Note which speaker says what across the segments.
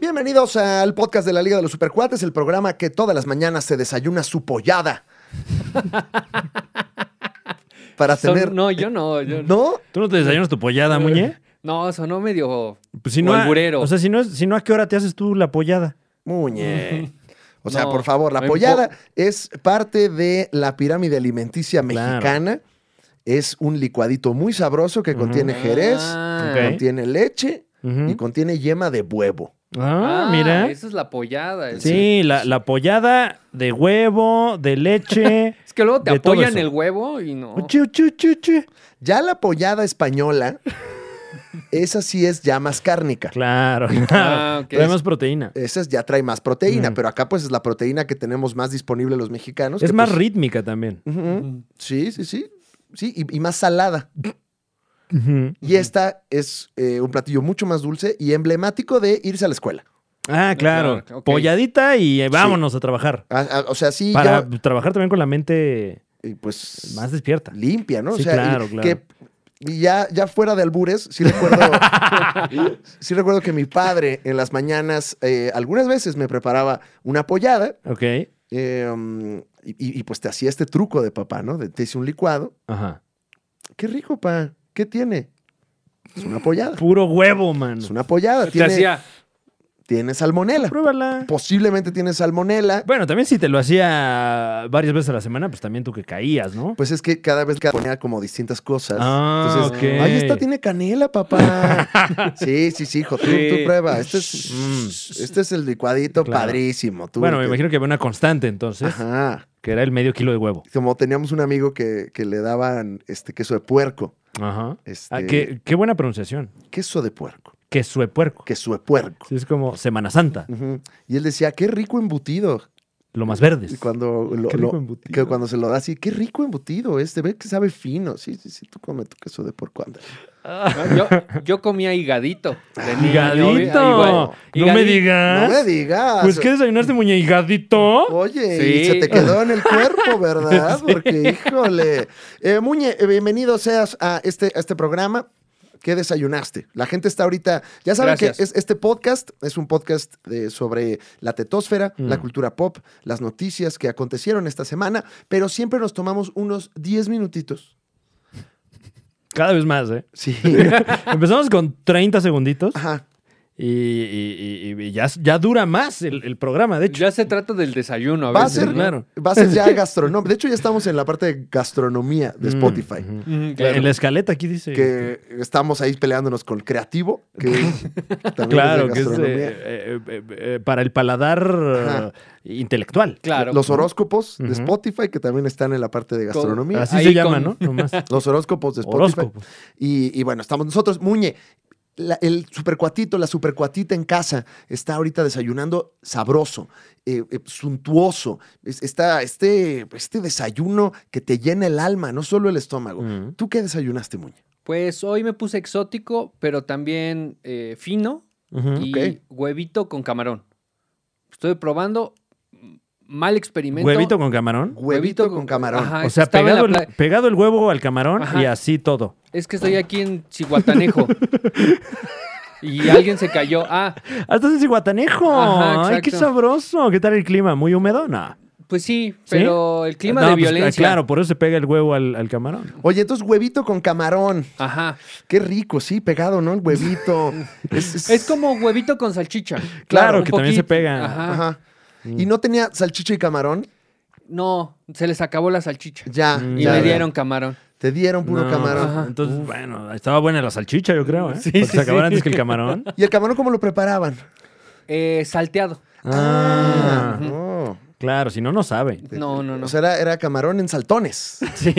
Speaker 1: Bienvenidos al podcast de la Liga de los Supercuates, el programa que todas las mañanas se desayuna su pollada. Para
Speaker 2: Son-
Speaker 1: tener.
Speaker 2: No, yo no. Yo no.
Speaker 1: ¿No?
Speaker 3: ¿Tú eh, no te desayunas tu pollada, Muñe?
Speaker 2: no, sonó medio.
Speaker 3: Pues si no,
Speaker 2: O
Speaker 3: a-
Speaker 2: alburero.
Speaker 3: O sea, si no, es- si no, ¿a qué hora te haces tú la pollada?
Speaker 1: Muñe. O sea,
Speaker 2: No,
Speaker 1: por favor, la
Speaker 2: no
Speaker 1: pollada es parte de la pirámide alimenticia
Speaker 3: Claro.
Speaker 1: mexicana. Es un licuadito muy sabroso que contiene jerez,
Speaker 2: Ah, Mm.
Speaker 3: Ok.
Speaker 1: contiene leche
Speaker 3: Ujú.
Speaker 1: y contiene yema de huevo.
Speaker 3: Ah,
Speaker 2: ah,
Speaker 3: mira.
Speaker 2: Esa es la pollada. es-
Speaker 3: Sí, La, la pollada de huevo, de leche.
Speaker 2: Es que luego te
Speaker 3: De Oh, todo
Speaker 2: apoyan
Speaker 3: eso.
Speaker 2: el huevo y no.
Speaker 3: Uchi, uchi, uchi, uchi.
Speaker 1: Ya la pollada española, esa sí es ya más cárnica.
Speaker 3: Claro, claro.
Speaker 2: Ah, ok.
Speaker 3: Trae más proteína.
Speaker 1: Esa es- ya trae más proteína,
Speaker 3: Ujú.
Speaker 1: pero acá pues es la proteína que tenemos más disponible los mexicanos.
Speaker 3: Mm. Es
Speaker 1: que,
Speaker 3: más
Speaker 1: pues,
Speaker 3: rítmica también.
Speaker 1: ujú,
Speaker 2: Mm.
Speaker 1: Sí, sí, sí. Sí, y, y más salada.
Speaker 3: Ujú.
Speaker 1: Y esta es eh, un platillo mucho más dulce y emblemático de irse a la escuela.
Speaker 3: Ah, claro.
Speaker 2: claro, ok.
Speaker 3: Polladita y eh, vámonos a trabajar.
Speaker 1: Ah, ah, o sea, sí,
Speaker 3: Para
Speaker 1: ya,
Speaker 3: trabajar también con la mente
Speaker 1: y pues
Speaker 3: más despierta.
Speaker 1: limpia, ¿no?
Speaker 3: Sí,
Speaker 1: o sea,
Speaker 3: claro,
Speaker 1: y
Speaker 3: claro.
Speaker 1: que- y ya, ya fuera de albures, sí recuerdo, sí recuerdo que mi padre en las mañanas eh, algunas veces me preparaba una pollada
Speaker 3: Ok.
Speaker 1: eh, um, y, y- y, pues te hacía este truco de papá, ¿no? De- te hice un licuado.
Speaker 3: Ajá.
Speaker 1: Qué rico, pa. ¿Qué tiene? Es una pollada.
Speaker 3: Puro huevo, man.
Speaker 1: Es una pollada.
Speaker 2: Te
Speaker 1: Tiene,
Speaker 2: hacía.
Speaker 1: tiene salmonela.
Speaker 3: Pruébala.
Speaker 1: Posiblemente tiene salmonela.
Speaker 3: Bueno, también si te lo hacía varias veces a la semana, pues también tú que caías, ¿no?
Speaker 1: Pues es que cada vez que ponía como distintas cosas.
Speaker 3: Ah,
Speaker 1: Entonces,
Speaker 3: ok.
Speaker 1: ay, esta tiene canela, papá. sí, sí, sí, hijo. Tú,
Speaker 2: Sí.
Speaker 1: tú prueba. Este es, mm, este es el licuadito
Speaker 3: Claro.
Speaker 1: padrísimo. Tú,
Speaker 3: bueno, me
Speaker 1: que-
Speaker 3: imagino que había una constante entonces,
Speaker 1: Ajá.
Speaker 3: que era el medio kilo de huevo.
Speaker 1: Como teníamos un amigo que, que le daban este queso de puerco.
Speaker 3: Ajá.
Speaker 1: Este,
Speaker 3: Ah, qué, qué buena pronunciación.
Speaker 1: Queso de puerco.
Speaker 3: Queso de puerco.
Speaker 1: Queso de puerco.
Speaker 3: Sí, es como Semana Santa,
Speaker 1: Ujú. Y él decía, qué rico embutido.
Speaker 3: lo más verdes.
Speaker 1: Y cuando lo-
Speaker 3: ¡Ah, Qué rico
Speaker 1: lo-
Speaker 3: embutido.
Speaker 1: que cuando se lo da así, qué rico embutido este, ve que sabe fino. Sí, sí, sí, tú come tu queso de porco, anda.
Speaker 3: Ah.
Speaker 2: No, Yo, yo comía higadito. de niño,
Speaker 3: ¡Higadito!
Speaker 2: igual.
Speaker 3: No me
Speaker 2: Higadito.
Speaker 3: digas.
Speaker 1: No me digas. Mm.
Speaker 3: Pues que desayunaste muñe higadito.
Speaker 1: Oye, y
Speaker 2: Sí.
Speaker 1: se te quedó en el cuerpo, ¿verdad? Porque, híjole. Eh, Muñe, eh, bienvenido seas a este, a este programa. ¿Qué desayunaste? La gente está ahorita. Ya saben que
Speaker 2: Gracias.
Speaker 1: es- este podcast es un podcast de- sobre la tetósfera,
Speaker 3: Mm.
Speaker 1: la cultura pop, las noticias que acontecieron esta semana, pero siempre nos tomamos unos 10 minutitos.
Speaker 3: Cada vez más, ¿eh?
Speaker 1: Sí.
Speaker 3: Empezamos con 30 segunditos
Speaker 1: Ajá.
Speaker 3: y, y- y- y ya, ya dura más el, el programa, de hecho.
Speaker 2: Ya se trata del desayuno. A
Speaker 1: Va a
Speaker 2: veces,
Speaker 1: ser,
Speaker 2: ¿no?
Speaker 3: claro.
Speaker 1: va a ser ya gastronómico. De hecho, ya estamos en la parte de gastronomía de
Speaker 3: Mm,
Speaker 1: Spotify.
Speaker 3: ujú.
Speaker 2: Mm, claro.
Speaker 3: En la escaleta aquí dice.
Speaker 1: Que estamos ahí peleándonos con creativo, que también
Speaker 3: Claro,
Speaker 1: es de
Speaker 3: que es eh,
Speaker 1: gastronomía.
Speaker 3: eh, eh, eh, para el paladar
Speaker 1: Ajá.
Speaker 3: eh, intelectual.
Speaker 2: Claro.
Speaker 1: Los horóscopos de
Speaker 3: Ujú.
Speaker 1: Spotify, que también están en la parte de gastronomía.
Speaker 3: Así
Speaker 2: Ahí
Speaker 3: se llama,
Speaker 2: con-
Speaker 3: ¿no? Nomás.
Speaker 1: Los horóscopos de Spotify.
Speaker 3: Horóscopo.
Speaker 1: Y, y bueno, estamos nosotros. Muñe, la- el supercuatito, la supercuatita en casa, está ahorita desayunando sabroso, eh, eh, suntuoso. Es- está este, este desayuno que te llena el alma, no solo el estómago.
Speaker 3: Ujú.
Speaker 1: ¿Tú qué desayunaste, Muñe?
Speaker 2: Pues hoy me puse exótico, pero también eh, fino
Speaker 3: Ujú.
Speaker 2: y
Speaker 1: ok.
Speaker 2: huevito con camarón. Estoy probando mm, mal experimento.
Speaker 3: Huevito con camarón.
Speaker 1: Huevito con camarón.
Speaker 2: Ajá,
Speaker 3: O
Speaker 2: es que
Speaker 3: sea,
Speaker 2: estaba en la
Speaker 3: pegado, el,
Speaker 2: playa.
Speaker 3: pegado el huevo al camarón
Speaker 2: Ajá.
Speaker 3: y así todo.
Speaker 2: Es que estoy aquí en Chihuatanejo. y alguien se cayó. Ah,
Speaker 3: Ah, estás en Cihuatanejo.
Speaker 2: Ajá,
Speaker 3: Ay, qué
Speaker 2: exacto.
Speaker 3: sabroso. ¿Qué tal el clima? ¿Muy húmedo? No.
Speaker 2: pues sí, pero el clima
Speaker 3: No,
Speaker 2: de
Speaker 3: pues,
Speaker 2: violencia.
Speaker 3: Claro, por eso se pega el huevo al, al camarón.
Speaker 1: Oye, entonces huevito con camarón.
Speaker 2: Ajá.
Speaker 1: Qué rico, sí, pegado, ¿no? El huevito. es, es-
Speaker 2: Es como ah. huevito con salchicha. Claro, un
Speaker 3: que también se
Speaker 2: poquito.
Speaker 3: pega.
Speaker 2: Ajá.
Speaker 1: Ajá. Y no tenía salchicha y camarón.
Speaker 2: No, se les acabó la salchicha.
Speaker 1: Ya.
Speaker 3: Mm,
Speaker 2: Y
Speaker 1: ya,
Speaker 2: me
Speaker 1: ya.
Speaker 2: dieron camarón.
Speaker 1: Te dieron puro
Speaker 3: No, pues,
Speaker 1: camarón.
Speaker 2: Ajá.
Speaker 3: Entonces, bueno, estaba buena la salchicha, yo creo. ¿eh?
Speaker 2: Sí,
Speaker 3: Porque
Speaker 2: sí,
Speaker 3: se acabara
Speaker 2: sí.
Speaker 3: antes que el camarón.
Speaker 1: ¿Y el camarón cómo lo preparaban?
Speaker 2: Eh, salteado.
Speaker 3: Ah,
Speaker 1: no.
Speaker 3: claro, si no, no sabe.
Speaker 2: No, no, no.
Speaker 1: O sea, era, era camarón en saltones.
Speaker 2: Sí.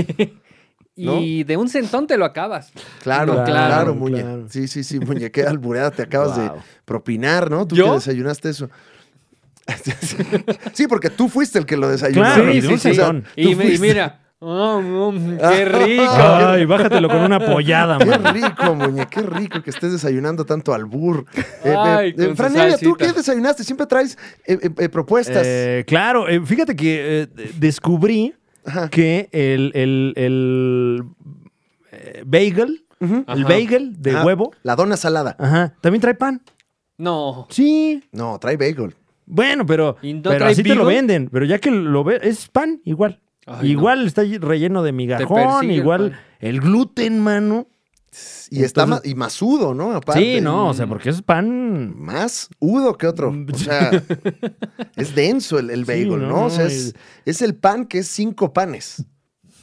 Speaker 2: Y de un centón te lo acabas.
Speaker 1: Claro,
Speaker 3: Claro,
Speaker 1: claro,
Speaker 3: claro.
Speaker 1: Muñe. Sí, sí, sí, Muñe. Qué albureada te acabas
Speaker 3: Wow.
Speaker 1: de propinar, ¿no? Tú
Speaker 2: ¿Yo?
Speaker 1: que desayunaste eso. sí, porque tú fuiste el que lo desayunó.
Speaker 3: Claro,
Speaker 1: sí,
Speaker 3: y de un
Speaker 1: sí, sí.
Speaker 3: saltón.
Speaker 2: Y,
Speaker 3: Tú
Speaker 2: me- y
Speaker 3: fuiste.
Speaker 2: mira. Oh, mm, ¡Qué rico!
Speaker 3: Ay, bájatelo con una pollada,
Speaker 1: Ah, Qué
Speaker 3: man.
Speaker 1: rico, Muñe, qué rico que estés desayunando tanto albur. Eh,
Speaker 2: Ay,
Speaker 1: eh, eh,
Speaker 2: con
Speaker 1: Fran
Speaker 2: su
Speaker 1: Evia, ¿tú
Speaker 2: salsita.
Speaker 1: qué desayunaste? Siempre traes eh, eh, eh, propuestas.
Speaker 3: Eh, claro, eh, fíjate que eh, de- descubrí
Speaker 1: Ajá.
Speaker 3: que el, el- el, eh, bagel,
Speaker 1: Ujú.
Speaker 2: Ajá.
Speaker 3: el bagel de
Speaker 1: Ajá,
Speaker 3: huevo,
Speaker 1: Ah. La dona salada.
Speaker 3: ajá, también trae pan.
Speaker 2: No.
Speaker 3: Sí.
Speaker 1: No, trae bagel.
Speaker 3: Bueno, pero,
Speaker 2: ¿Y no
Speaker 3: pero
Speaker 2: trae
Speaker 3: así te lo
Speaker 2: Beagle?
Speaker 3: venden. Pero ya que lo ves, es pan igual.
Speaker 2: Ay,
Speaker 3: igual está relleno de migajón,
Speaker 2: persigue el
Speaker 3: igual
Speaker 2: pan.
Speaker 3: el, gluten, mano.
Speaker 1: Y está ma-
Speaker 3: Entonces-
Speaker 1: y masudo, ¿no? Aparte.
Speaker 3: sí, no, o sea, porque es pan.
Speaker 1: Más udo que otro. O sea, es denso el, el
Speaker 3: Sí,
Speaker 1: bagel,
Speaker 3: no,
Speaker 1: ¿no? O sea,
Speaker 3: no,
Speaker 1: es,
Speaker 3: el-
Speaker 1: es el pan que es cinco panes.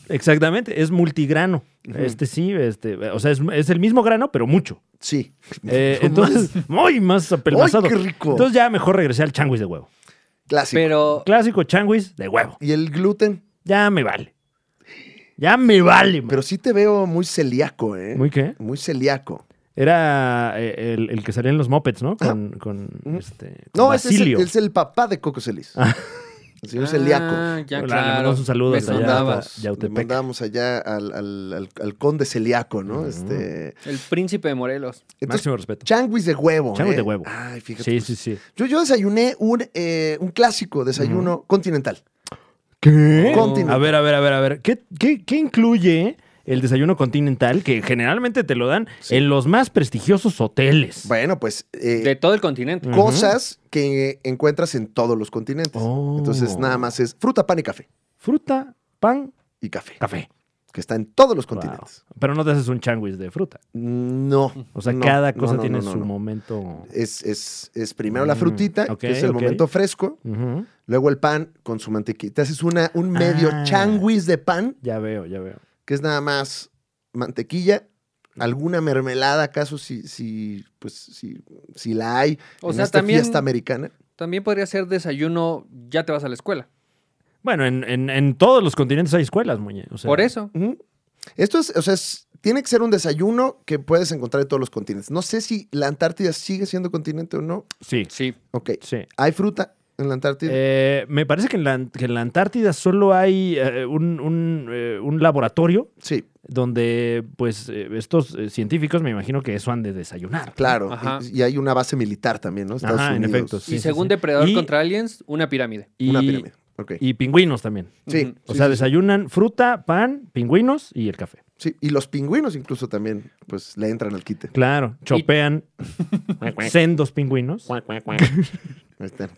Speaker 3: Exactamente, es multigrano. Este sí, este, o sea, es, es el mismo grano, pero mucho.
Speaker 1: Sí.
Speaker 3: Eh,
Speaker 1: No
Speaker 3: entonces,
Speaker 1: más.
Speaker 3: muy más apelmazado.
Speaker 1: ¡Ay, qué rico!
Speaker 3: Entonces ya mejor regresé al changuis de huevo.
Speaker 1: Clásico.
Speaker 2: Pero
Speaker 3: Clásico changuis de huevo.
Speaker 1: ¿Y el gluten?
Speaker 3: Ya me vale. Ya me vale, man.
Speaker 1: Pero sí te veo muy celíaco, ¿eh?
Speaker 3: ¿Muy qué?
Speaker 1: Muy celíaco.
Speaker 3: Era eh, el, el que salía en los Muppets, ¿no? Con, con, este, con
Speaker 1: No, ese es el,
Speaker 3: Basilio.
Speaker 1: es el papá de Coco Celis.
Speaker 3: Ah.
Speaker 1: El señor celíaco.
Speaker 2: Ah, ya,
Speaker 3: Hola, le
Speaker 2: claro.
Speaker 3: mandamos un saludo
Speaker 2: Me
Speaker 3: hasta allá.
Speaker 2: sonaba.
Speaker 1: Mandamos- Le
Speaker 3: Yautepec.
Speaker 1: mandamos allá al, al- al- al conde celíaco, ¿no?
Speaker 3: Ujú.
Speaker 1: Este.
Speaker 2: El príncipe de Morelos.
Speaker 1: Entonces,
Speaker 3: Máximo respeto.
Speaker 1: changuis de huevo.
Speaker 3: Changuis
Speaker 1: ¿eh?
Speaker 3: de huevo.
Speaker 1: Ay, fíjate. pues,
Speaker 3: Sí, sí, sí.
Speaker 1: Yo, yo desayuné un, eh, un clásico desayuno continental.
Speaker 3: ¿Qué?
Speaker 1: Continental.
Speaker 3: A ver, a ver, a ver, a ver. ¿Qué, qué, qué incluye el desayuno continental que generalmente te lo dan
Speaker 1: Sí.
Speaker 3: en los más prestigiosos hoteles?
Speaker 1: Bueno, pues. eh,
Speaker 2: De todo el continente.
Speaker 3: Ujú.
Speaker 1: cosas que encuentras en todos los continentes.
Speaker 3: Oh.
Speaker 1: Entonces, nada más es fruta, pan y café.
Speaker 3: Fruta, pan,
Speaker 1: Y café,
Speaker 3: café.
Speaker 1: que está en todos los
Speaker 3: Wow.
Speaker 1: continentes.
Speaker 3: Pero no te haces un changuis de fruta.
Speaker 2: Mm.
Speaker 1: No.
Speaker 3: O sea,
Speaker 1: no,
Speaker 3: cada
Speaker 1: no,
Speaker 3: cosa
Speaker 1: no,
Speaker 3: tiene
Speaker 1: no, no,
Speaker 3: su
Speaker 1: no.
Speaker 3: momento.
Speaker 1: Es, es, es primero la
Speaker 3: Mm,
Speaker 1: frutita,
Speaker 3: ok,
Speaker 1: que es el
Speaker 3: ok.
Speaker 1: momento fresco.
Speaker 3: Ujú.
Speaker 1: Luego el pan con su mantequilla. Te haces una, un medio
Speaker 3: Ah.
Speaker 1: changuis de pan,
Speaker 3: Ya veo, ya veo.
Speaker 1: que es nada más mantequilla, alguna mermelada, acaso, si, si, pues, si, si la hay
Speaker 2: O
Speaker 1: en
Speaker 2: sea,
Speaker 3: este
Speaker 1: esta
Speaker 2: también-
Speaker 1: fiesta americana.
Speaker 2: También podría ser desayuno, ya te vas a la escuela.
Speaker 3: Bueno, en, en- en todos los continentes hay escuelas, Muñe. O sea,
Speaker 2: Por eso.
Speaker 1: Ujú. Esto es, o sea, es- tiene que ser un desayuno que puedes encontrar en todos los continentes. No sé si la Antártida sigue siendo continente o no.
Speaker 3: Sí,
Speaker 2: Sí.
Speaker 1: Ok.
Speaker 3: sí.
Speaker 1: ¿Hay fruta en la Antártida?
Speaker 3: Eh, me parece que en, la, que en la Antártida solo hay eh, un, un, eh, un laboratorio
Speaker 1: sí,
Speaker 3: donde, pues, eh, estos eh, científicos me imagino que eso han de desayunar.
Speaker 1: claro.
Speaker 2: Ajá.
Speaker 1: Y, y hay una base militar también, ¿no? Estados
Speaker 3: Ajá, en
Speaker 1: Unidos.
Speaker 3: efecto, sí.
Speaker 2: y según Depredador
Speaker 3: Y-
Speaker 2: contra Aliens, una pirámide.
Speaker 3: Y,
Speaker 1: Una pirámide. Ok.
Speaker 3: y pingüinos también.
Speaker 1: sí,
Speaker 2: Ujú.
Speaker 3: O
Speaker 1: sí,
Speaker 3: sea,
Speaker 1: sí, sí,
Speaker 3: desayunan fruta, pan, pingüinos y el café.
Speaker 1: sí. Y los pingüinos incluso también, pues, le entran al quite.
Speaker 3: Claro, chopean sendos pingüinos.
Speaker 1: Ahí están. Este,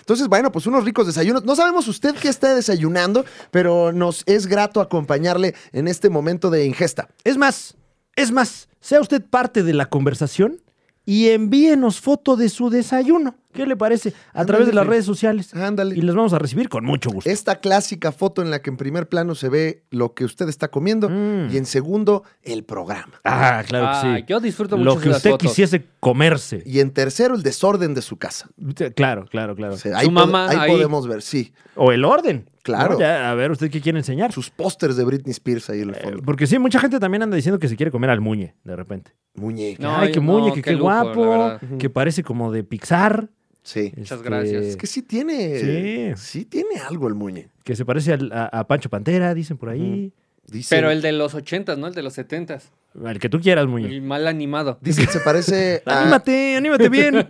Speaker 1: Entonces, bueno, pues unos ricos desayunos. No sabemos usted qué está desayunando, pero nos es grato acompañarle en este momento de ingesta.
Speaker 3: Es más, es más, sea usted parte de la conversación y envíenos foto de su desayuno. ¿Qué le parece? A través de las redes sociales.
Speaker 1: Ándale.
Speaker 3: Y las vamos a recibir con mucho gusto.
Speaker 1: Esta clásica foto en la que en primer plano se ve lo que usted está comiendo
Speaker 3: Mm.
Speaker 1: y en segundo el programa.
Speaker 3: Ah, claro que
Speaker 2: Ah,
Speaker 3: sí.
Speaker 2: Yo disfruto mucho
Speaker 3: Lo que
Speaker 2: de las
Speaker 3: usted
Speaker 2: fotos.
Speaker 3: quisiese comerse.
Speaker 1: Y en tercero el desorden de su casa.
Speaker 3: Claro, claro, claro.
Speaker 1: O sea, ahí,
Speaker 2: Su mamá
Speaker 1: ahí
Speaker 2: ahí.
Speaker 1: podemos ver, sí,
Speaker 3: O el orden.
Speaker 1: Claro.
Speaker 3: ¿no? Ya, a ver, ¿usted qué quiere enseñar?
Speaker 1: sus pósters de Britney Spears ahí en el
Speaker 3: Eh,
Speaker 1: fondo.
Speaker 3: Porque sí, mucha gente también anda diciendo que se quiere comer al muñe, de repente.
Speaker 1: Muñeca,
Speaker 2: No,
Speaker 3: Ay, que
Speaker 2: no,
Speaker 3: muñe, que
Speaker 2: qué
Speaker 3: qué,
Speaker 2: lujo, la
Speaker 3: guapo,
Speaker 2: verdad.
Speaker 3: que parece como de Pixar. Este,
Speaker 1: sí.
Speaker 2: Muchas gracias.
Speaker 1: Es que sí tiene,
Speaker 3: Sí.
Speaker 1: sí. tiene algo el Muñe.
Speaker 3: que se parece al- a, a Pancho Pantera, dicen por ahí.
Speaker 1: Dicen,
Speaker 2: Pero el de los 80, ¿no? El de los 70.
Speaker 3: Al que tú quieras, muñe.
Speaker 2: El mal animado.
Speaker 1: dicen se parece a,
Speaker 2: Ah.
Speaker 3: Anímate, anímate bien.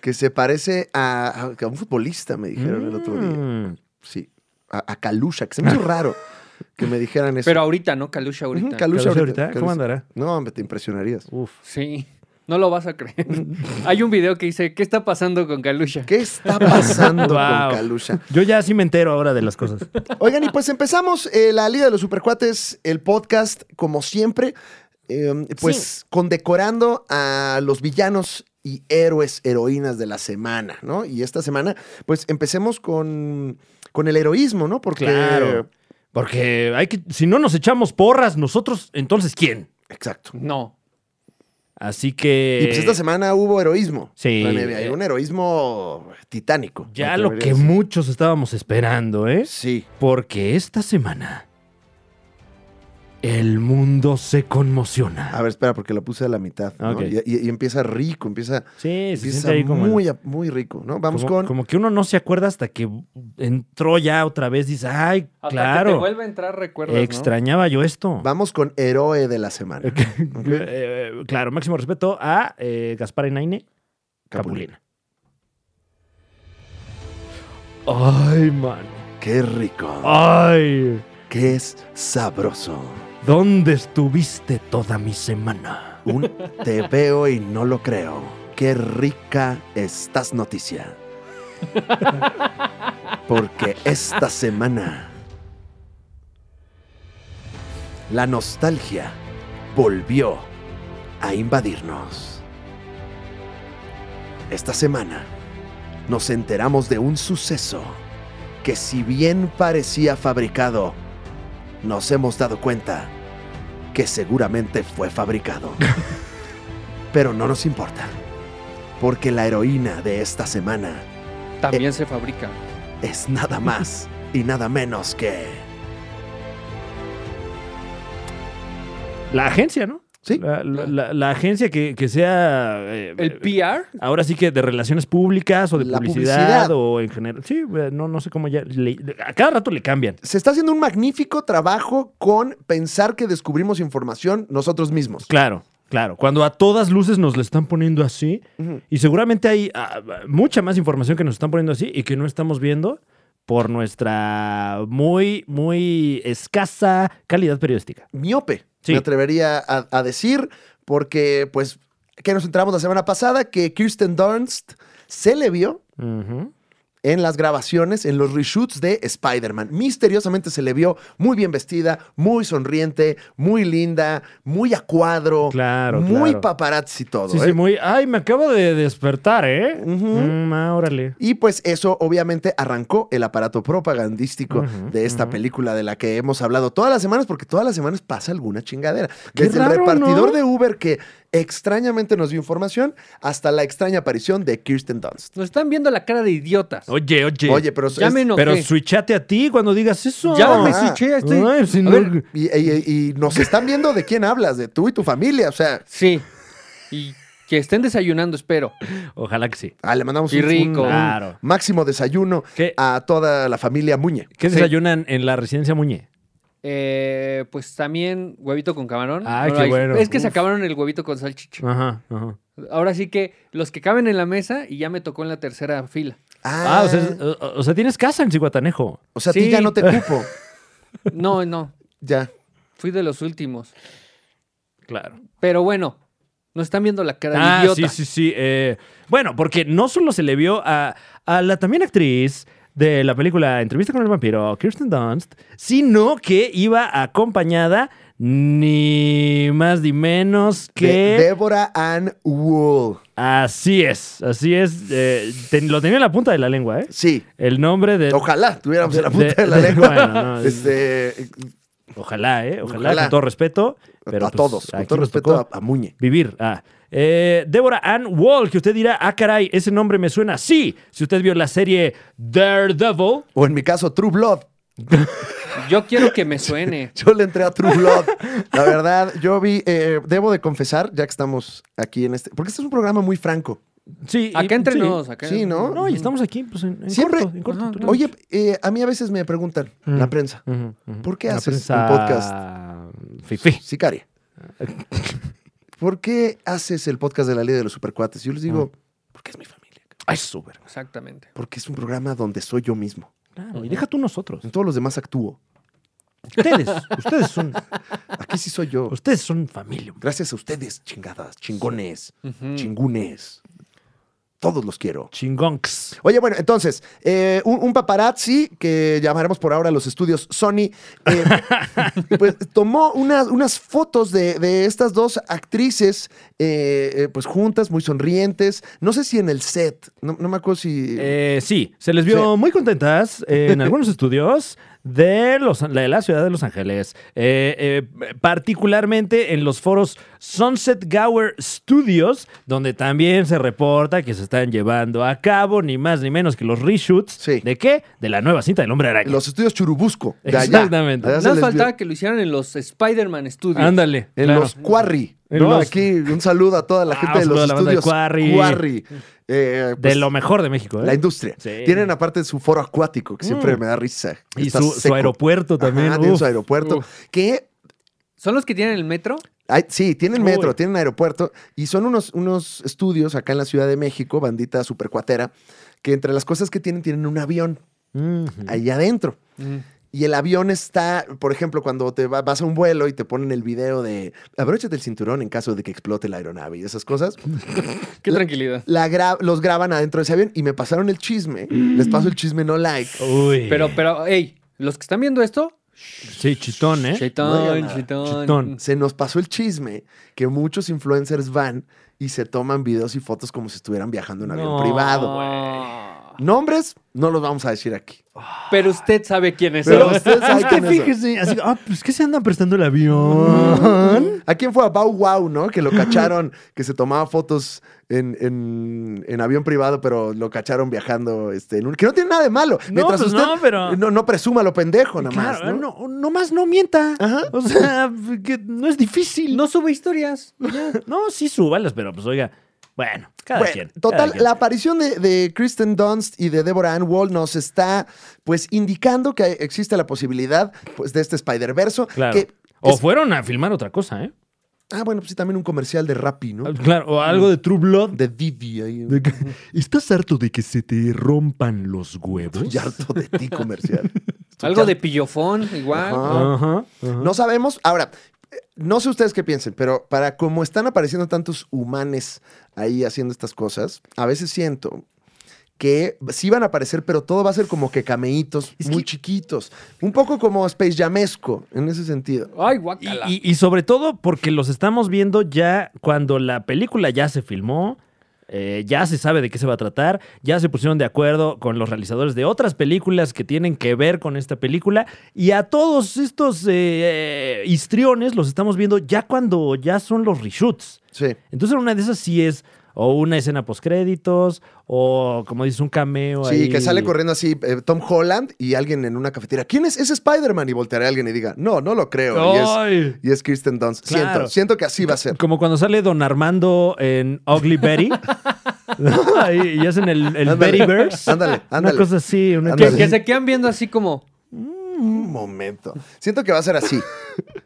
Speaker 1: que se parece a, a un futbolista, me dijeron el otro día.
Speaker 3: Mm. Ah.
Speaker 1: Sí, a, a Kalusha, que se me hizo raro que me dijeran eso.
Speaker 2: Pero ahorita, ¿no? Calusha ahorita.
Speaker 1: Ujú, Kalusha
Speaker 3: Calusha ahorita,
Speaker 1: Kalusha.
Speaker 3: ¿cómo andará?
Speaker 1: No, hombre, te impresionarías.
Speaker 3: Uf.
Speaker 2: Sí. No lo vas a creer. Hay un video que dice, ¿qué está pasando con Calusha?
Speaker 1: ¿Qué está pasando
Speaker 3: Wow.
Speaker 1: con Kalusha?
Speaker 3: Yo ya sí me entero ahora de las cosas.
Speaker 1: Oigan, y pues empezamos eh, la Liga de los Supercuates, el podcast, como siempre, eh, pues condecorando a los villanos y héroes, heroínas de la semana, ¿no? Y esta semana, pues empecemos con, con el heroísmo, ¿no? Porque...
Speaker 3: Claro. Porque hay que, si no nos echamos porras nosotros, entonces ¿quién?
Speaker 1: Exacto.
Speaker 2: No.
Speaker 3: Así que.
Speaker 1: Y pues esta semana hubo heroísmo.
Speaker 3: Eh, Sí.
Speaker 1: La neve, hay un heroísmo titánico.
Speaker 3: Ya
Speaker 1: me
Speaker 3: lo
Speaker 1: atrevería
Speaker 3: que
Speaker 1: a decir.
Speaker 3: muchos estábamos esperando, ¿eh?
Speaker 1: Sí.
Speaker 3: Porque esta semana. El mundo se conmociona.
Speaker 1: A ver, espera, porque lo puse a la mitad. ¿no?
Speaker 3: Ok.
Speaker 1: Y- y- y empieza rico, empieza...
Speaker 3: sí, se
Speaker 1: Empieza
Speaker 3: siente ahí como. el-
Speaker 1: muy, a- muy rico, ¿no? Vamos
Speaker 3: como-
Speaker 1: con.
Speaker 3: como que uno no se acuerda hasta que entró ya otra vez. Dice, ay,
Speaker 2: Hasta que te
Speaker 3: claro.
Speaker 2: vuelve a entrar recuerdos, ¿no?
Speaker 3: Extrañaba yo esto.
Speaker 1: Vamos con héroe de la semana.
Speaker 3: Ok. Eh, claro, máximo respeto a eh, Gaspar Enaine Capulina. Ay, man.
Speaker 1: Qué rico.
Speaker 3: Ay.
Speaker 1: Qué es sabroso.
Speaker 3: ¿Dónde estuviste toda mi semana?
Speaker 1: un te veo y no lo creo. Qué rica estás noticia. Porque esta semana la nostalgia volvió a invadirnos. Esta semana nos enteramos de un suceso que si bien parecía fabricado, nos hemos dado cuenta que seguramente fue fabricado. Pero no nos importa, porque la heroína de esta semana
Speaker 2: También se fabrica.
Speaker 1: es nada más y nada menos que...
Speaker 3: La agencia, ¿no?
Speaker 1: Sí.
Speaker 3: La, la- la- la agencia que, que sea. eh,
Speaker 2: El PR
Speaker 3: Ahora sí que de relaciones públicas o de
Speaker 1: La
Speaker 3: publicidad,
Speaker 1: publicidad.
Speaker 3: o en general. Sí, eh, no, no sé cómo ya. le- a cada rato le cambian.
Speaker 1: Se está haciendo un magnífico trabajo con pensar que descubrimos información nosotros mismos.
Speaker 3: Claro, claro. Cuando a todas luces nos la están poniendo así,
Speaker 1: Ujú.
Speaker 3: y seguramente hay ah, mucha más información que nos están poniendo así y que no estamos viendo por nuestra muy, muy escasa calidad periodística.
Speaker 1: miope,
Speaker 3: Sí.
Speaker 1: me atrevería a, a decir, porque pues, que nos enteramos la semana pasada? Que Kirsten Dunst se le vio
Speaker 3: Ujú.
Speaker 1: en las grabaciones, en los reshoots de Spider-Man. Misteriosamente se le vio muy bien vestida, muy sonriente, muy linda, muy a cuadro,
Speaker 3: Claro,
Speaker 1: muy
Speaker 3: claro.
Speaker 1: paparazzi todo.
Speaker 3: Sí,
Speaker 1: ¿eh?
Speaker 3: sí, muy. Ay, me acabo de despertar, ¿eh?
Speaker 1: Ujú.
Speaker 3: Mm, ah, órale.
Speaker 1: Y pues eso obviamente arrancó el aparato propagandístico
Speaker 3: Ujú,
Speaker 1: de esta
Speaker 3: ujú.
Speaker 1: película de la que hemos hablado todas las semanas, porque todas las semanas pasa alguna chingadera.
Speaker 3: Qué
Speaker 1: Desde el
Speaker 3: raro,
Speaker 1: repartidor
Speaker 3: ¿no?
Speaker 1: de Uber que extrañamente nos dio información hasta la extraña aparición de Kirsten Dunst.
Speaker 2: Nos están viendo la cara de idiotas.
Speaker 3: Oye, oye.
Speaker 1: Oye, pero es-
Speaker 2: ya me enojé.
Speaker 3: pero switchate a ti cuando digas eso.
Speaker 2: ya me
Speaker 1: Ah.
Speaker 2: switché, estoy.
Speaker 3: Ay, si
Speaker 2: A
Speaker 3: no-
Speaker 2: ver,
Speaker 1: y, y- y nos están viendo de quién hablas, de tú y tu familia. O sea,
Speaker 2: Sí. Y que estén desayunando, espero.
Speaker 3: Ojalá que sí.
Speaker 1: ah, le mandamos
Speaker 2: Y
Speaker 1: un, un-
Speaker 2: rico.
Speaker 1: un
Speaker 3: Claro.
Speaker 1: máximo desayuno
Speaker 3: ¿Qué,
Speaker 1: a toda la familia Muñe.
Speaker 3: qué
Speaker 2: sí.
Speaker 3: desayunan en la residencia Muñe?
Speaker 2: Eh, pues también huevito con camarón.
Speaker 3: Ay,
Speaker 2: lo
Speaker 3: qué
Speaker 2: hay.
Speaker 3: bueno.
Speaker 2: Es que se
Speaker 3: Uf.
Speaker 2: acabaron el huevito con salchicha.
Speaker 3: Ajá, ajá.
Speaker 2: Ahora sí que los que caben en la mesa y ya me tocó en la tercera fila.
Speaker 3: Ah, o sea, es- o- o sea, tienes casa en Cihuatanejo.
Speaker 1: o sea, a ti
Speaker 2: sí.
Speaker 1: ya no te cupo.
Speaker 2: No, no.
Speaker 1: Ya.
Speaker 2: Fui de los últimos.
Speaker 3: Claro.
Speaker 2: Pero bueno, nos están viendo la cara
Speaker 3: Ah,
Speaker 2: de idiota.
Speaker 3: sí, sí, sí. eh, bueno, porque no solo se le vio a, a la también actriz de la película Entrevista con el vampiro, Kirsten Dunst, sino que iba acompañada ni más ni menos que...
Speaker 1: De- Débora Ann Wool.
Speaker 3: Así es, así es. eh, ten- lo tenía en la punta de la lengua, ¿eh?
Speaker 1: Sí.
Speaker 3: El nombre de...
Speaker 1: Ojalá tuviéramos en la punta de,
Speaker 3: Eh, de-
Speaker 1: la
Speaker 3: de-
Speaker 1: lengua.
Speaker 3: bueno, no,
Speaker 1: Este,
Speaker 3: Ojalá, ¿eh? Ojalá,
Speaker 1: Ojalá.
Speaker 3: con todo respeto. Pero
Speaker 1: a
Speaker 3: pues,
Speaker 1: todos, con
Speaker 3: aquí
Speaker 1: todo
Speaker 3: nos
Speaker 1: respeto
Speaker 3: tocó
Speaker 1: a, a Muñe.
Speaker 3: Vivir. Ah. Eh, Débora Ann Wall, que usted dirá, ah, caray, ese nombre me suena así. Si usted vio la serie Daredevil,
Speaker 1: O en mi caso, True Blood.
Speaker 2: Yo quiero que me suene.
Speaker 1: Yo le entré a True Blood. La verdad, yo vi, eh, debo de confesar, ya que estamos aquí en este, porque este es un programa muy franco.
Speaker 3: sí. y-
Speaker 2: Acá entre
Speaker 3: sí.
Speaker 2: nos, acá.
Speaker 1: Sí, ¿no?
Speaker 3: No, y estamos aquí, pues en, en
Speaker 1: Siempre.
Speaker 3: corto, en corto,
Speaker 2: Ajá,
Speaker 3: tú
Speaker 2: ajá.
Speaker 3: le-
Speaker 1: Oye, eh, a mí a veces me preguntan,
Speaker 3: Mm.
Speaker 1: la prensa,
Speaker 3: Ujú, ujú.
Speaker 1: ¿por qué
Speaker 3: La
Speaker 1: haces
Speaker 3: prensa
Speaker 1: un podcast?
Speaker 3: Fifi.
Speaker 1: Sicaria. ¿Por qué haces el podcast de la Liga de los Supercuates? Yo les digo, porque es mi familia.
Speaker 3: Ay, súper.
Speaker 2: Exactamente.
Speaker 1: Porque es un programa donde soy yo mismo.
Speaker 3: Claro, y deja tú nosotros.
Speaker 1: En todos los demás actúo.
Speaker 3: Ustedes, ustedes son,
Speaker 1: Aquí sí soy yo.
Speaker 3: ustedes son familia.
Speaker 1: Gracias a ustedes, chingadas, chingones,
Speaker 2: Ujú.
Speaker 1: chingunes. Todos los quiero.
Speaker 3: Chingonks.
Speaker 1: Oye, bueno, entonces, eh, un, un paparazzi, que llamaremos por ahora los estudios Sony, eh, pues tomó unas, unas fotos de, de estas dos actrices, eh, eh, pues juntas, muy sonrientes. No sé si en el set, no, no me acuerdo si...
Speaker 3: Eh, sí, se les vio muy contentas en algunos estudios de, los, de la ciudad de Los Ángeles, Eh, eh, particularmente en los foros Sunset Gower Studios, donde también se reporta que se están llevando a cabo ni más ni menos que los reshoots.
Speaker 1: Sí.
Speaker 3: ¿De qué? De la nueva cinta del Hombre Araña.
Speaker 1: los estudios Churubusco, de allá.
Speaker 3: Exactamente.
Speaker 1: De allá se
Speaker 2: Nos
Speaker 1: les
Speaker 2: faltaba
Speaker 1: vio.
Speaker 2: que lo hicieran en los Spider-Man Studios.
Speaker 3: Ándale.
Speaker 1: En
Speaker 3: claro.
Speaker 1: los Quarry.
Speaker 3: En
Speaker 1: ¿no?
Speaker 3: los-
Speaker 1: Aquí un saludo a toda la
Speaker 3: Ah,
Speaker 1: gente de
Speaker 3: un
Speaker 1: los
Speaker 3: saludo a la banda de
Speaker 1: estudios
Speaker 3: Quarry.
Speaker 1: Eh,
Speaker 3: de
Speaker 1: pues,
Speaker 3: lo mejor de México. ¿eh?
Speaker 1: La industria.
Speaker 3: Sí. Mm.
Speaker 1: Tienen aparte su foro acuático, que siempre me da risa.
Speaker 3: y
Speaker 1: Está
Speaker 3: su, su
Speaker 1: seco.
Speaker 3: aeropuerto también.
Speaker 1: Ajá, tienen
Speaker 3: uf.
Speaker 1: su aeropuerto. Que,
Speaker 2: ¿Son los que tienen el metro?
Speaker 1: ay, sí, tienen metro,
Speaker 3: Uy.
Speaker 1: tienen aeropuerto. Y son unos, unos estudios acá en la Ciudad de México, bandita supercuatera, que entre las cosas que tienen, tienen un avión
Speaker 3: Ujú. Mm.
Speaker 1: ahí adentro. y el avión está, por ejemplo, cuando te va- vas a un vuelo y te ponen el video de abróchate el cinturón en caso de que explote la aeronave y esas cosas,
Speaker 2: Qué
Speaker 1: La-
Speaker 2: tranquilidad.
Speaker 1: la gra- los graban adentro de ese avión y me pasaron el chisme. Les paso el chisme no like.
Speaker 3: Uy.
Speaker 2: Pero, pero, hey, los que están viendo esto,
Speaker 3: Sí, chitón, ¿eh?
Speaker 1: No digan
Speaker 2: Chitón,
Speaker 1: nada.
Speaker 2: chitón.
Speaker 3: Chitón.
Speaker 1: Se nos pasó el chisme que muchos influencers van y se toman videos y fotos como si estuvieran viajando en un avión
Speaker 3: No.
Speaker 1: privado.
Speaker 2: Ah.
Speaker 1: Nombres no los vamos a decir aquí.
Speaker 2: Pero usted sabe quién es.
Speaker 1: Pero
Speaker 2: ¿no?
Speaker 1: ustedes saben
Speaker 3: Es que
Speaker 1: quién es.
Speaker 3: fíjese, así, ah, pues que se andan prestando el avión.
Speaker 1: ¿A quién fue? A Bow Wow, ¿no? Que lo cacharon, que se tomaba fotos en, en- en avión privado, pero lo cacharon viajando este, en un... Que no tiene nada de malo.
Speaker 3: No, pues no, pero-
Speaker 1: No, no presuma lo pendejo, nada más,
Speaker 3: Claro,
Speaker 1: ¿no?
Speaker 3: no, no más no mienta.
Speaker 1: Ajá.
Speaker 3: O sea, que no es difícil.
Speaker 2: No sube historias.
Speaker 3: No, sí súbalas, pero pues oiga, bueno, cada
Speaker 1: Bueno,
Speaker 3: quien. cada
Speaker 1: total,
Speaker 3: quien.
Speaker 1: la aparición de, de Kristen Dunst y de Deborah Ann Wall nos está, pues, indicando que existe la posibilidad, pues, de este Spider-Verse.
Speaker 3: Claro.
Speaker 1: que
Speaker 3: O
Speaker 1: es-
Speaker 3: fueron a filmar otra cosa, ¿eh?
Speaker 1: ah, bueno, pues sí, también un comercial de Rappi, ¿no?
Speaker 3: Claro, o algo de True Blood.
Speaker 1: De Didi. ahí.
Speaker 3: De que- ¿Estás harto de que se te rompan los huevos?
Speaker 1: Estoy harto de ti comercial. Estoy
Speaker 2: Algo
Speaker 1: harto.
Speaker 2: de pillofón, igual.
Speaker 1: Ajá.
Speaker 3: Ajá, ajá.
Speaker 1: No sabemos. Ahora, eh, no sé ustedes qué piensen, pero para cómo están apareciendo tantos humanes ahí haciendo estas cosas, a veces siento que sí van a aparecer, pero todo va a ser como que cameitos
Speaker 3: Es
Speaker 1: muy
Speaker 3: que-
Speaker 1: chiquitos. Un poco como Space Jamesco, en ese sentido.
Speaker 2: Ay,
Speaker 3: Y,
Speaker 2: guacala.
Speaker 3: y- y sobre todo porque los estamos viendo ya cuando la película ya se filmó, eh, ya se sabe de qué se va a tratar, ya se pusieron de acuerdo con los realizadores de otras películas que tienen que ver con esta película y a todos estos eh, histriones los estamos viendo ya cuando ya son los reshoots.
Speaker 1: Sí.
Speaker 3: Entonces una de esas sí es o una escena postcréditos o como dices un cameo.
Speaker 1: Sí,
Speaker 3: ahí.
Speaker 1: que sale corriendo así eh, Tom Holland y alguien en una cafetera. ¿Quién es? Es Spider-Man. Y volteará a alguien y diga, no, no lo creo. Y es,
Speaker 3: ¡Ay!
Speaker 1: y es Kristen Dunst.
Speaker 3: Claro.
Speaker 1: Siento, siento que así va a ser.
Speaker 3: Como cuando sale Don Armando en Ugly Betty. ¿no? Ahí, y hacen el, el
Speaker 1: Ándale,
Speaker 3: Bettyverse.
Speaker 1: ándale,
Speaker 3: Una
Speaker 1: ándale.
Speaker 3: cosa así. Una
Speaker 1: Ándale.
Speaker 2: que,
Speaker 3: cosa
Speaker 2: que
Speaker 3: así.
Speaker 2: se quedan viendo así como.
Speaker 1: Un momento. Siento que va a ser así.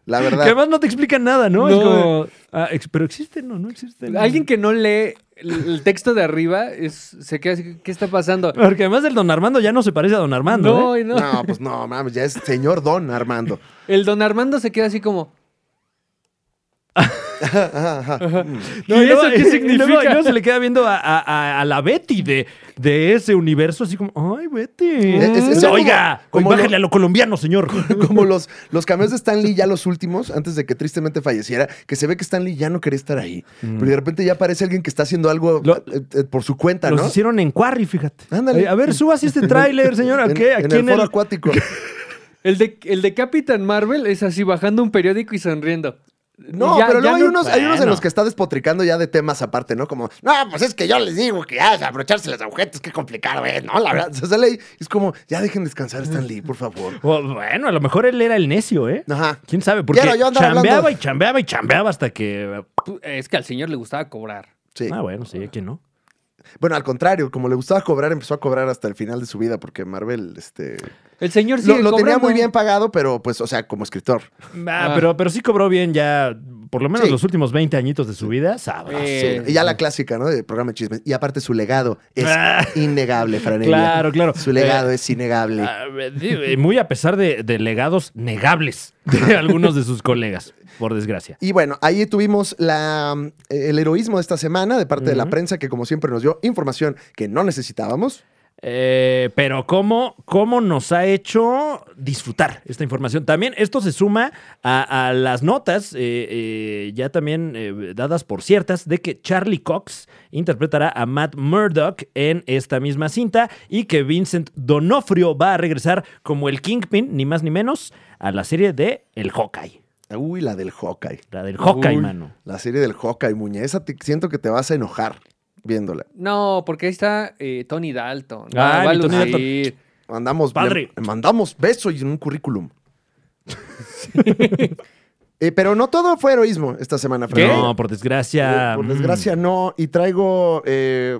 Speaker 1: La
Speaker 3: Que
Speaker 1: verdad.
Speaker 3: además no te explican nada, ¿no? Es
Speaker 2: No.
Speaker 3: como, ah, ex- pero existen o no existen.
Speaker 2: Alguien que no lee el, el texto de arriba es, se queda así. ¿Qué está pasando?
Speaker 3: Porque además el Don Armando ya no se parece a Don Ah, Armando. ¿eh?
Speaker 2: No, no.
Speaker 1: No, pues no, mames, ya es señor Don Armando.
Speaker 2: El don Armando se queda así como.
Speaker 1: Ajá, ajá.
Speaker 2: No, ¿y
Speaker 3: luego-
Speaker 2: eso qué
Speaker 3: luego-
Speaker 2: significa?
Speaker 3: y luego se le queda viendo a, a- a- a la Betty de, de ese universo, así como, ay, Betty.
Speaker 1: Es- es- es como-
Speaker 3: Oiga,
Speaker 1: como
Speaker 3: bájale
Speaker 1: lo-
Speaker 3: a lo colombiano, señor.
Speaker 1: Como los, los cameos de Stan Lee, ya los últimos, antes de que tristemente falleciera, que se ve que Stan Lee ya no quería estar ahí. Pero de repente ya aparece alguien que está haciendo algo
Speaker 3: Mm. Lo-
Speaker 1: eh, eh, por su cuenta,
Speaker 3: Los
Speaker 1: ¿no?
Speaker 3: hicieron en Quarry, fíjate.
Speaker 1: Ándale.
Speaker 3: Eh, A ver, subas este tráiler, señor. ¿A
Speaker 1: En-
Speaker 3: qué? ¿A
Speaker 1: En,
Speaker 3: quién
Speaker 1: el foro
Speaker 3: el-
Speaker 1: acuático.
Speaker 2: El de, el de Capitán Marvel es así bajando un periódico y sonriendo.
Speaker 1: No,
Speaker 2: Ya-
Speaker 1: pero
Speaker 2: ya
Speaker 1: luego hay
Speaker 2: no-
Speaker 1: unos, hay unos en
Speaker 3: Bueno.
Speaker 1: los que está despotricando ya de temas aparte, ¿no? Como, no, pues es que yo les digo que ya abrocharse las agujetas, qué complicado es, ¿no? La verdad, se sale ahí y es como, ya dejen descansar a Stan Lee, por favor.
Speaker 3: Oh, bueno, a lo mejor él era el necio, ¿eh?
Speaker 1: Ajá.
Speaker 3: ¿Quién sabe? Porque
Speaker 1: Quiero yo andar
Speaker 3: chambeaba
Speaker 1: hablando.
Speaker 3: y chambeaba y chambeaba hasta que...
Speaker 2: Pu- Es que al señor le gustaba cobrar.
Speaker 1: Sí.
Speaker 3: Ah, bueno, sí, aquí no.
Speaker 1: Bueno, al contrario, como le gustaba cobrar, empezó a cobrar hasta el final de su vida, porque Marvel, este.
Speaker 2: El señor sí
Speaker 1: lo lo tenía muy bien pagado, pero pues, o sea, como escritor.
Speaker 3: Ah,
Speaker 2: Ah.
Speaker 3: Pero, pero sí cobró bien ya, por lo menos
Speaker 1: Sí.
Speaker 3: los últimos 20 añitos de su vida, sabroso.
Speaker 2: Eh,
Speaker 1: Y ya la clásica, ¿no? De programa de chismes. Y aparte, su legado es
Speaker 3: Ah.
Speaker 1: innegable, Franelia.
Speaker 3: Claro, claro.
Speaker 1: Su legado es innegable.
Speaker 3: Ah, digo, eh, muy a pesar de, de legados negables de algunos de sus colegas, por desgracia.
Speaker 1: Y bueno, ahí tuvimos la, mm, el heroísmo de esta semana de parte de la
Speaker 3: Ujú.
Speaker 1: prensa, que como siempre nos dio información que no necesitábamos.
Speaker 3: Eh, pero ¿cómo, cómo nos ha hecho disfrutar esta información. También esto se suma a, a las notas eh, eh, ya también eh, dadas por ciertas de que Charlie Cox interpretará a Matt Murdock en esta misma cinta y que Vincent Donofrio va a regresar como el Kingpin, ni más ni menos, a la serie de El Hawkeye.
Speaker 1: Uy, la del Hawkeye.
Speaker 3: La del Hawkeye,
Speaker 2: Uy.
Speaker 3: mano.
Speaker 1: La serie del Hawkeye, muñe. Esa te- siento que te vas a enojar viéndola.
Speaker 2: No, porque ahí está eh, Tony Dalton. No,
Speaker 1: Ah,
Speaker 3: Ay,
Speaker 2: va a
Speaker 3: mi Tony Dalton.
Speaker 2: lucir.
Speaker 1: Mandamos,
Speaker 3: Padre.
Speaker 1: le- le mandamos beso y un currículum. Eh, pero no todo fue heroísmo esta semana, Fran.
Speaker 3: No, por desgracia.
Speaker 1: Eh, por
Speaker 3: mm,
Speaker 1: desgracia, no. Y traigo. eh,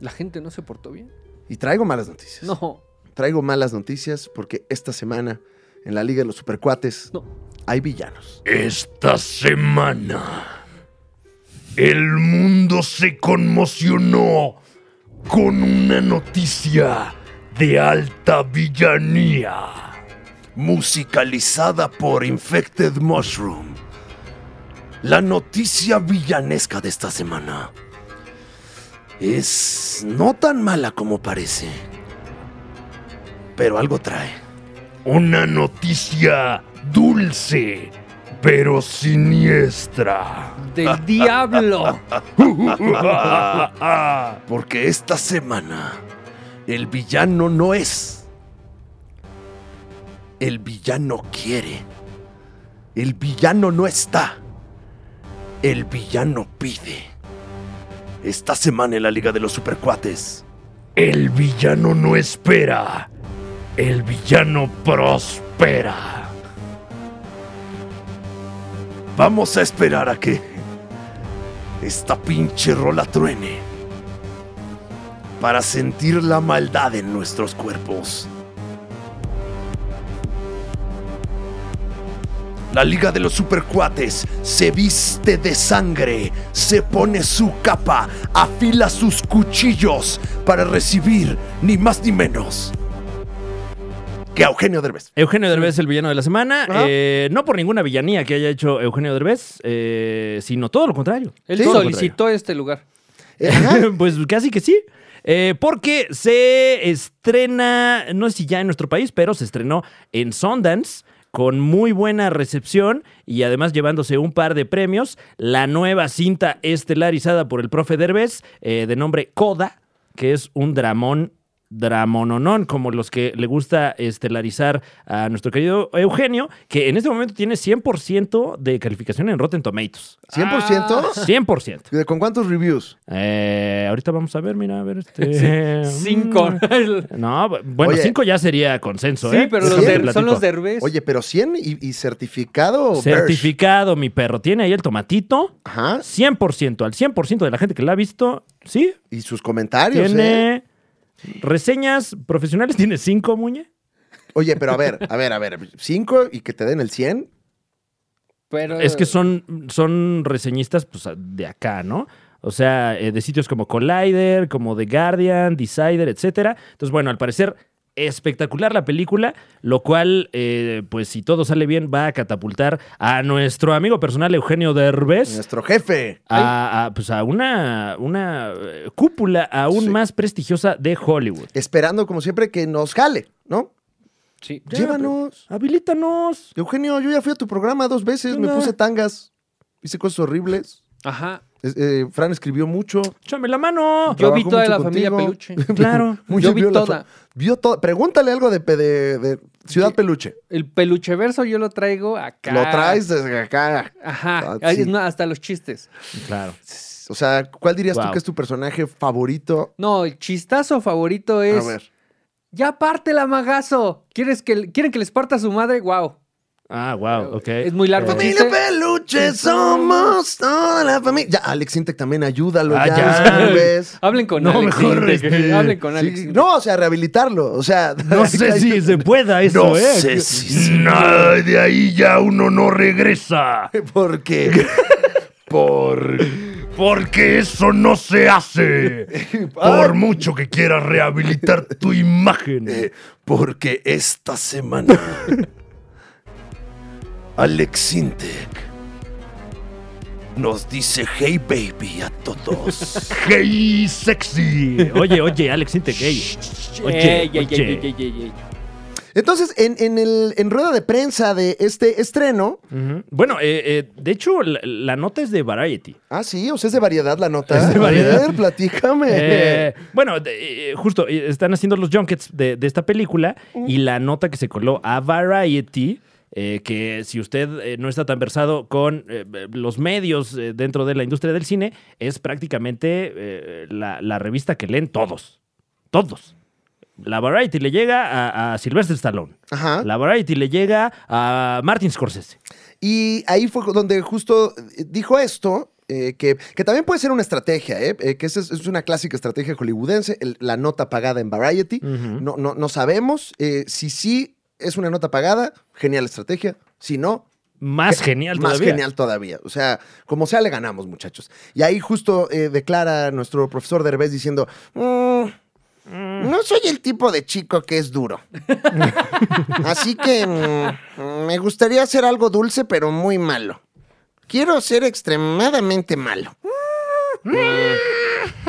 Speaker 2: La gente no se portó bien.
Speaker 1: y traigo malas noticias.
Speaker 2: No,
Speaker 1: Traigo malas noticias porque esta semana en la Liga de los Supercuates
Speaker 2: no.
Speaker 1: hay villanos.
Speaker 4: Esta semana, el mundo se conmocionó con una noticia de alta villanía. musicalizada por Infected Mushroom. La noticia villanesca de esta semana es no tan mala como parece, pero algo trae. Una noticia dulce, pero siniestra.
Speaker 2: ¡Del diablo!
Speaker 4: Porque esta semana el villano no es. El villano quiere. El villano no está. El villano pide. Esta semana en la Liga de los Supercuates. El villano no espera. El villano prospera. Vamos a esperar a que esta pinche rola truene para sentir la maldad en nuestros cuerpos. La Liga de los Supercuates se viste de sangre, se pone su capa, afila sus cuchillos para recibir ni más ni menos que a Eugenio Derbez.
Speaker 3: Eugenio Derbez, el villano de la semana. Eh, no por ninguna villanía que haya hecho Eugenio Derbez, eh, sino todo lo contrario.
Speaker 2: Él
Speaker 3: Todo lo contrario.
Speaker 2: solicitó este lugar.
Speaker 1: Eh, ajá.
Speaker 3: pues casi que sí. Eh, porque se estrena, no sé si ya en nuestro país, pero se estrenó en Sundance con muy buena recepción y además llevándose un par de premios. La nueva cinta estelarizada por el profe Derbez, eh, de nombre Coda, que es un dramón dramononón, como los que le gusta estelarizar a nuestro querido Eugenio, que en este momento tiene 100% de calificación en Rotten Tomatoes.
Speaker 1: 100%.
Speaker 3: 100%.
Speaker 1: ¿Con cuántos reviews?
Speaker 3: Eh, ahorita vamos a ver, mira, a ver. Este,
Speaker 2: Ah, Cinco.
Speaker 3: mm, No, bu- bueno,
Speaker 1: Oye.
Speaker 3: cinco ya sería consenso,
Speaker 2: sí,
Speaker 3: ¿eh?
Speaker 2: pero
Speaker 1: Sí,
Speaker 2: los
Speaker 1: te
Speaker 2: der-
Speaker 3: platico.
Speaker 2: son los derbes.
Speaker 1: Oye, pero 100 y, y certificado. Bersh.
Speaker 3: Certificado, mi perro. Tiene ahí el tomatito.
Speaker 1: Ajá.
Speaker 3: 100%, al 100% de la gente que la ha visto, sí,
Speaker 1: Y sus comentarios. ¿eh?
Speaker 3: tiene reseñas profesionales, tiene cinco, Muñe.
Speaker 1: Oye, pero a ver, a ver, a ver. 5 y que te den el 100.
Speaker 2: pero,
Speaker 3: Es que son, son reseñistas pues, de acá, ¿no? O sea, eh, de sitios como Collider, como The Guardian, Decider, etcétera. Entonces, bueno, al parecer espectacular la película, lo cual, eh, pues si todo sale bien, va a catapultar a nuestro amigo personal Eugenio Derbez
Speaker 1: Nuestro jefe.
Speaker 3: a, a, pues, a una, una eh, cúpula aún
Speaker 1: Sí.
Speaker 3: más prestigiosa de Hollywood.
Speaker 1: Esperando, como siempre, que nos jale, ¿no?
Speaker 2: Sí.
Speaker 3: Ya,
Speaker 1: Llévanos.
Speaker 3: Habilítanos.
Speaker 1: Eugenio, yo ya fui a tu programa dos veces. Me
Speaker 3: Anda.
Speaker 1: puse tangas. Hice cosas horribles.
Speaker 2: Ajá.
Speaker 1: Es- eh, Fran escribió mucho.
Speaker 3: Échame la mano.
Speaker 2: Yo vi
Speaker 1: Trabajó
Speaker 2: toda
Speaker 1: mucho
Speaker 2: la familia
Speaker 1: contigo.
Speaker 2: peluche.
Speaker 3: Claro.
Speaker 1: Mucho
Speaker 2: Yo vi
Speaker 1: vio la fa-
Speaker 2: toda.
Speaker 1: Vio toda. Pregúntale algo de, pe- de- de Ciudad
Speaker 2: Sí.
Speaker 1: Peluche.
Speaker 2: El pelucheverso yo lo traigo acá.
Speaker 1: Lo traes desde acá.
Speaker 2: Ajá.
Speaker 1: Ah,
Speaker 2: Ay,
Speaker 1: sí.
Speaker 2: no, hasta los chistes.
Speaker 3: Claro.
Speaker 1: O sea, ¿cuál dirías tú
Speaker 3: Wow.
Speaker 1: que es tu personaje favorito?
Speaker 2: No, el chistazo favorito
Speaker 1: A
Speaker 2: es.
Speaker 1: ver.
Speaker 2: ¡Ya la magazo! ¿Quieres que, ¿Quieren que les parta su madre? ¡Wow!
Speaker 3: Ah, wow, ok.
Speaker 2: Es muy largo.
Speaker 3: Eh,
Speaker 1: Familia Peluche, somos toda la familia. Ya, Alex Intec también ayúdalo.
Speaker 3: Ah,
Speaker 1: ya,
Speaker 3: ya.
Speaker 1: ¿sabes?
Speaker 2: Hablen con
Speaker 3: No,
Speaker 2: Alex.
Speaker 3: mejor,
Speaker 2: Intec,
Speaker 3: este,
Speaker 2: Hablen con Alex.
Speaker 1: Sí,
Speaker 2: Intec.
Speaker 1: no, o sea, rehabilitarlo. O sea,
Speaker 3: No sé si se pueda eso,
Speaker 4: No
Speaker 3: ¿eh?
Speaker 4: sé si nada de ahí ya uno no regresa.
Speaker 1: Porque.
Speaker 4: Por. Porque eso no se hace.
Speaker 2: Ah.
Speaker 4: Por mucho que quieras rehabilitar tu imagen. Eh, Porque esta semana. Alex Sintek nos dice hey baby a todos. hey sexy.
Speaker 3: Oye, oye, Alex Intec, ey. Oye,
Speaker 2: Ey, ey, ey,
Speaker 3: oye.
Speaker 2: ey, ey, ey, ey.
Speaker 1: Entonces, en, en el, en rueda de prensa de este estreno.
Speaker 3: Ujú. Bueno, eh, eh, de hecho, la, la nota es de Variety.
Speaker 1: Ah, sí, o sea, es de variedad la nota.
Speaker 3: Es de
Speaker 1: A
Speaker 3: variedad.
Speaker 1: ver, platícame.
Speaker 3: Eh, bueno, de- eh, justo, eh, están haciendo los junkets de, de esta película y la nota que se coló a Variety, eh, que si usted eh, no está tan versado con eh, los medios eh, dentro de la industria del cine, es prácticamente eh, la, la revista que leen todos. Todos. La Variety le llega a, a Sylvester Stallone.
Speaker 1: Ajá.
Speaker 3: La Variety le llega a Martin Scorsese.
Speaker 1: Y ahí fue donde justo eh, dijo esto. eh, que, que también puede ser una estrategia, ¿eh? Eh, que esa es, es una clásica estrategia hollywoodense, el- la nota pagada en Variety. no, no, no sabemos. eh, si sí es una nota pagada, genial estrategia. Si no,
Speaker 3: Más genial
Speaker 1: más
Speaker 3: todavía.
Speaker 1: genial todavía. O sea, como sea, le ganamos, muchachos. Y ahí justo eh, declara nuestro profesor Derbez diciendo, "Mm,
Speaker 3: Mm,
Speaker 1: No soy el tipo de chico que es duro. Así que mm, me gustaría hacer algo dulce, pero muy malo. Quiero ser extremadamente malo. Mm.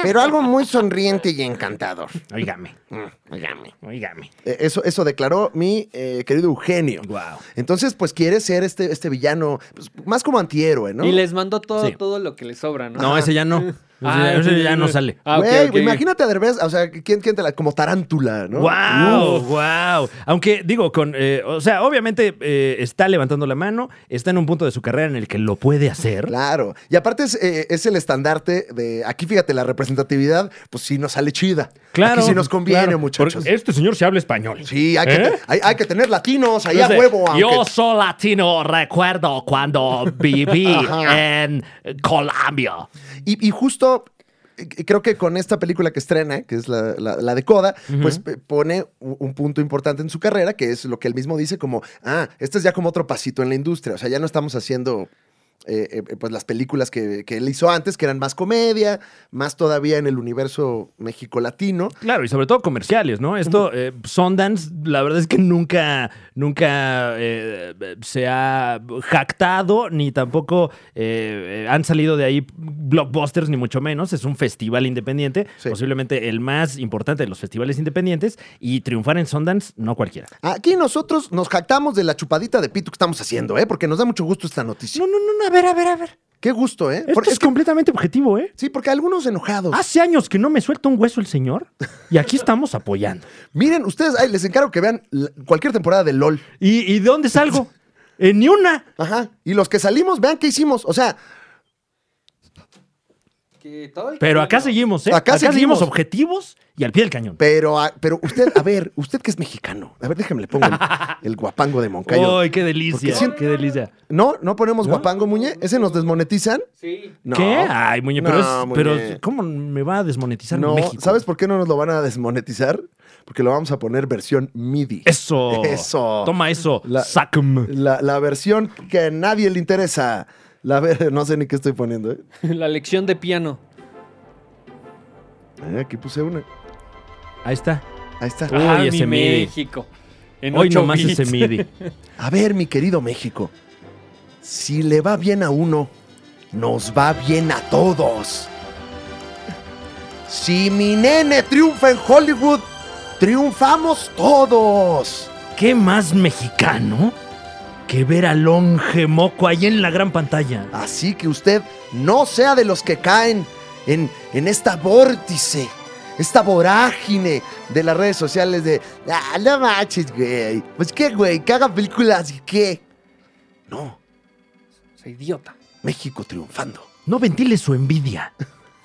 Speaker 1: Pero algo muy sonriente y encantador.
Speaker 3: Óigame,
Speaker 1: Mm, Óigame.
Speaker 3: óigame.
Speaker 1: Eh, Eso, eso declaró mi eh, querido Eugenio.
Speaker 3: Wow.
Speaker 1: Entonces, pues quiere ser este, este villano, pues, más como antihéroe, ¿no?
Speaker 2: Y les mandó todo,
Speaker 3: Sí.
Speaker 2: todo lo que les sobra, ¿no?
Speaker 3: No, ese ya no. Ese,
Speaker 2: Ah,
Speaker 3: ese ya no sale. pues
Speaker 2: Ah, ok,
Speaker 1: Güey,
Speaker 2: ok.
Speaker 1: imagínate a Derbez, o sea, ¿quién, quién te la...? Como tarántula, ¿no?
Speaker 3: ¡Wow! ¡Wow! Aunque, digo, con. eh, o sea, obviamente eh, está levantando la mano, está en un punto de su carrera en el que lo puede hacer.
Speaker 1: Claro. Y aparte es, eh, es el estandarte de... Aquí, fíjate, la representatividad, pues sí nos sale chida.
Speaker 3: Claro.
Speaker 1: Aquí sí nos conviene,
Speaker 3: claro.
Speaker 1: muchachos.
Speaker 3: Porque este señor se habla español.
Speaker 1: Sí, hay que,
Speaker 3: ¿Eh?
Speaker 1: hay, hay que tener latinos ahí a
Speaker 3: Dice,
Speaker 1: huevo. aunque-
Speaker 3: Yo soy latino, recuerdo cuando viví en Colombia.
Speaker 1: Y, y justo eh, creo que con esta película que estrena, que es la, la- la de Coda, pues eh, pone u- un punto importante en su carrera, que es lo que él mismo dice como, ah, este es ya como otro pasito en la industria, o sea, ya no estamos haciendo... eh, eh, pues las películas que, que él hizo antes, que eran más comedia, más todavía en el universo México-latino.
Speaker 3: Claro, y sobre todo comerciales, ¿no? Esto, eh, Sundance, la verdad es que nunca, nunca eh, se ha jactado, ni tampoco eh, eh, han salido de ahí blockbusters, ni mucho menos. Es un festival independiente,
Speaker 1: Sí.
Speaker 3: posiblemente el más importante de los festivales independientes, y triunfar en Sundance, no cualquiera.
Speaker 1: Aquí nosotros nos jactamos de la chupadita de pito que estamos haciendo, ¿eh? Porque nos da mucho gusto esta noticia.
Speaker 3: No, no, no, no, a ver, a ver, a ver.
Speaker 1: Qué gusto, ¿eh?
Speaker 3: Esto
Speaker 1: Porque-
Speaker 3: es, Ah, completamente objetivo, ¿eh?
Speaker 1: Sí, porque algunos enojados.
Speaker 3: Hace años que no me suelta un hueso el señor, y aquí estamos apoyando.
Speaker 1: Miren, ustedes, ay, les encargo que vean la- cualquier temporada de LOL.
Speaker 3: ¿Y, y de dónde salgo? En ni una.
Speaker 1: Ajá. Y los que salimos, vean qué hicimos. O sea,
Speaker 2: Que todo el
Speaker 3: Pero
Speaker 2: camino.
Speaker 3: acá seguimos, ¿eh?
Speaker 1: Acá
Speaker 3: Acá,
Speaker 1: seguimos.
Speaker 3: seguimos objetivos y al pie del cañón.
Speaker 1: pero, a- pero usted, a ver, usted que es mexicano. A ver, déjame le pongo el, el guapango de Moncayo.
Speaker 3: ¡Ay, qué delicia!
Speaker 1: Porque siento-
Speaker 3: ¡Qué delicia!
Speaker 1: No, no ponemos guapango, Muñe. Ese nos desmonetizan.
Speaker 2: Sí.
Speaker 1: No.
Speaker 3: ¿Qué? Ay, muñe, pero,
Speaker 1: No,
Speaker 3: es-
Speaker 1: Muñe.
Speaker 3: pero ¿cómo me va a desmonetizar
Speaker 1: No,
Speaker 3: México?
Speaker 1: ¿sabes por qué no nos lo van a desmonetizar? Porque lo vamos a poner versión MIDI.
Speaker 3: Eso.
Speaker 1: Eso.
Speaker 3: Toma eso.
Speaker 1: La-
Speaker 3: Sacum.
Speaker 1: La, la versión que a nadie le interesa. La ver- no sé ni qué estoy poniendo. ¿eh?
Speaker 2: La lección de piano.
Speaker 1: Eh, aquí puse una.
Speaker 3: Ahí está.
Speaker 1: Ahí está.
Speaker 3: Uy,
Speaker 2: Ah, mi
Speaker 3: ese MIDI.
Speaker 2: México. En
Speaker 3: Hoy
Speaker 2: ocho
Speaker 3: nomás
Speaker 2: bits.
Speaker 3: ese MIDI.
Speaker 1: A ver, mi querido México, si le va bien a uno, nos va bien a todos. Si mi nene triunfa en Hollywood, triunfamos todos.
Speaker 3: ¿Qué más mexicano que ver a Longe Moco ahí en la gran pantalla?
Speaker 1: Así que usted no sea de los que caen en, en esta vórtice, esta vorágine de las redes sociales de, ah, no manches, güey. Pues qué, güey, que haga películas y qué. No,
Speaker 2: Soy idiota.
Speaker 1: México triunfando.
Speaker 3: No ventile su envidia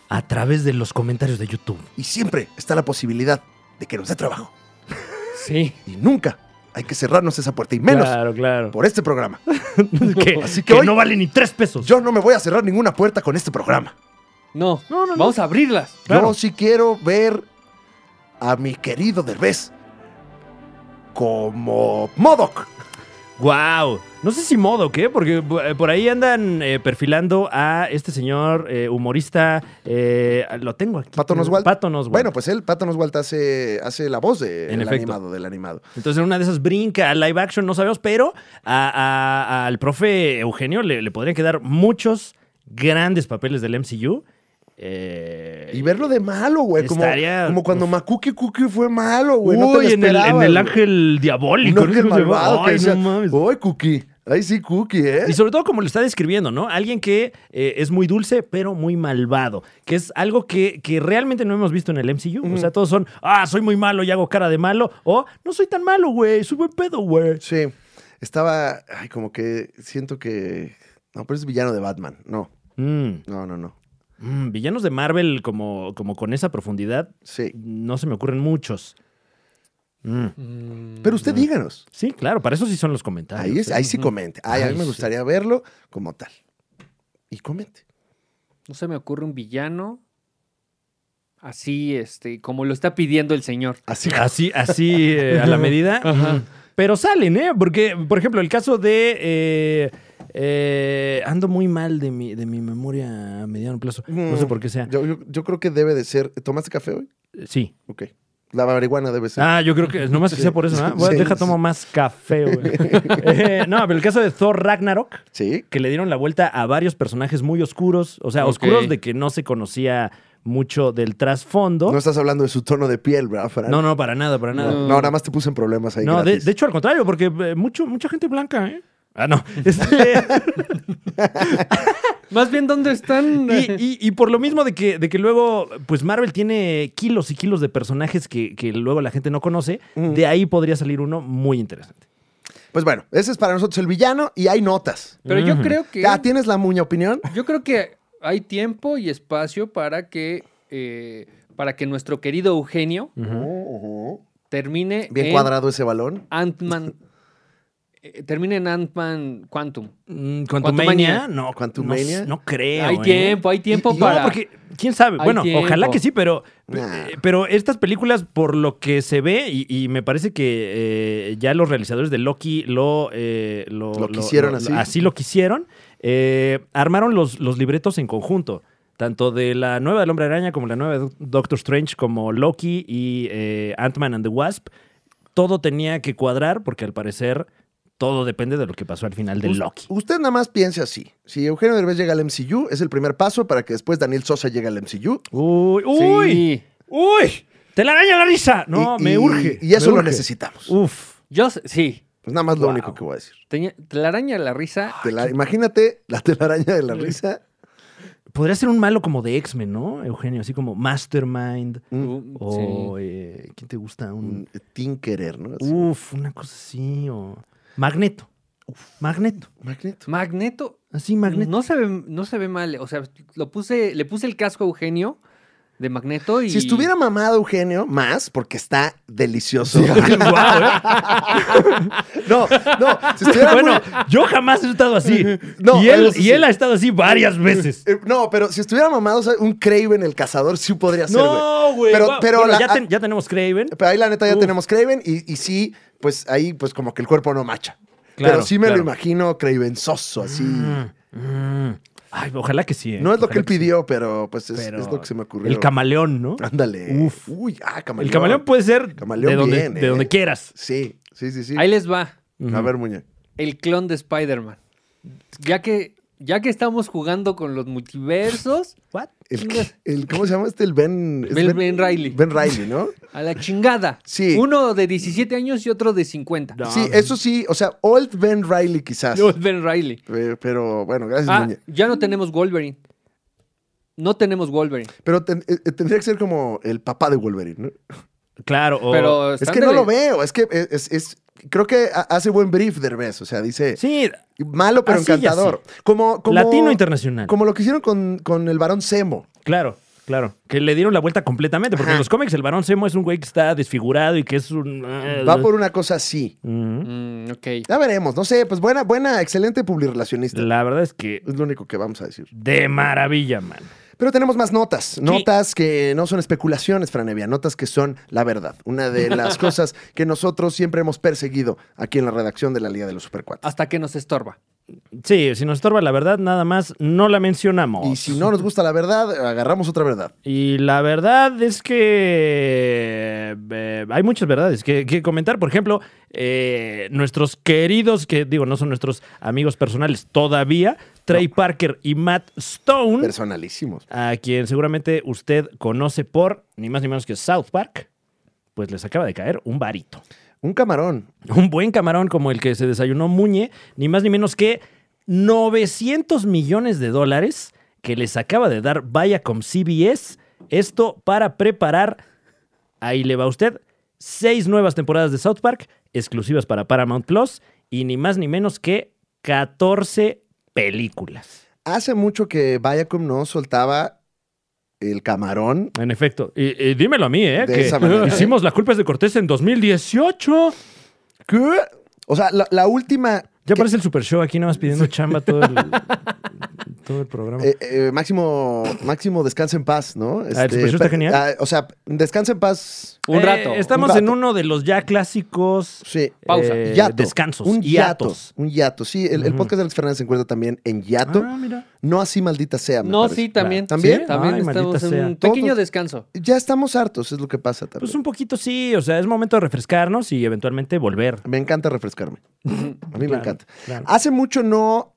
Speaker 3: a través de los comentarios de YouTube.
Speaker 1: Y siempre está la posibilidad de que nos dé trabajo.
Speaker 2: Sí.
Speaker 1: Y nunca hay que cerrarnos esa puerta, y menos
Speaker 3: Claro, claro.
Speaker 1: por este programa.
Speaker 3: Que,
Speaker 1: Así que
Speaker 3: que
Speaker 1: hoy-
Speaker 3: no vale ni tres pesos.
Speaker 1: Yo no me voy a cerrar ninguna puerta con este programa.
Speaker 2: No.
Speaker 3: No, no, no.
Speaker 2: Vamos a abrirlas.
Speaker 1: Yo
Speaker 3: Claro.
Speaker 1: sí quiero ver a mi querido Derbez como Modoc.
Speaker 3: Wow. No sé si modo, ¿qué? Porque eh, por ahí andan eh, perfilando a este señor eh, humorista. eh, lo tengo aquí.
Speaker 1: Patton Oswalt.
Speaker 3: Patton Oswalt.
Speaker 1: Bueno, pues él, Patton Oswalt, hace, hace la voz de-
Speaker 3: En
Speaker 1: del
Speaker 3: efecto.
Speaker 1: animado, del animado.
Speaker 3: Entonces en una de esas brinca a live action, no sabemos, pero a- a- al profe Eugenio le, le podrían quedar muchos grandes papeles del MCU. eh,
Speaker 1: Y verlo de malo, güey. Como,
Speaker 3: Estaría-
Speaker 1: como cuando
Speaker 3: uf.
Speaker 1: Makuki Kuki fue malo, güey.
Speaker 3: Uy,
Speaker 1: no te lo
Speaker 3: en, el, en
Speaker 1: esperabas,
Speaker 3: el
Speaker 1: güey.
Speaker 3: ángel
Speaker 1: Un
Speaker 3: diabólico. ¿no?
Speaker 1: ángel malvado. que
Speaker 3: Ay,
Speaker 1: decía,
Speaker 3: no mames.
Speaker 1: "Ay, Kuki. Ay, sí, Kuki, ¿eh?
Speaker 3: Y sobre todo como lo está describiendo, ¿no? Alguien que eh, es muy dulce, pero muy malvado. Que es algo que, que realmente no hemos visto en el MCU. O sea, todos son, ah, soy muy malo y hago cara de malo. O, no soy tan malo, güey, soy buen pedo, güey.
Speaker 1: Sí, estaba, ay, como que siento que, no, pero es villano de Batman, no,
Speaker 3: Mm,
Speaker 1: no, no, no,
Speaker 3: mm, villanos de Marvel como, como con esa profundidad,
Speaker 1: sí.
Speaker 3: no se me ocurren muchos. Mm.
Speaker 1: Pero usted díganos,
Speaker 3: Sí, claro, para eso sí son los comentarios.
Speaker 1: ahí, es,
Speaker 3: ¿eh?
Speaker 1: ahí sí
Speaker 3: Ujú.
Speaker 1: comente, ay, a mí
Speaker 3: Ay,
Speaker 1: me
Speaker 3: sí.
Speaker 1: gustaría verlo como tal. Y comente.
Speaker 2: No se me ocurre un villano así, este, como lo está pidiendo el señor.
Speaker 1: Así
Speaker 3: Así, así eh, a la medida. Ujú. Pero salen, ¿eh? Porque, por ejemplo, el caso de. eh, eh, ando muy mal de mi, de mi memoria
Speaker 1: Mm.
Speaker 3: a mediano plazo. No sé por qué sea.
Speaker 1: Yo, yo- yo creo que debe de ser, ¿tomaste café hoy?
Speaker 3: Sí,
Speaker 1: Ok. La marihuana debe ser.
Speaker 3: Ah, yo creo que nomás que
Speaker 1: Sí.
Speaker 3: sea por eso, ¿no? Bueno,
Speaker 1: Sí,
Speaker 3: deja
Speaker 1: sí.
Speaker 3: tomo más café, güey. Eh, no, pero el caso de Thor Ragnarok,
Speaker 1: Sí.
Speaker 3: que le dieron la vuelta a varios personajes muy oscuros, o sea,
Speaker 2: Ok.
Speaker 3: oscuros de que no se conocía mucho del trasfondo.
Speaker 1: No estás hablando de su tono de piel, ¿verdad, Fran?
Speaker 3: No, no, para nada, para nada.
Speaker 1: No, nada más te puse en problemas ahí.
Speaker 3: No, de,
Speaker 1: gratis.
Speaker 3: de hecho, al contrario, porque eh, mucho, mucha gente blanca, ¿eh? Ah, no. Este,
Speaker 2: Más bien, ¿dónde están?
Speaker 3: y, y- y por lo mismo de que, de que luego, pues Marvel tiene kilos y kilos de personajes que, que luego la gente no conoce,
Speaker 1: Ujú.
Speaker 3: de ahí podría salir uno muy interesante.
Speaker 1: Pues bueno, ese es para nosotros el villano y hay notas.
Speaker 2: Pero yo
Speaker 3: Ujú.
Speaker 2: creo que.
Speaker 1: Ah, ¿tienes la muña opinión?
Speaker 2: Yo creo que hay tiempo y espacio para que. eh, para que nuestro querido Eugenio
Speaker 1: Ujú.
Speaker 2: termine.
Speaker 1: Bien
Speaker 3: Eh,
Speaker 2: en
Speaker 1: cuadrado ese balón.
Speaker 2: Ant-Man. eh, termine en Ant-Man Quantum.
Speaker 3: Mm,
Speaker 2: Quantumania.
Speaker 3: Quantumania, no.
Speaker 1: Quantumania.
Speaker 3: No, no creo.
Speaker 2: hay
Speaker 3: ¿eh?
Speaker 2: tiempo, hay tiempo
Speaker 1: Y- y-
Speaker 2: para.
Speaker 3: No, porque quién sabe.
Speaker 2: Hay
Speaker 3: bueno,
Speaker 2: tiempo.
Speaker 3: ojalá que sí, pero,
Speaker 1: Nah.
Speaker 3: eh, pero estas películas, por lo que se ve, y, y me parece que eh, ya los realizadores de Loki lo, eh, lo,
Speaker 1: Lo quisieron así.
Speaker 3: Así lo quisieron. eh, armaron los, los libretos en conjunto. Tanto de la nueva del Hombre Araña como la nueva de Doc- Doctor Strange, como Loki y eh, Ant-Man and the Wasp. Todo tenía que cuadrar porque al parecer todo depende de lo que pasó al final de
Speaker 1: Us-
Speaker 3: Loki.
Speaker 1: Usted nada más piense así. Si Eugenio Derbez llega al MCU, es el primer paso para que después Daniel Sosa llegue al MCU.
Speaker 3: Uy,
Speaker 2: Sí.
Speaker 3: uy. ¡Uy! ¡Te la araña la risa! No,
Speaker 1: Y-
Speaker 3: me
Speaker 1: y-
Speaker 3: urge.
Speaker 1: Y eso
Speaker 3: me
Speaker 1: lo
Speaker 3: urge.
Speaker 1: necesitamos.
Speaker 3: Uf.
Speaker 2: Yo s- sí.
Speaker 1: Es nada más lo
Speaker 3: Wow.
Speaker 1: único que voy a decir.
Speaker 2: Tenía- telaraña la risa.
Speaker 3: Ah,
Speaker 1: Te la- imagínate la telaraña de la risa.
Speaker 3: Podría ser un malo como de X-Men, ¿no, Eugenio? Así como Mastermind.
Speaker 2: Uh,
Speaker 3: mm, O. eh, ¿Quién te gusta?
Speaker 1: Mm,
Speaker 3: Un,
Speaker 1: Tinkerer, ¿no? Así.
Speaker 3: uf, una cosa así. O. Magneto. Magneto.
Speaker 1: Magneto.
Speaker 2: sí. Magneto.
Speaker 3: Así, Magneto.
Speaker 2: No se ve, no se ve mal. O sea, lo puse, le puse el casco a Eugenio de Magneto y.
Speaker 1: Si estuviera mamado Eugenio, más, porque está delicioso.
Speaker 3: Guau, ¿eh?
Speaker 1: No, no, si estuviera
Speaker 3: Bueno,
Speaker 1: muy-
Speaker 3: yo jamás he estado así.
Speaker 1: No,
Speaker 3: y él,
Speaker 1: eso sí.
Speaker 3: y él ha estado así varias veces.
Speaker 1: eh, no, pero si estuviera mamado, o sea, un Craven el cazador sí podría ser, güey.
Speaker 3: No, güey.
Speaker 1: Pero-
Speaker 3: guau.
Speaker 1: pero
Speaker 3: Bueno,
Speaker 1: la-
Speaker 3: ya, ten- ya tenemos Craven.
Speaker 1: Pero ahí la neta ya
Speaker 3: Uf.
Speaker 1: tenemos Craven y, y sí, pues ahí pues como que el cuerpo no macha.
Speaker 3: Claro,
Speaker 1: Pero sí me
Speaker 3: claro.
Speaker 1: lo imagino Cravenzoso, así.
Speaker 3: Mm, mm. Ay, ojalá que sí. ¿eh?
Speaker 1: No es lo que
Speaker 3: Ojalá
Speaker 1: él pidió, pero pues es,
Speaker 3: Pero
Speaker 1: es lo que se me ocurrió.
Speaker 3: El camaleón, ¿no?
Speaker 1: Ándale.
Speaker 3: Uf.
Speaker 1: Uy, ah, camaleón.
Speaker 3: El camaleón pues. puede ser
Speaker 1: Camaleón
Speaker 3: de, donde,
Speaker 1: bien,
Speaker 3: de
Speaker 1: ¿eh?
Speaker 3: donde quieras.
Speaker 1: Sí, sí, sí, sí.
Speaker 2: Ahí les va.
Speaker 1: A ver, muñe.
Speaker 2: El clon de Spider-Man. Ya que, ya que estamos jugando con los multiversos,
Speaker 3: ¿What?
Speaker 1: El, el- ¿Cómo se llama este? El Ben... es
Speaker 2: Ben- Ben Reilly.
Speaker 1: Ben Riley, ¿no?
Speaker 2: a la chingada.
Speaker 1: Sí.
Speaker 2: Uno de 17 años y otro de 50.
Speaker 3: No.
Speaker 1: Sí, eso sí. O sea, Old Ben Riley quizás.
Speaker 2: No, es Ben Riley.
Speaker 1: Eh, Pero bueno, gracias,
Speaker 2: Ah,
Speaker 1: muñe.
Speaker 2: ya no tenemos Wolverine. No tenemos Wolverine.
Speaker 1: Pero ten- eh, tendría que ser como el papá de Wolverine, ¿no?
Speaker 3: Claro. o-
Speaker 2: Pero
Speaker 1: Es que no lo veo. Es que e, es... es- creo que ha- hace buen brief Derbez. O sea, dice...
Speaker 3: Sí,
Speaker 1: Malo pero
Speaker 3: Así y
Speaker 1: encantador. Como, eh, como-
Speaker 3: latino internacional.
Speaker 1: Como lo que hicieron con, con el varón Semo.
Speaker 3: Claro, claro. Que le dieron la vuelta completamente. Porque
Speaker 1: Ajá.
Speaker 3: en los cómics el varón Semo es un güey que está desfigurado y que es un. eh, Mm.
Speaker 1: Va por una cosa así.
Speaker 3: Ujú.
Speaker 2: Mm, ok.
Speaker 1: Ya veremos, no sé, pues buena, buena, excelente publirelacionista.
Speaker 3: La verdad es que
Speaker 1: Es lo único que vamos a decir.
Speaker 3: de maravilla, man.
Speaker 1: Pero tenemos más notas. Notas que no son especulaciones, Franevia. Notas que son la verdad. Una de las cosas que nosotros siempre hemos perseguido aquí en la redacción de la Liga de los Supercuates.
Speaker 2: Hasta que nos estorba.
Speaker 3: Sí, si nos estorba la verdad, nada más no la mencionamos.
Speaker 1: Y si no nos gusta la verdad, agarramos otra verdad.
Speaker 3: Y la verdad es que eh, hay muchas verdades que, que comentar. Por ejemplo, eh, nuestros queridos, que digo, no son nuestros amigos personales todavía, Trey Parker y Matt Stone,
Speaker 1: Personalísimos.
Speaker 3: a quien seguramente usted conoce por ni más ni menos que South Park, pues les acaba de caer un varito.
Speaker 1: Un camarón.
Speaker 3: Un buen camarón como el que se desayunó Muñe, ni más ni menos que 900 millones de dólares que les acaba de dar Viacom CBS. Esto para preparar, ahí le va a usted, seis nuevas temporadas de South Park exclusivas para Paramount Plus y ni más ni menos que 14 películas.
Speaker 1: Hace mucho que Viacom no soltaba el camarón
Speaker 3: En efecto, y, y dímelo a mí, ¿eh?
Speaker 1: De
Speaker 3: que
Speaker 1: esa manera.
Speaker 3: hicimos la culpa es de Cortés en 2018.
Speaker 1: ¿Qué? O sea, la, la última. que-
Speaker 3: Ya parece el Super Show aquí, nada más pidiendo chamba todo el, todo el programa.
Speaker 1: Eh, eh, máximo, máximo descansa en paz, ¿no?
Speaker 3: el Super Show está
Speaker 1: pe-
Speaker 3: genial.
Speaker 1: ah, o sea, descansa en paz.
Speaker 2: Un
Speaker 3: Eh,
Speaker 2: rato.
Speaker 3: Estamos
Speaker 1: un rato.
Speaker 3: en uno de los ya clásicos.
Speaker 1: Sí.
Speaker 2: Pausa.
Speaker 3: eh,
Speaker 1: Yato.
Speaker 3: descansos.
Speaker 1: Un yato.
Speaker 3: hiatos.
Speaker 1: Un yato. Sí, el, el
Speaker 3: Ujú.
Speaker 1: podcast de Alex Fernández se encuentra también en yato.
Speaker 3: Ah, mira.
Speaker 1: No así, maldita sea. me
Speaker 2: No,
Speaker 1: parece.
Speaker 2: sí, también.
Speaker 1: ¿También?
Speaker 2: Sí, También
Speaker 3: Ay,
Speaker 2: estamos
Speaker 3: maldita
Speaker 2: en
Speaker 3: sea.
Speaker 2: un pequeño
Speaker 1: Todos-
Speaker 2: descanso.
Speaker 1: Ya estamos hartos, es lo que pasa también.
Speaker 3: Pues un poquito sí, o sea, es momento de refrescarnos y eventualmente volver.
Speaker 1: Me encanta refrescarme. A mí me
Speaker 3: Claro,
Speaker 1: encanta. Ah,
Speaker 3: claro.
Speaker 1: Hace mucho no.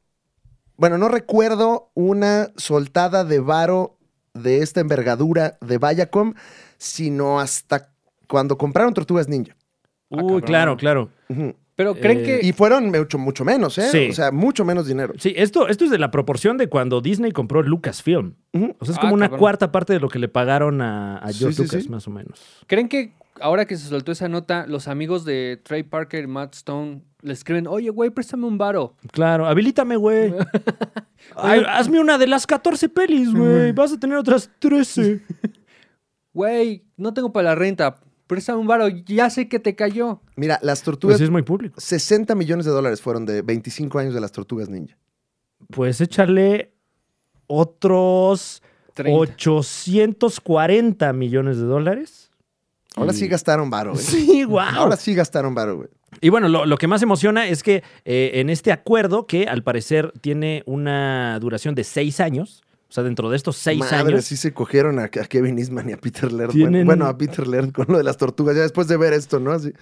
Speaker 1: Bueno, no recuerdo una soltada de varo de esta envergadura de Viacom, sino hasta cuando compraron Tortugas Ninja.
Speaker 3: Uy, claro, claro.
Speaker 1: Ujú.
Speaker 2: Pero creen
Speaker 3: Eh,
Speaker 2: que.
Speaker 1: Y fueron mucho, mucho menos, ¿eh?
Speaker 3: Sí.
Speaker 1: O sea, mucho menos dinero.
Speaker 3: Sí, esto, esto es de la proporción de cuando Disney compró Lucasfilm.
Speaker 1: Ujú.
Speaker 3: O sea, es
Speaker 2: Ah,
Speaker 3: como una
Speaker 2: cabrón.
Speaker 3: cuarta parte de lo que le pagaron a, a George
Speaker 1: Sí, sí,
Speaker 3: Lucas,
Speaker 1: sí.
Speaker 3: más o menos.
Speaker 2: ¿Creen que ahora que se soltó esa nota, los amigos de Trey Parker y Matt Stone le escriben, oye, güey, préstame un varo?
Speaker 3: Claro, habilítame, güey. Ay, hazme una de las 14 pelis, güey. Vas a tener otras 13.
Speaker 2: Güey, no tengo para la renta. Préstame un varo, ya sé que te cayó.
Speaker 1: Mira, las
Speaker 3: Pues
Speaker 1: tortugas.
Speaker 3: sí es muy público.
Speaker 1: 60 millones de dólares fueron de 25 años de las tortugas ninja.
Speaker 3: Pues échale otros
Speaker 2: 30.
Speaker 3: 840 millones de dólares.
Speaker 1: Ahora
Speaker 3: Y-
Speaker 1: sí gastaron varo, güey.
Speaker 3: Sí, guau.
Speaker 1: Ahora sí gastaron varo, güey.
Speaker 3: Y bueno, lo, lo que más emociona es que eh, en este acuerdo, que al parecer tiene una duración de seis años, o sea, dentro de estos seis
Speaker 1: Madre,
Speaker 3: años.
Speaker 1: sí se cogieron a, a Kevin Eastman y a Peter Laird.
Speaker 3: Tienen-
Speaker 1: Bueno, bueno, a Peter Laird con lo de las tortugas, ya después de ver esto, ¿no? Así.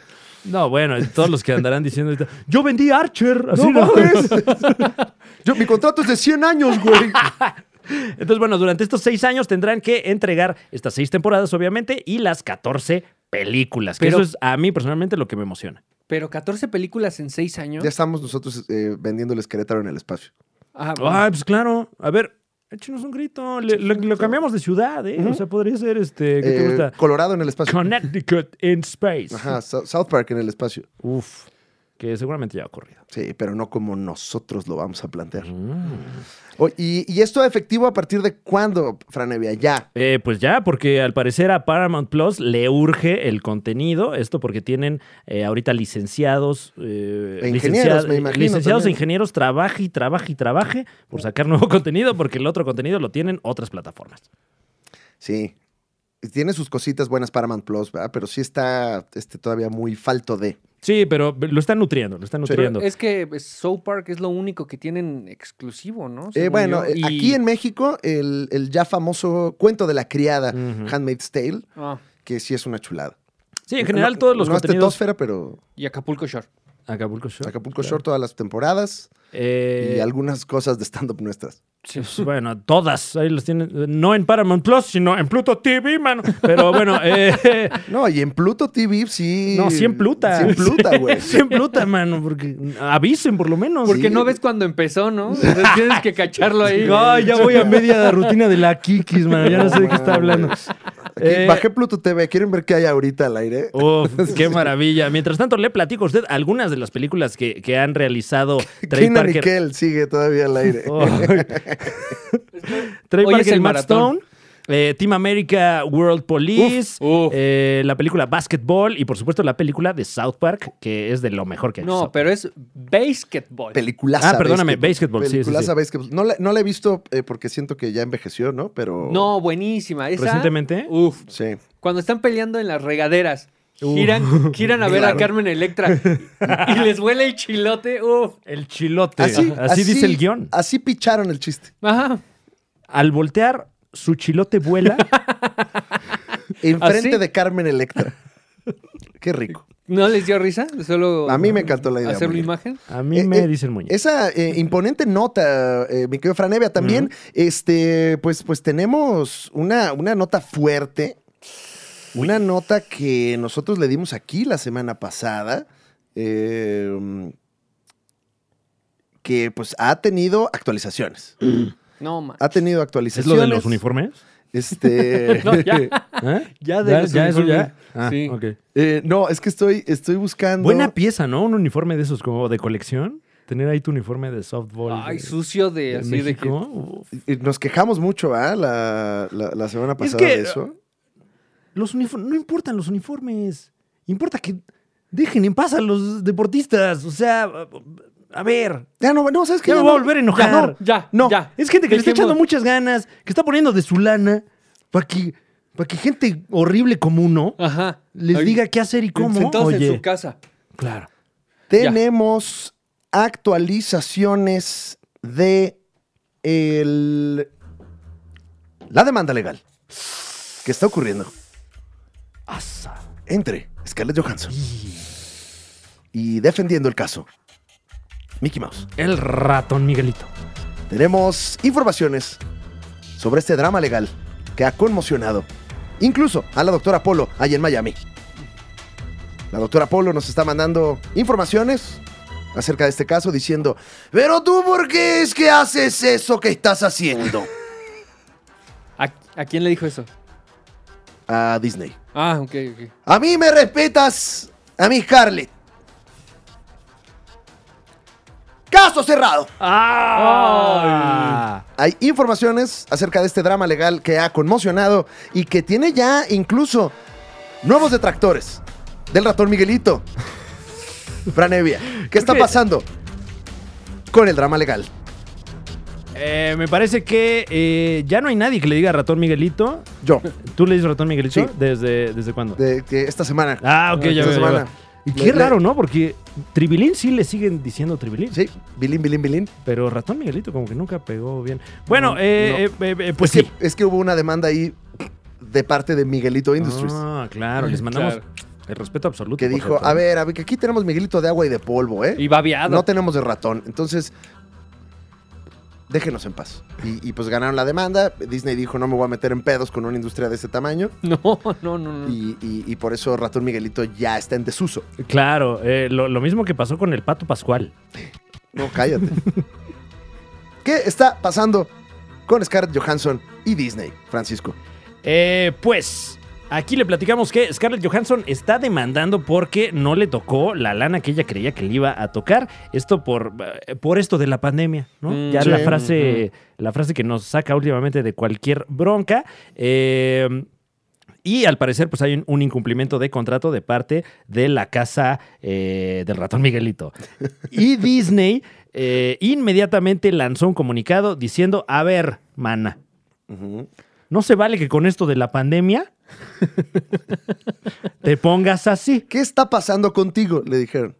Speaker 3: No, bueno, todos los que andarán diciendo, ahorita, yo vendí Archer. así, ¿no?
Speaker 1: Yo, mi contrato es de 100 años, güey.
Speaker 3: Entonces, bueno, durante estos seis años tendrán que entregar estas seis temporadas, obviamente, y las 14 películas. Que
Speaker 2: Pero-
Speaker 3: eso es a mí personalmente lo que me emociona.
Speaker 2: Pero 14 películas en 6 años.
Speaker 1: ya estamos nosotros eh, vendiéndoles Querétaro en el espacio.
Speaker 2: Ah, bueno.
Speaker 3: Ah, pues claro. A ver, échenos un grito. Le- lo, lo cambiamos de ciudad, ¿eh? O sea, podría ser este. ¿Qué te
Speaker 1: Eh,
Speaker 3: gusta?
Speaker 1: Colorado en el
Speaker 3: pues,
Speaker 1: espacio.
Speaker 3: Connecticut in Space.
Speaker 1: Ajá, Sou- South Park en el espacio.
Speaker 3: Uf, que seguramente ya ha ocurrido.
Speaker 1: Sí, pero no como nosotros lo vamos a plantear.
Speaker 3: Mm.
Speaker 1: O- y, y esto efectivo a partir de cuándo, Franevia? Ya.
Speaker 3: Eh, pues ya, porque al parecer a Paramount Plus le urge el contenido. Esto porque tienen eh, ahorita licenciados. eh,
Speaker 1: E ingenieros, me imagino
Speaker 3: Licenciados e
Speaker 1: también.
Speaker 3: ingenieros, trabaje y trabaje y trabaje por sacar nuevo contenido, porque el otro contenido lo tienen otras plataformas.
Speaker 1: Sí. Tiene sus cositas buenas Paramount Plus, ¿verdad? Pero sí está este, todavía muy falto de.
Speaker 3: Sí, pero lo están nutriendo, lo están
Speaker 1: Sí.
Speaker 3: nutriendo.
Speaker 2: Es que pues, South Park es lo único que tienen exclusivo, ¿no?
Speaker 1: Eh,
Speaker 2: Según
Speaker 1: bueno,
Speaker 2: yo.
Speaker 1: eh,
Speaker 2: Y-
Speaker 1: aquí en México, el, el ya famoso cuento de la criada,
Speaker 3: Ujú.
Speaker 1: Handmaid's Tale,
Speaker 2: Ah,
Speaker 1: que sí es una chulada.
Speaker 3: Sí, en general
Speaker 1: No-
Speaker 3: todos los
Speaker 1: no
Speaker 3: contenidos.
Speaker 1: estetosfera, pero
Speaker 2: y Acapulco Shore.
Speaker 3: Acapulco Shore.
Speaker 1: Acapulco Shore todas las temporadas
Speaker 3: Eh,
Speaker 1: y algunas cosas de stand-up nuestras.
Speaker 3: Pues, Bueno, todas, ahí los tienen, no en Paramount Plus, sino en Pluto TV, mano. Pero bueno, eh,
Speaker 1: No, y en Pluto TV sí.
Speaker 3: No, sí en Pluta.
Speaker 1: Sí en Pluta, güey.
Speaker 3: sí en Pluta, mano, porque avisen por lo menos.
Speaker 2: Porque
Speaker 1: Sí.
Speaker 2: no ves cuando empezó, ¿no? Entonces tienes que cacharlo ahí.
Speaker 3: Ay, ya voy a media rutina de la Kikis, mano, ya no sé de qué está hablando.
Speaker 1: Aquí,
Speaker 3: Eh, Oh,
Speaker 1: Bajé Pluto TV, ¿quieren ver qué hay ahorita al aire?
Speaker 3: Uf, qué maravilla. Mientras tanto, le platico a usted algunas de las películas que, que han realizado Trey
Speaker 1: Kina
Speaker 3: Parker.
Speaker 1: Nickel sigue todavía al aire.
Speaker 3: Oh. Trey
Speaker 2: Hoy es
Speaker 3: Parker y
Speaker 2: el
Speaker 3: Matt
Speaker 2: maratón.
Speaker 3: Stone. eh, Team America World Police,
Speaker 2: Uf, uf.
Speaker 3: eh, la película Basketball y por supuesto la película de South Park, que es de lo mejor que ha hecho.
Speaker 2: No, pero es basketball.
Speaker 1: Peliculaza.
Speaker 3: Ah, perdóname, Basketball, sí, sí,
Speaker 1: Peliculaza
Speaker 3: sí.
Speaker 1: Basketball. No la, no la he visto eh, porque siento que ya envejeció, ¿no? Pero.
Speaker 2: No, buenísima. Esa,
Speaker 3: Recientemente.
Speaker 2: Uf.
Speaker 1: Sí.
Speaker 2: Cuando están peleando en las regaderas,
Speaker 3: Uf.
Speaker 2: giran, giran a ver
Speaker 1: Claro.
Speaker 2: a Carmen Electra y les huele el chilote. Uf.
Speaker 3: El chilote. Así, dice el guión.
Speaker 1: Así picharon el chiste.
Speaker 2: Ajá.
Speaker 3: Al voltear, su chilote vuela.
Speaker 1: Enfrente
Speaker 2: ¿Así?
Speaker 1: de Carmen Electra. Qué rico.
Speaker 2: ¿No les dio risa? Solo
Speaker 1: A mí me encantó la idea.
Speaker 2: hacerlo
Speaker 1: Muñe.
Speaker 2: imagen.
Speaker 3: A mí
Speaker 1: Eh,
Speaker 3: me
Speaker 1: eh,
Speaker 3: dice el muñeco.
Speaker 1: Esa eh, imponente nota, eh, mi querido Franevia, también, este, pues, pues tenemos una, una nota fuerte, una nota que nosotros le dimos aquí la semana pasada, eh, que pues ha tenido actualizaciones.
Speaker 2: No, man.
Speaker 1: Ha tenido
Speaker 3: ¿Es
Speaker 1: actualizaciones.
Speaker 3: lo de los uniformes?
Speaker 1: Este,
Speaker 2: No, ya.
Speaker 3: ¿Eh?
Speaker 2: Ya de los
Speaker 3: eso
Speaker 2: uniformes.
Speaker 3: ya. Ah,
Speaker 2: Sí.
Speaker 3: ok.
Speaker 1: eh, no, es que estoy, estoy buscando.
Speaker 3: Buena pieza, ¿no? Un uniforme de esos como de colección. Tener ahí tu uniforme de softball.
Speaker 2: Ay,
Speaker 3: de-
Speaker 2: sucio de
Speaker 3: de
Speaker 2: así de que.
Speaker 3: México. Uf.
Speaker 1: Eh, Nos quejamos mucho, ¿ah? La, la- la semana pasada
Speaker 3: que-
Speaker 1: de eso.
Speaker 3: Los uniformes. No importan los uniformes. Importa que dejen en paz a los deportistas. O sea, a ver,
Speaker 1: Ya no, no, ¿sabes qué?
Speaker 3: ya me voy a volver a enojar.
Speaker 1: No,
Speaker 2: Ya,
Speaker 1: no.
Speaker 2: ya.
Speaker 3: Es gente que le está
Speaker 2: Dejemos-
Speaker 3: echando muchas ganas, que está poniendo de su lana para que, para que gente horrible como uno
Speaker 2: Ajá.
Speaker 3: les
Speaker 2: Ay,
Speaker 3: diga qué hacer y cómo.
Speaker 2: Sentados en
Speaker 3: Oye,
Speaker 2: su casa.
Speaker 3: claro.
Speaker 1: Tenemos actualizaciones de el- la demanda legal que está ocurriendo
Speaker 3: Asa.
Speaker 1: entre Scarlett Johansson y defendiendo el caso Mickey Mouse.
Speaker 3: El ratón Miguelito.
Speaker 1: Tenemos informaciones sobre este drama legal que ha conmocionado incluso a la doctora Polo allá en Miami. La doctora Polo nos está mandando informaciones acerca de este caso diciendo, pero tú por qué es que haces eso que estás haciendo
Speaker 2: ¿A, a quién le dijo eso?
Speaker 1: a Disney.
Speaker 2: Ah, ok, ok.
Speaker 1: A mí me respetas, a mí Scarlett. Caso cerrado.
Speaker 3: ¡Ah!
Speaker 1: Hay informaciones acerca de este drama legal que ha conmocionado y que tiene ya incluso nuevos detractores del ratón Miguelito. Franevia, ¿qué está
Speaker 3: que-
Speaker 1: pasando con el drama legal?
Speaker 3: Eh, me parece que eh, ya no hay nadie que le diga ratón Miguelito.
Speaker 1: Yo,
Speaker 3: ¿Tú le dices ratón Miguelito?
Speaker 1: Sí.
Speaker 3: ¿Desde, ¿Desde cuándo?
Speaker 1: de, que esta semana.
Speaker 3: Ah, ok, ya
Speaker 1: esta
Speaker 3: veo, ya
Speaker 1: semana.
Speaker 3: veo. Y
Speaker 1: Le-
Speaker 3: qué
Speaker 1: le-
Speaker 3: raro, ¿no? Porque Tribilín sí le siguen diciendo Tribilín.
Speaker 1: Sí, bilín, bilín, bilín.
Speaker 3: Pero Ratón Miguelito como que nunca pegó bien. Bueno,
Speaker 1: No,
Speaker 3: eh, eh, eh, eh, pues
Speaker 1: es,
Speaker 3: sí.
Speaker 1: que, es que hubo una demanda ahí de parte de Miguelito Industries. Mm,
Speaker 3: Ah, claro, les mandamos
Speaker 2: Claro.
Speaker 3: el respeto absoluto.
Speaker 1: Que
Speaker 3: por
Speaker 1: dijo,
Speaker 3: Ratón.
Speaker 1: a ver, a ver, que aquí tenemos Miguelito de agua y de polvo, ¿eh?
Speaker 2: Y
Speaker 3: Ah,
Speaker 2: babeado.
Speaker 1: No tenemos de ratón. Entonces, déjenos en paz. Y, y, pues ganaron la demanda. Disney dijo, no me voy a meter en pedos con una industria de ese tamaño.
Speaker 2: No, no, no,
Speaker 3: Mm.
Speaker 2: no.
Speaker 1: Y, y- y por eso Ratón Miguelito ya está en desuso.
Speaker 3: Claro, eh, lo, lo mismo que pasó con el Pato Pascual.
Speaker 1: No, cállate. ¿Qué está pasando con Scarlett Johansson y Disney, Francisco?
Speaker 3: Eh, pues... Aquí le platicamos que Scarlett Johansson está demandando porque no le tocó la lana que ella creía que le iba a tocar. Esto por, eh, por esto de la pandemia, ¿no?
Speaker 2: Mm,
Speaker 3: ya
Speaker 1: sí.
Speaker 3: la frase, la frase que nos saca últimamente de cualquier bronca. Eh, Y al parecer, pues hay un- un incumplimiento de contrato de parte de la casa eh, del ratón Miguelito. Y Disney eh, inmediatamente lanzó un comunicado diciendo: A ver, mana, no se vale que con esto de la pandemia te pongas así.
Speaker 1: ¿Qué está pasando contigo? Le dijeron.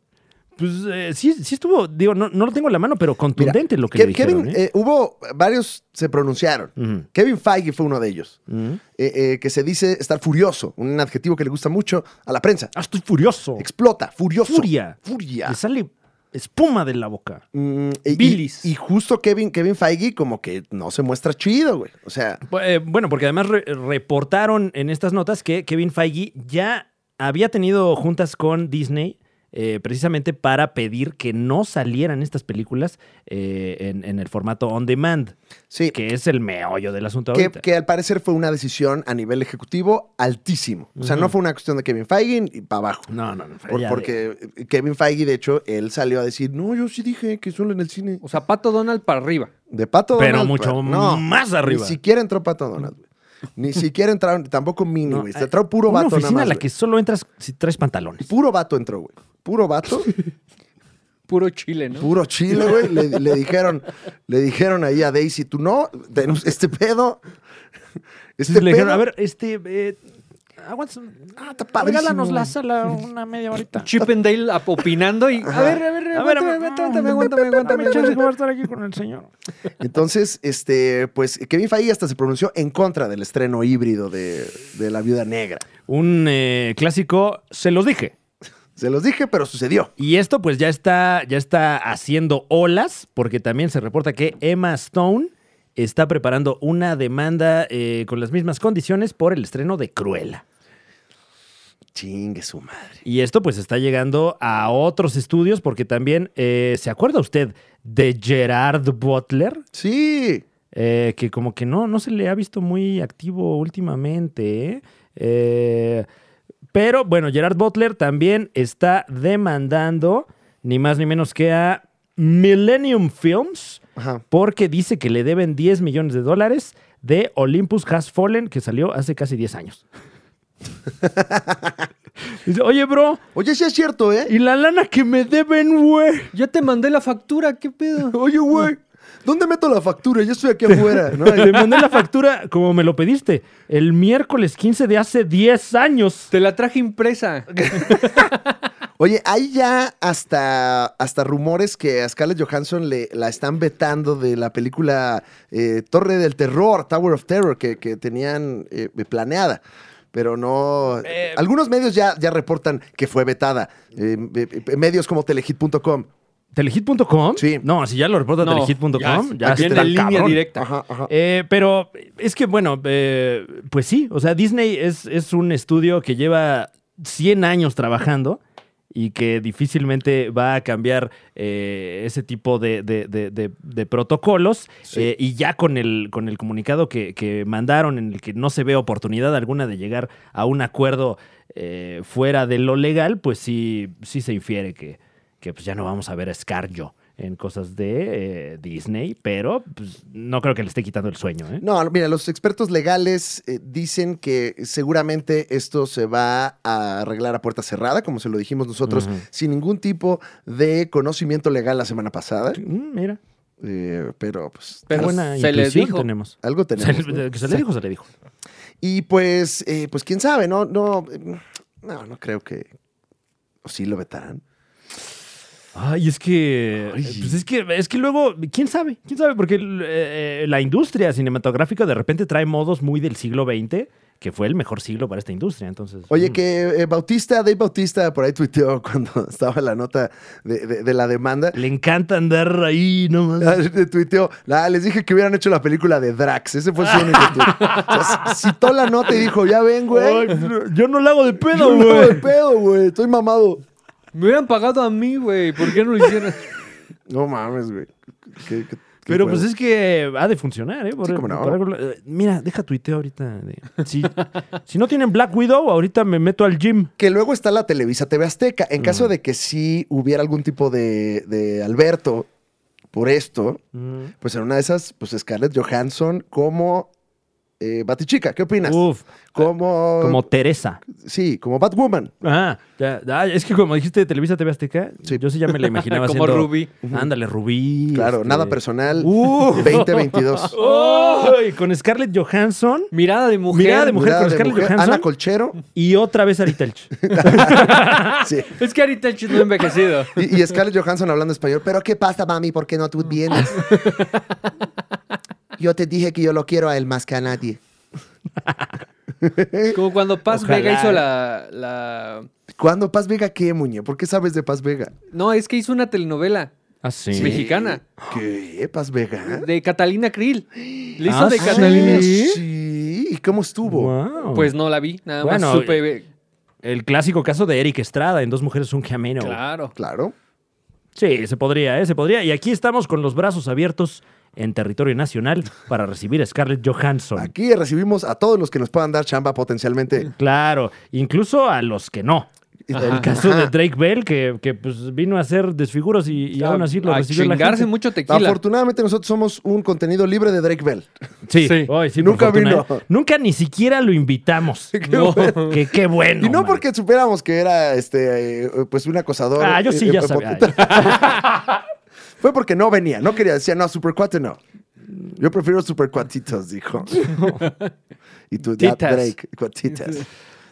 Speaker 3: Pues eh, sí, sí estuvo, digo, no, no lo tengo en la mano, pero contundente Pues lo que
Speaker 1: Ke-
Speaker 3: le dijeron.
Speaker 1: Kevin,
Speaker 3: ¿eh? Mm.
Speaker 1: eh, hubo varios, se pronunciaron.
Speaker 3: Ujú.
Speaker 1: Kevin Feige fue uno de ellos.
Speaker 3: Ujú.
Speaker 1: eh, eh, que se dice estar furioso, un adjetivo que le gusta mucho a la prensa.
Speaker 3: Ah, estoy furioso.
Speaker 1: Explota, furioso.
Speaker 3: Furia.
Speaker 1: Furia.
Speaker 3: Le sale espuma de la boca.
Speaker 1: Mm, y-
Speaker 2: Bilis.
Speaker 1: Y, y justo Kevin, Kevin Feige como que no se muestra chido, güey. O sea,
Speaker 3: Bu- eh, Bueno, porque además re- reportaron en estas notas que Kevin Feige ya había tenido juntas con Disney eh, precisamente para pedir que no salieran estas películas eh, en, en el formato on demand,
Speaker 1: sí. Que,
Speaker 3: que es el meollo del asunto ahorita.
Speaker 1: que al parecer fue una decisión a nivel ejecutivo altísimo. O sea, no fue una cuestión de Kevin Feige y para abajo.
Speaker 3: No, no, no.
Speaker 1: Por-
Speaker 3: ya de-
Speaker 1: porque Kevin Feige, de hecho, él salió a decir, no, yo sí dije que solo en el cine.
Speaker 2: O sea, Pato Donald para arriba.
Speaker 1: De Pato
Speaker 3: Pero
Speaker 1: Donald.
Speaker 3: mucho
Speaker 1: güey. No,
Speaker 3: más arriba.
Speaker 1: Ni siquiera entró Pato Donald, güey. Ni siquiera entraron, tampoco Mini,
Speaker 3: No,
Speaker 1: güey.
Speaker 3: hay
Speaker 1: Se entró puro
Speaker 3: Una
Speaker 1: vato
Speaker 3: oficina
Speaker 1: nada más.
Speaker 3: a la
Speaker 1: güey.
Speaker 3: que solo entras si traes pantalones.
Speaker 1: Puro vato entró, güey. Puro vato,
Speaker 2: Puro chile, ¿no?
Speaker 1: puro chile, güey. Le, le dijeron, le dijeron ahí a Daisy, tú no, denuncia este pedo. Este
Speaker 3: Entonces le dijeron,
Speaker 1: pedo.
Speaker 3: a ver, este... eh, aguantas un-
Speaker 1: ah, está padrísimo.
Speaker 3: regálanos la sala una media horita.
Speaker 2: Chip and Dale ap- opinando y. A ver, a ver,
Speaker 3: A
Speaker 2: aguántame,
Speaker 3: ver, a ver,
Speaker 2: aguántame, aguántame, aguántame,
Speaker 3: Dame chance que
Speaker 2: aguántame.
Speaker 3: voy a estar aquí con el señor.
Speaker 1: Entonces, este, pues Kevin Feige hasta se pronunció en contra del estreno híbrido de, de La Viuda Negra.
Speaker 3: Un eh, clásico, se los dije.
Speaker 1: Se los dije, pero sucedió.
Speaker 3: Y esto pues ya está, ya está haciendo olas, porque también se reporta que Emma Stone está preparando una demanda eh, con las mismas condiciones por el estreno de Cruella.
Speaker 1: Chingue su madre.
Speaker 3: Y esto pues está llegando a otros estudios, porque también, eh, ¿se acuerda usted de Gerard Butler?
Speaker 1: Sí.
Speaker 3: Eh, que como que no, no se le ha visto muy activo últimamente. ¿eh? Eh, pero bueno, Gerard Butler también está demandando ni más ni menos que a Millennium Films
Speaker 1: Ajá.
Speaker 3: porque dice que le deben 10 millones de dólares de Olympus Has Fallen que salió hace casi 10 años. Dice, oye, bro,
Speaker 1: Oye, sí es cierto, ¿eh?
Speaker 3: y la lana que me deben, güey.
Speaker 2: Ya te mandé la factura, ¿qué pedo?
Speaker 1: Oye, güey, ¿dónde meto la factura? Yo estoy aquí afuera, ¿no?
Speaker 3: Te mandé la factura como me lo pediste. El miércoles 15 de hace 10 años.
Speaker 2: Te la traje impresa.
Speaker 1: Oye, hay ya hasta, hasta rumores que a Scarlett Johansson le, la están vetando de la película eh, Torre del Terror, Tower of Terror, que, que tenían eh, planeada. Pero no.
Speaker 2: Eh,
Speaker 1: Algunos medios ya, ya reportan que fue vetada. Eh, eh, eh, medios como telehit.com.
Speaker 3: ¿Telehit.com?
Speaker 1: Sí.
Speaker 3: No, si ya lo reporta
Speaker 2: No,
Speaker 3: telehit.com,
Speaker 2: ya,
Speaker 3: ya,
Speaker 2: aquí
Speaker 3: está
Speaker 2: en la línea
Speaker 3: cabrón.
Speaker 2: directa.
Speaker 1: Ajá, ajá.
Speaker 3: Eh, pero es que, bueno, eh, pues sí, o sea, Disney es, es un estudio que lleva 100 años trabajando y que difícilmente va a cambiar eh, ese tipo de, de- de- de- de protocolos. Eh, y ya con el, con el comunicado que, que mandaron en el que no se ve oportunidad alguna de llegar a un acuerdo eh, fuera de lo legal, pues sí, sí se infiere que, que pues ya no vamos a ver a Scarjo en cosas de eh, Disney, pero pues, no creo que le esté quitando el sueño. ¿eh?
Speaker 1: No, mira, los expertos legales eh, dicen que seguramente esto se va a arreglar a puerta cerrada, como se lo dijimos nosotros,
Speaker 3: Ujú.
Speaker 1: sin ningún tipo de conocimiento legal la semana pasada.
Speaker 3: Mm, Mira,
Speaker 1: Eh, pero pues
Speaker 3: qué
Speaker 2: Pero
Speaker 3: buena
Speaker 2: se le
Speaker 3: intuición
Speaker 2: dijo.
Speaker 3: tenemos.
Speaker 1: algo
Speaker 3: Se
Speaker 1: tenemos. ¿no?
Speaker 3: le, que se le dijo, se le dijo.
Speaker 1: Y pues, eh, pues quién sabe, no, no, eh, no, no creo que. O sí lo vetarán.
Speaker 3: Ay, es que.
Speaker 1: Ay.
Speaker 3: Pues es que es que luego, ¿quién sabe? ¿Quién sabe? Porque eh, la industria cinematográfica de repente trae modos muy del siglo XX, que fue el mejor siglo para esta industria. Entonces.
Speaker 1: Oye,
Speaker 3: mm.
Speaker 1: que eh, Bautista, Dave Bautista, por ahí tuiteó cuando estaba la nota de, de- de la demanda.
Speaker 3: Le encanta andar ahí nomás.
Speaker 1: Ah, Tuiteó, "Ah, les dije que hubieran hecho la película de Drax. Ese fue su único tuit. O sea, c- citó la nota y dijo, ya ven, güey.
Speaker 3: Ay, yo no la hago de
Speaker 1: No,
Speaker 3: pedo,
Speaker 1: no, de
Speaker 3: güey.
Speaker 1: pedo, güey. Estoy mamado.
Speaker 2: Me hubieran pagado a mí, güey. ¿Por qué no lo hicieron?
Speaker 1: No mames, güey. Qué- qué- qué
Speaker 3: Pero pues
Speaker 1: huevo.
Speaker 3: es que ha de funcionar, ¿eh? Por-
Speaker 1: Sí, cómo no.
Speaker 3: por algo- eh, mira, deja tuiteo ahorita. de- si, si no tienen Black Widow, ahorita me meto al gym.
Speaker 1: Que luego está la Televisa TV Azteca. En caso de que sí hubiera algún tipo de, de Alberto por esto, pues en una de esas, pues Scarlett Johansson como eh, Batichica. ¿Qué opinas?
Speaker 3: Uf,
Speaker 1: como,
Speaker 3: Uh, como Teresa.
Speaker 1: Sí, como Batwoman.
Speaker 3: Ah, ya, ah, es que como dijiste de Televisa TV Azteca,
Speaker 1: Sí.
Speaker 3: yo sí ya me la imaginaba
Speaker 2: Como
Speaker 3: siendo-
Speaker 2: Rubí.
Speaker 3: Ándale, Rubí.
Speaker 1: Claro,
Speaker 3: este-
Speaker 1: nada personal.
Speaker 3: Uh.
Speaker 1: 2022.
Speaker 2: ¡Oh!
Speaker 3: ¡Ay! Con Scarlett Johansson
Speaker 2: Mirada de mujer.
Speaker 3: Mirada de mujer.
Speaker 1: Mirada
Speaker 3: con
Speaker 1: de
Speaker 3: Scarlett
Speaker 1: mujer,
Speaker 3: Johansson.
Speaker 1: Ana Colchero.
Speaker 3: y otra vez Ari Telch.
Speaker 1: Sí.
Speaker 2: Es que ahorita el chis no ha envejecido.
Speaker 1: Y, y Scarlett Johansson hablando español. ¿Pero qué pasa, mami? ¿Por qué no tú vienes? Yo te dije que yo lo quiero a él más que a nadie.
Speaker 2: Como cuando Paz
Speaker 3: Ojalá.
Speaker 2: Vega hizo la, la-
Speaker 1: ¿Cuándo? ¿Paz Vega qué, Muñe? ¿Por qué sabes de Paz Vega?
Speaker 2: No, es que hizo una telenovela
Speaker 3: Así.
Speaker 2: mexicana
Speaker 1: ¿Qué? ¿Paz Vega?
Speaker 2: de Catalina Krill. Le hizo
Speaker 3: Ah,
Speaker 2: de
Speaker 3: sí.
Speaker 2: Catalina.
Speaker 1: Sí, sí. ¿Y cómo estuvo?
Speaker 3: Wow.
Speaker 2: Pues no la vi, nada más
Speaker 3: Bueno, eh,
Speaker 2: supe.
Speaker 3: el clásico caso de Eric Estrada en Dos Mujeres un Camino.
Speaker 2: Claro.
Speaker 1: Claro.
Speaker 3: Sí, se podría, ¿eh? se podría. Y aquí estamos con los brazos abiertos en territorio nacional para recibir a Scarlett Johansson.
Speaker 1: Aquí recibimos a todos los que nos puedan dar chamba
Speaker 3: Mm.
Speaker 1: potencialmente.
Speaker 3: Claro, incluso a los que no. El caso de Drake Bell, que, que, pues, vino a hacer desfiguros y, y aún así lo
Speaker 2: Ah, a
Speaker 3: recibió la
Speaker 2: chingarse
Speaker 3: gente.
Speaker 2: mucho tequila.
Speaker 1: Afortunadamente nosotros somos un contenido libre de Drake Bell.
Speaker 3: Sí,
Speaker 2: Sí.
Speaker 3: ay, sí, por
Speaker 1: Nunca
Speaker 3: fortuna,
Speaker 1: vino.
Speaker 3: ¿eh? Nunca ni siquiera lo invitamos.
Speaker 2: No.
Speaker 3: que qué bueno.
Speaker 1: Y no
Speaker 3: man.
Speaker 1: porque supiéramos que era este eh, pues un acosador.
Speaker 3: Ah, yo sí
Speaker 1: eh,
Speaker 3: ya
Speaker 1: eh,
Speaker 3: sabía.
Speaker 1: pot- Fue porque no venía, no quería, decía, no, supercuate no. Yo prefiero supercuatitos, dijo. y tú, ya,
Speaker 2: Titas.
Speaker 1: Drake, cuatitas.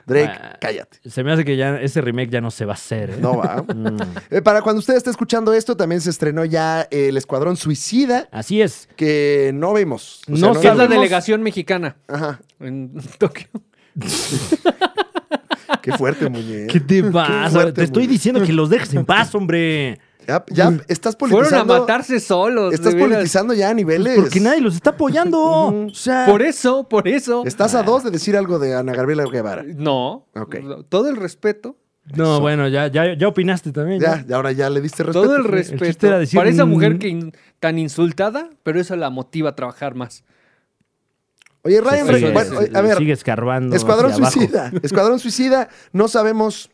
Speaker 1: Drake,
Speaker 3: Ah.
Speaker 1: cállate.
Speaker 3: Se me hace que ya ese remake ya no se va a hacer. ¿eh?
Speaker 1: No va.
Speaker 2: Mm.
Speaker 1: Eh, para cuando usted esté escuchando esto, también se estrenó ya eh, El Escuadrón Suicida,
Speaker 3: Así es.
Speaker 1: que no vemos.
Speaker 3: No
Speaker 2: Que es la
Speaker 3: sabemos-
Speaker 2: delegación mexicana
Speaker 1: Ajá,
Speaker 2: en Tokio.
Speaker 1: qué fuerte, muñe.
Speaker 3: ¿Qué te pasa?
Speaker 1: fuerte,
Speaker 3: te estoy
Speaker 1: güey.
Speaker 3: diciendo que los dejes en paz, hombre.
Speaker 1: Ya, ya estás politizando.
Speaker 2: Fueron a matarse solos.
Speaker 1: Estás
Speaker 2: de veras.
Speaker 1: politizando ya a
Speaker 2: Pues,
Speaker 1: niveles.
Speaker 3: Porque nadie los está apoyando. O sea,
Speaker 2: Por eso, por eso.
Speaker 1: Estás a dos de decir algo de Ana Gabriela Guevara.
Speaker 2: No.
Speaker 1: Ok.
Speaker 2: Todo el respeto.
Speaker 3: No, bueno, ya, ya, ya opinaste también.
Speaker 1: Ya, y ahora ya le diste respeto.
Speaker 2: Todo el
Speaker 3: El chiste
Speaker 2: respeto.
Speaker 3: era decir,
Speaker 2: para esa
Speaker 3: mm.
Speaker 2: mujer que in- tan insultada, pero eso la motiva a trabajar más.
Speaker 1: Oye, Ryan,
Speaker 3: Se
Speaker 2: Re-
Speaker 3: sigue-
Speaker 1: bueno, oye,
Speaker 3: se
Speaker 1: a ver,
Speaker 3: sigue escarbando.
Speaker 1: Escuadrón
Speaker 3: hacia abajo.
Speaker 1: Suicida. Escuadrón Suicida, no sabemos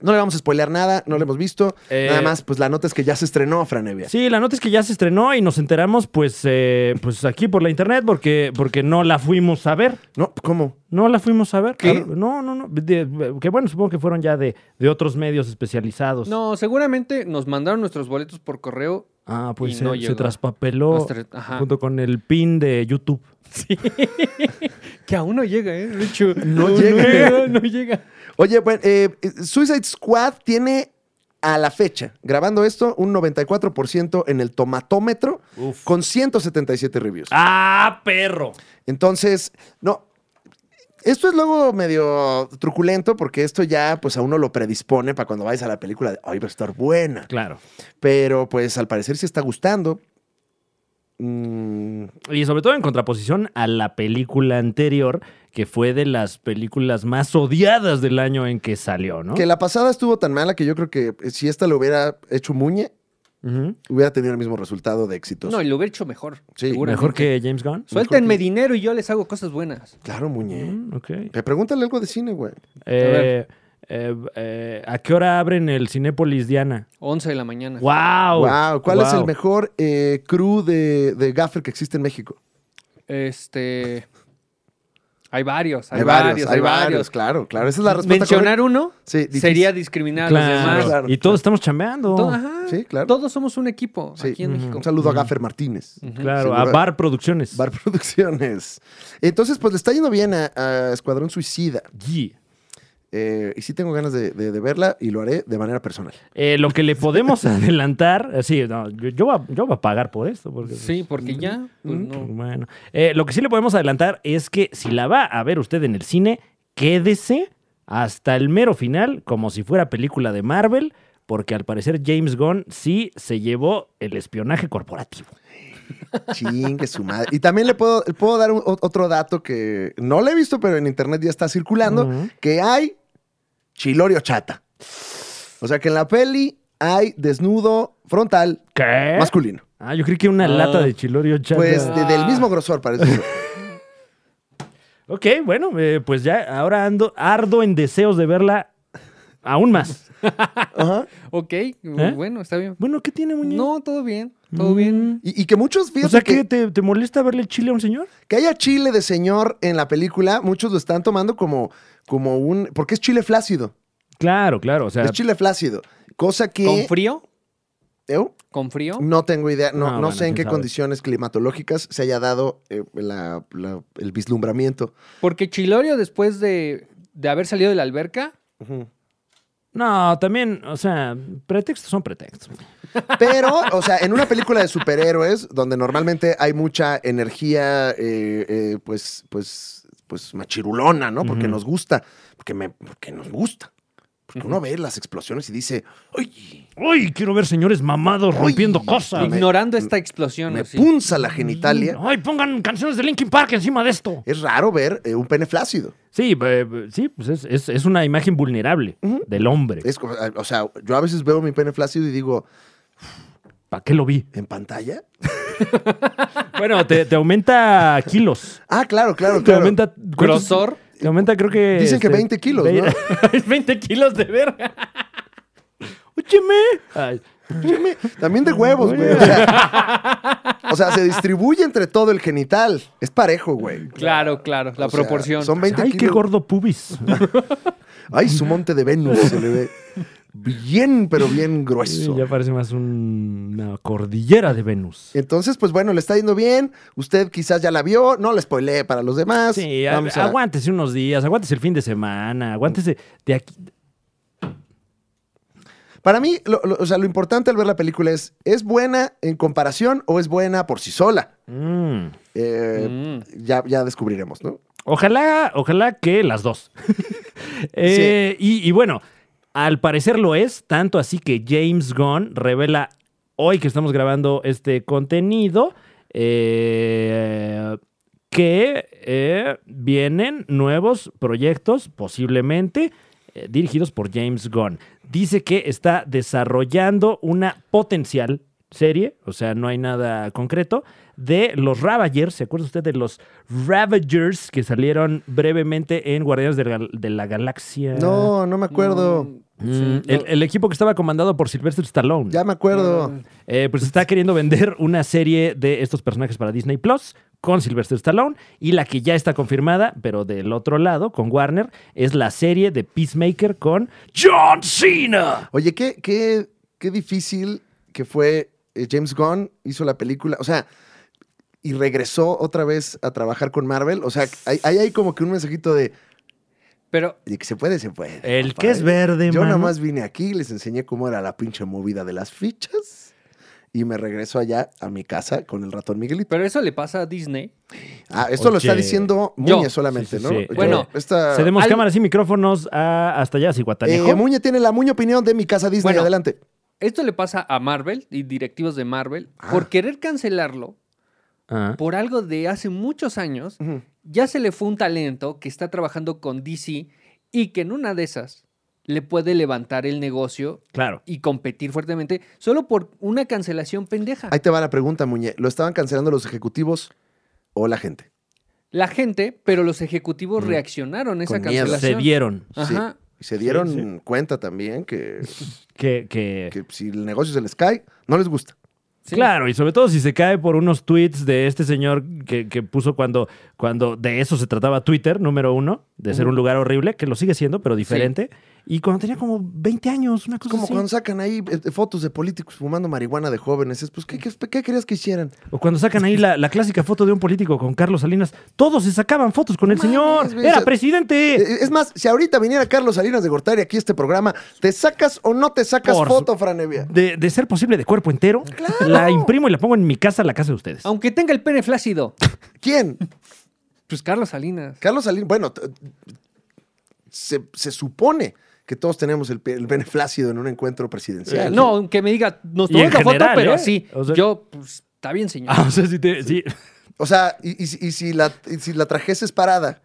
Speaker 1: No le vamos a spoilear nada, no lo hemos visto.
Speaker 3: Eh,
Speaker 1: Nada más, pues la nota es que ya se estrenó, Franevia.
Speaker 3: Sí, la nota es que ya se estrenó y nos enteramos, pues, eh, pues aquí por la internet, porque, porque no la fuimos a ver.
Speaker 1: No, pues, ¿cómo?
Speaker 3: No la fuimos a ver.
Speaker 2: ¿Qué?
Speaker 3: Claro, No, no, no. De- que bueno, supongo que fueron ya de, de otros medios especializados.
Speaker 2: No, seguramente nos mandaron nuestros boletos por correo.
Speaker 3: Ah, pues
Speaker 2: Y
Speaker 3: se,
Speaker 2: no
Speaker 3: se
Speaker 2: llegó.
Speaker 3: traspapeló
Speaker 2: Nos tra- ajá.
Speaker 3: junto con el pin de YouTube.
Speaker 2: Que aún no llega, ¿eh? De hecho,
Speaker 1: No llega.
Speaker 2: No llega.
Speaker 1: Oye, bueno, eh, Suicide Squad tiene a la fecha, grabando esto, un 94% en el tomatómetro
Speaker 3: Uf.
Speaker 1: con 177 reviews.
Speaker 3: ¡Ah, perro!
Speaker 1: Entonces, no. Esto es luego medio truculento porque esto ya pues a uno lo predispone para cuando vayas a la película de hoy va a estar buena.
Speaker 3: Claro.
Speaker 1: Pero pues al parecer sí está gustando. Mm,
Speaker 3: Y sobre todo en contraposición a la película anterior, que fue de las películas más odiadas del año en que salió, ¿no?
Speaker 1: Que la pasada estuvo tan mala que yo creo que eh, si esta lo hubiera hecho Muñe,
Speaker 3: Ujú.
Speaker 1: hubiera tenido el mismo resultado de éxitos.
Speaker 2: No, y lo hubiera hecho mejor.
Speaker 1: Sí,
Speaker 2: seguramente.
Speaker 3: Mejor que James Gunn.
Speaker 2: Suéltenme dinero y yo les hago cosas buenas.
Speaker 1: Claro, Muñe.
Speaker 3: Mm, ok.
Speaker 1: Me pregúntale algo de cine, güey.
Speaker 3: Eh, eh, eh, ¿A qué hora abren el Cinépolis Diana?
Speaker 2: 11 de la mañana.
Speaker 3: ¡Wow!
Speaker 1: wow, ¿cuál es el
Speaker 3: Wow.
Speaker 1: mejor eh, crew de, de gaffer que existe en México?
Speaker 2: Este. Hay varios, hay, varios, hay varios.
Speaker 1: Claro, claro. Esa es la respuesta.
Speaker 2: Mencionar uno
Speaker 1: Sí, difícil.
Speaker 2: sería discriminar a los
Speaker 3: Claro.
Speaker 2: demás.
Speaker 1: Claro,
Speaker 3: y todos estamos chambeando.
Speaker 2: To- ajá.
Speaker 1: Sí, claro.
Speaker 2: Todos somos un equipo
Speaker 1: Sí.
Speaker 2: aquí en
Speaker 1: correcta.
Speaker 2: México.
Speaker 1: Un saludo a Gaffer Martínez.
Speaker 3: Claro,
Speaker 1: Sin
Speaker 3: a
Speaker 1: duda.
Speaker 3: Bar Producciones.
Speaker 1: Bar Producciones. Entonces, pues le está yendo bien a, a Escuadrón Suicida.
Speaker 3: G.
Speaker 1: Eh, y sí tengo ganas de, de- de verla y lo haré de manera personal.
Speaker 3: Eh, lo que le podemos adelantar, eh, sí, no, yo, yo voy a, yo voy a pagar por esto. Porque,
Speaker 2: Sí, porque ya. pues,
Speaker 1: Mm.
Speaker 2: no.
Speaker 3: Bueno, Eh, lo que sí le podemos adelantar es que si la va a ver usted en el cine, quédese hasta el mero final, como si fuera película de Marvel, porque al parecer James Gunn sí se llevó el espionaje corporativo.
Speaker 1: Chingue su madre. Y también le puedo, puedo dar un- o- otro dato que no lo he visto, pero en internet ya está circulando,
Speaker 3: Ujú.
Speaker 1: que hay chilorio chata. O sea que en la peli hay desnudo frontal
Speaker 3: ¿Qué?
Speaker 1: masculino.
Speaker 3: Ah, yo creí que una
Speaker 2: Ah.
Speaker 3: lata de chilorio chata.
Speaker 1: Pues de- del mismo grosor parece.
Speaker 3: Ok, bueno, eh, pues ya ahora ando ardo en deseos de verla aún más.
Speaker 1: Ajá.
Speaker 2: Ok,
Speaker 3: ¿Eh?
Speaker 2: bueno, está bien.
Speaker 3: Bueno, ¿qué tiene, muñeco?
Speaker 2: No, todo bien, todo
Speaker 3: Mm.
Speaker 2: bien.
Speaker 1: Y, y que muchos, fíjate
Speaker 3: O sea,
Speaker 1: que-
Speaker 3: que te, te molesta verle el chile a un señor?
Speaker 1: Que haya chile de señor en la película, muchos lo están tomando como, como un. Porque es chile flácido.
Speaker 3: Claro, claro, o sea,
Speaker 1: Es chile flácido. Cosa
Speaker 2: ¿Con
Speaker 1: que.
Speaker 2: frío?
Speaker 1: ¿Eu?
Speaker 2: ¿Con frío?
Speaker 1: No tengo idea. No,
Speaker 3: Ah,
Speaker 1: no
Speaker 3: bueno,
Speaker 1: sé en
Speaker 3: quién
Speaker 1: qué
Speaker 3: sabe.
Speaker 1: condiciones climatológicas se haya dado eh, la- la- el vislumbramiento.
Speaker 2: Porque Chilorio, después de, de haber salido de la alberca,
Speaker 3: no, también, o sea, pretextos son pretextos.
Speaker 1: Pero, o sea, en una película de superhéroes, donde normalmente hay mucha energía, eh, eh, pues, pues, pues machirulona, ¿no? Porque
Speaker 3: Ujú.
Speaker 1: nos gusta. Porque, me, porque nos gusta. Porque uno ve las explosiones y dice, ¡Oye!
Speaker 3: ¡Uy, quiero ver señores mamados rompiendo cosas!
Speaker 1: Ah,
Speaker 3: Mm.
Speaker 1: me- mm,
Speaker 2: ignorando esta explosión.
Speaker 1: Me
Speaker 2: así.
Speaker 1: punza la genitalia.
Speaker 3: ¡Ay, pongan canciones de Linkin Park encima de esto!
Speaker 1: Es raro ver eh, un pene flácido.
Speaker 3: Sí, eh, sí, pues es, es- es una imagen vulnerable del hombre.
Speaker 1: Es, como- o sea, yo a veces veo mi pene flácido y digo,
Speaker 3: ¿Para qué lo vi?
Speaker 1: ¿en pantalla?
Speaker 3: Bueno, te, te aumenta kilos.
Speaker 1: Ah, claro, claro,
Speaker 3: Te
Speaker 1: claro.
Speaker 3: aumenta... ¿cuántos-
Speaker 2: Grosor.
Speaker 3: Te aumenta, creo que.
Speaker 1: Dicen que 20 kilos, ¿no?
Speaker 3: ve- 20 kilos de verga. ¡Óyeme! Ay,
Speaker 1: También de huevos, güey. O sea, o sea, se distribuye entre todo el genital. Es parejo, güey.
Speaker 2: Claro, claro, la
Speaker 1: O sea,
Speaker 2: proporción.
Speaker 1: Son 20
Speaker 3: ay, qué
Speaker 1: kilos.
Speaker 3: gordo pubis.
Speaker 1: Ay, su monte de Venus se le ve bien, pero bien grueso.
Speaker 3: ya parece más un- una cordillera de Venus.
Speaker 1: Entonces, pues bueno, le está yendo bien. Usted quizás ya la vio. No la spoileé para los demás.
Speaker 3: Sí, a-
Speaker 1: Vamos a-
Speaker 3: aguántese unos días, aguántese el fin de semana, aguántese de aquí.
Speaker 1: Para mí, lo, lo- o sea, lo importante al ver la película es, ¿es buena en comparación o es buena por sí sola?
Speaker 3: Mm.
Speaker 1: Eh,
Speaker 2: Mm.
Speaker 1: ya, ya descubriremos, ¿no?
Speaker 3: Ojalá, ojalá que las dos. Eh, y, y bueno, al parecer lo es, tanto así que James Gunn revela hoy que estamos grabando este contenido eh, que eh, vienen nuevos proyectos posiblemente eh, dirigidos por James Gunn. Dice que está desarrollando una potencial serie, o sea, no hay nada concreto, de los Ravagers. ¿Se acuerda usted de los Ravagers que salieron brevemente en Guardianes de, la- de la Galaxia?
Speaker 1: No, no me acuerdo.
Speaker 2: Mm,
Speaker 3: Mm, el, el equipo que estaba comandado por Sylvester Stallone.
Speaker 1: Ya me acuerdo.
Speaker 3: Eh, pues está queriendo vender una serie de estos personajes para Disney Plus con Sylvester Stallone y la que ya está confirmada, pero del otro lado, con Warner, es la serie de Peacemaker con John Cena.
Speaker 1: Oye, qué, qué, qué difícil que fue eh, James Gunn, hizo la película, o sea, y regresó otra vez a trabajar con Marvel. O sea, ahí hay, hay como que un mensajito de,
Speaker 2: Pero
Speaker 1: de que se puede, se puede.
Speaker 3: El
Speaker 1: papá,
Speaker 3: que es
Speaker 1: ¿eh?
Speaker 3: verde,
Speaker 1: Yo nada
Speaker 3: mano.
Speaker 1: más vine aquí, les enseñé cómo era la pinche movida de las fichas y me regreso allá a mi casa con el ratón Miguelito.
Speaker 2: Pero eso le pasa a Disney.
Speaker 1: Ah, esto lo
Speaker 3: Oye.
Speaker 1: está diciendo
Speaker 2: Yo.
Speaker 1: Muñe solamente,
Speaker 3: Sí, sí,
Speaker 1: ¿no?
Speaker 3: sí.
Speaker 1: Yo-
Speaker 2: Bueno,
Speaker 1: esta, ah,
Speaker 3: Cedemos
Speaker 2: al-
Speaker 3: cámaras y micrófonos a- hasta allá, Cihuatanejo.
Speaker 1: eh, Muñe tiene la Muñe opinión de mi casa Disney.
Speaker 2: Bueno.
Speaker 1: Adelante.
Speaker 2: Esto le pasa a Marvel y directivos de Marvel
Speaker 1: Ah.
Speaker 2: por querer cancelarlo
Speaker 3: Ah.
Speaker 2: por algo de hace muchos años.
Speaker 1: Ujú.
Speaker 2: Ya se le fue un talento que está trabajando con DC y que en una de esas le puede levantar el negocio
Speaker 3: Claro.
Speaker 2: y competir fuertemente solo por una cancelación pendeja.
Speaker 1: Ahí te va la pregunta, Muñe. ¿Lo estaban cancelando los ejecutivos o la gente?
Speaker 2: La gente, pero los ejecutivos reaccionaron a esa
Speaker 1: Con miedo.
Speaker 3: Se
Speaker 2: cancelación.
Speaker 3: vieron
Speaker 2: Ajá.
Speaker 1: Sí. Y se dieron
Speaker 3: Sí,
Speaker 1: cuenta también que,
Speaker 3: que, que-
Speaker 1: que si el negocio se les cae, no les gusta.
Speaker 2: Sí.
Speaker 3: Claro, y sobre todo si se cae por unos tweets de este señor que, que puso cuando, cuando de eso se trataba Twitter, número uno, de ser un lugar horrible, que lo sigue siendo, pero diferente. Y cuando tenía como 20 años, una
Speaker 1: Es
Speaker 3: cosa
Speaker 1: como
Speaker 3: así.
Speaker 1: cuando sacan ahí eh, fotos de políticos fumando marihuana de jóvenes. Es, pues, ¿qué, qué, qué querías que hicieran?
Speaker 3: O cuando sacan ahí la, la clásica foto de un político con Carlos Salinas. Todos se sacaban fotos con el
Speaker 1: Mames,
Speaker 3: señor.
Speaker 1: güey, o
Speaker 3: Era
Speaker 1: sea,
Speaker 3: presidente.
Speaker 1: Eh, Es más, si ahorita viniera Carlos Salinas de Gortari aquí a este programa, ¿te sacas o no te sacas
Speaker 3: Por su-
Speaker 1: foto, Franevia?
Speaker 3: De, de ser posible de cuerpo entero, la imprimo y la pongo en mi casa, la casa de ustedes.
Speaker 2: Aunque tenga el pene flácido.
Speaker 1: ¿Quién?
Speaker 2: Pues Carlos Salinas.
Speaker 1: Carlos Salinas, bueno, t- se, se supone que todos tenemos el, pe- el pene flácido en un encuentro
Speaker 3: Eh,
Speaker 1: presidencial.
Speaker 2: No, aunque me diga, nos
Speaker 3: Y en
Speaker 2: tomamos la foto,
Speaker 3: general,
Speaker 2: pero
Speaker 3: ¿eh?
Speaker 2: sí.
Speaker 3: O sea-
Speaker 2: Yo, pues, está bien, señor.
Speaker 3: Ah, o sea, si te- si-
Speaker 1: O sea, y, y si- y si la, y si la trajeses parada,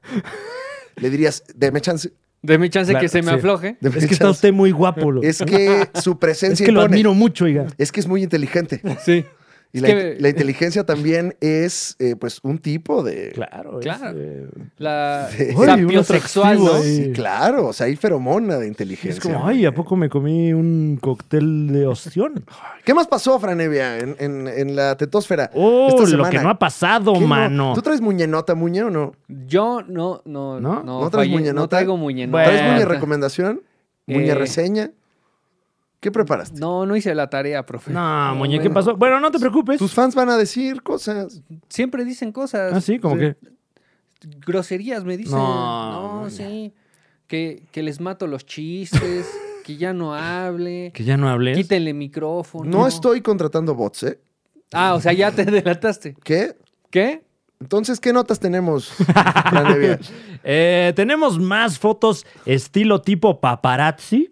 Speaker 1: le dirías, deme chance.
Speaker 2: Deme chance
Speaker 3: Claro,
Speaker 2: que se me
Speaker 3: sí.
Speaker 2: afloje.
Speaker 1: deme
Speaker 3: es que está
Speaker 1: chance".
Speaker 3: usted muy guapo. lo-
Speaker 1: Es que su
Speaker 3: es
Speaker 1: presencia
Speaker 3: que lo
Speaker 1: impone.
Speaker 3: admiro mucho, oiga.
Speaker 1: Es que es muy inteligente.
Speaker 2: Sí.
Speaker 1: Y
Speaker 2: Es
Speaker 1: la,
Speaker 2: que-
Speaker 1: la inteligencia también es, eh, pues, un tipo de...
Speaker 3: Claro, es,
Speaker 2: Claro.
Speaker 3: eh,
Speaker 2: La
Speaker 3: Uy, un eh.
Speaker 2: sapiosexual,
Speaker 3: atractivo
Speaker 2: ¿no?
Speaker 3: ahí.
Speaker 1: Sí, claro. O sea, hay feromona de inteligencia.
Speaker 3: Es como, ay, ¿a poco me comí un cóctel de ostión?
Speaker 1: ¿Qué más pasó, Franevia, en, en- en la tetósfera?
Speaker 3: Oh,
Speaker 1: esta
Speaker 3: lo
Speaker 1: semana?
Speaker 3: que no ha pasado,
Speaker 1: ¿Qué no?
Speaker 3: mano.
Speaker 1: ¿Tú traes muñenota, muñe, o no?
Speaker 2: Yo no, no,
Speaker 3: ¿No?
Speaker 2: no.
Speaker 1: ¿No traes
Speaker 2: fallé,
Speaker 1: muñenota?
Speaker 2: No traigo muñenota.
Speaker 3: Bueno.
Speaker 1: ¿Traes muñe recomendación? ¿Muñe
Speaker 2: Eh.
Speaker 1: reseña? ¿Qué preparaste?
Speaker 2: No, no hice la tarea, profe.
Speaker 3: No, muñe, ¿qué
Speaker 2: bueno.
Speaker 3: pasó? Bueno, no te preocupes.
Speaker 1: Tus fans van a decir cosas.
Speaker 2: Siempre dicen cosas.
Speaker 3: Ah, sí, como
Speaker 1: Sí.
Speaker 3: que.
Speaker 2: groserías me dicen.
Speaker 3: No,
Speaker 2: No,
Speaker 3: no,
Speaker 2: sí. Que, que les mato los chistes, que ya no hable,
Speaker 3: Que ya no hables.
Speaker 2: quítenle micrófono.
Speaker 1: No estoy contratando bots, ¿eh?
Speaker 2: Ah, o sea, ya te delataste.
Speaker 1: ¿Qué?
Speaker 2: ¿Qué?
Speaker 1: Entonces, ¿qué notas tenemos, Franevia?
Speaker 3: Eh, tenemos más fotos estilo tipo paparazzi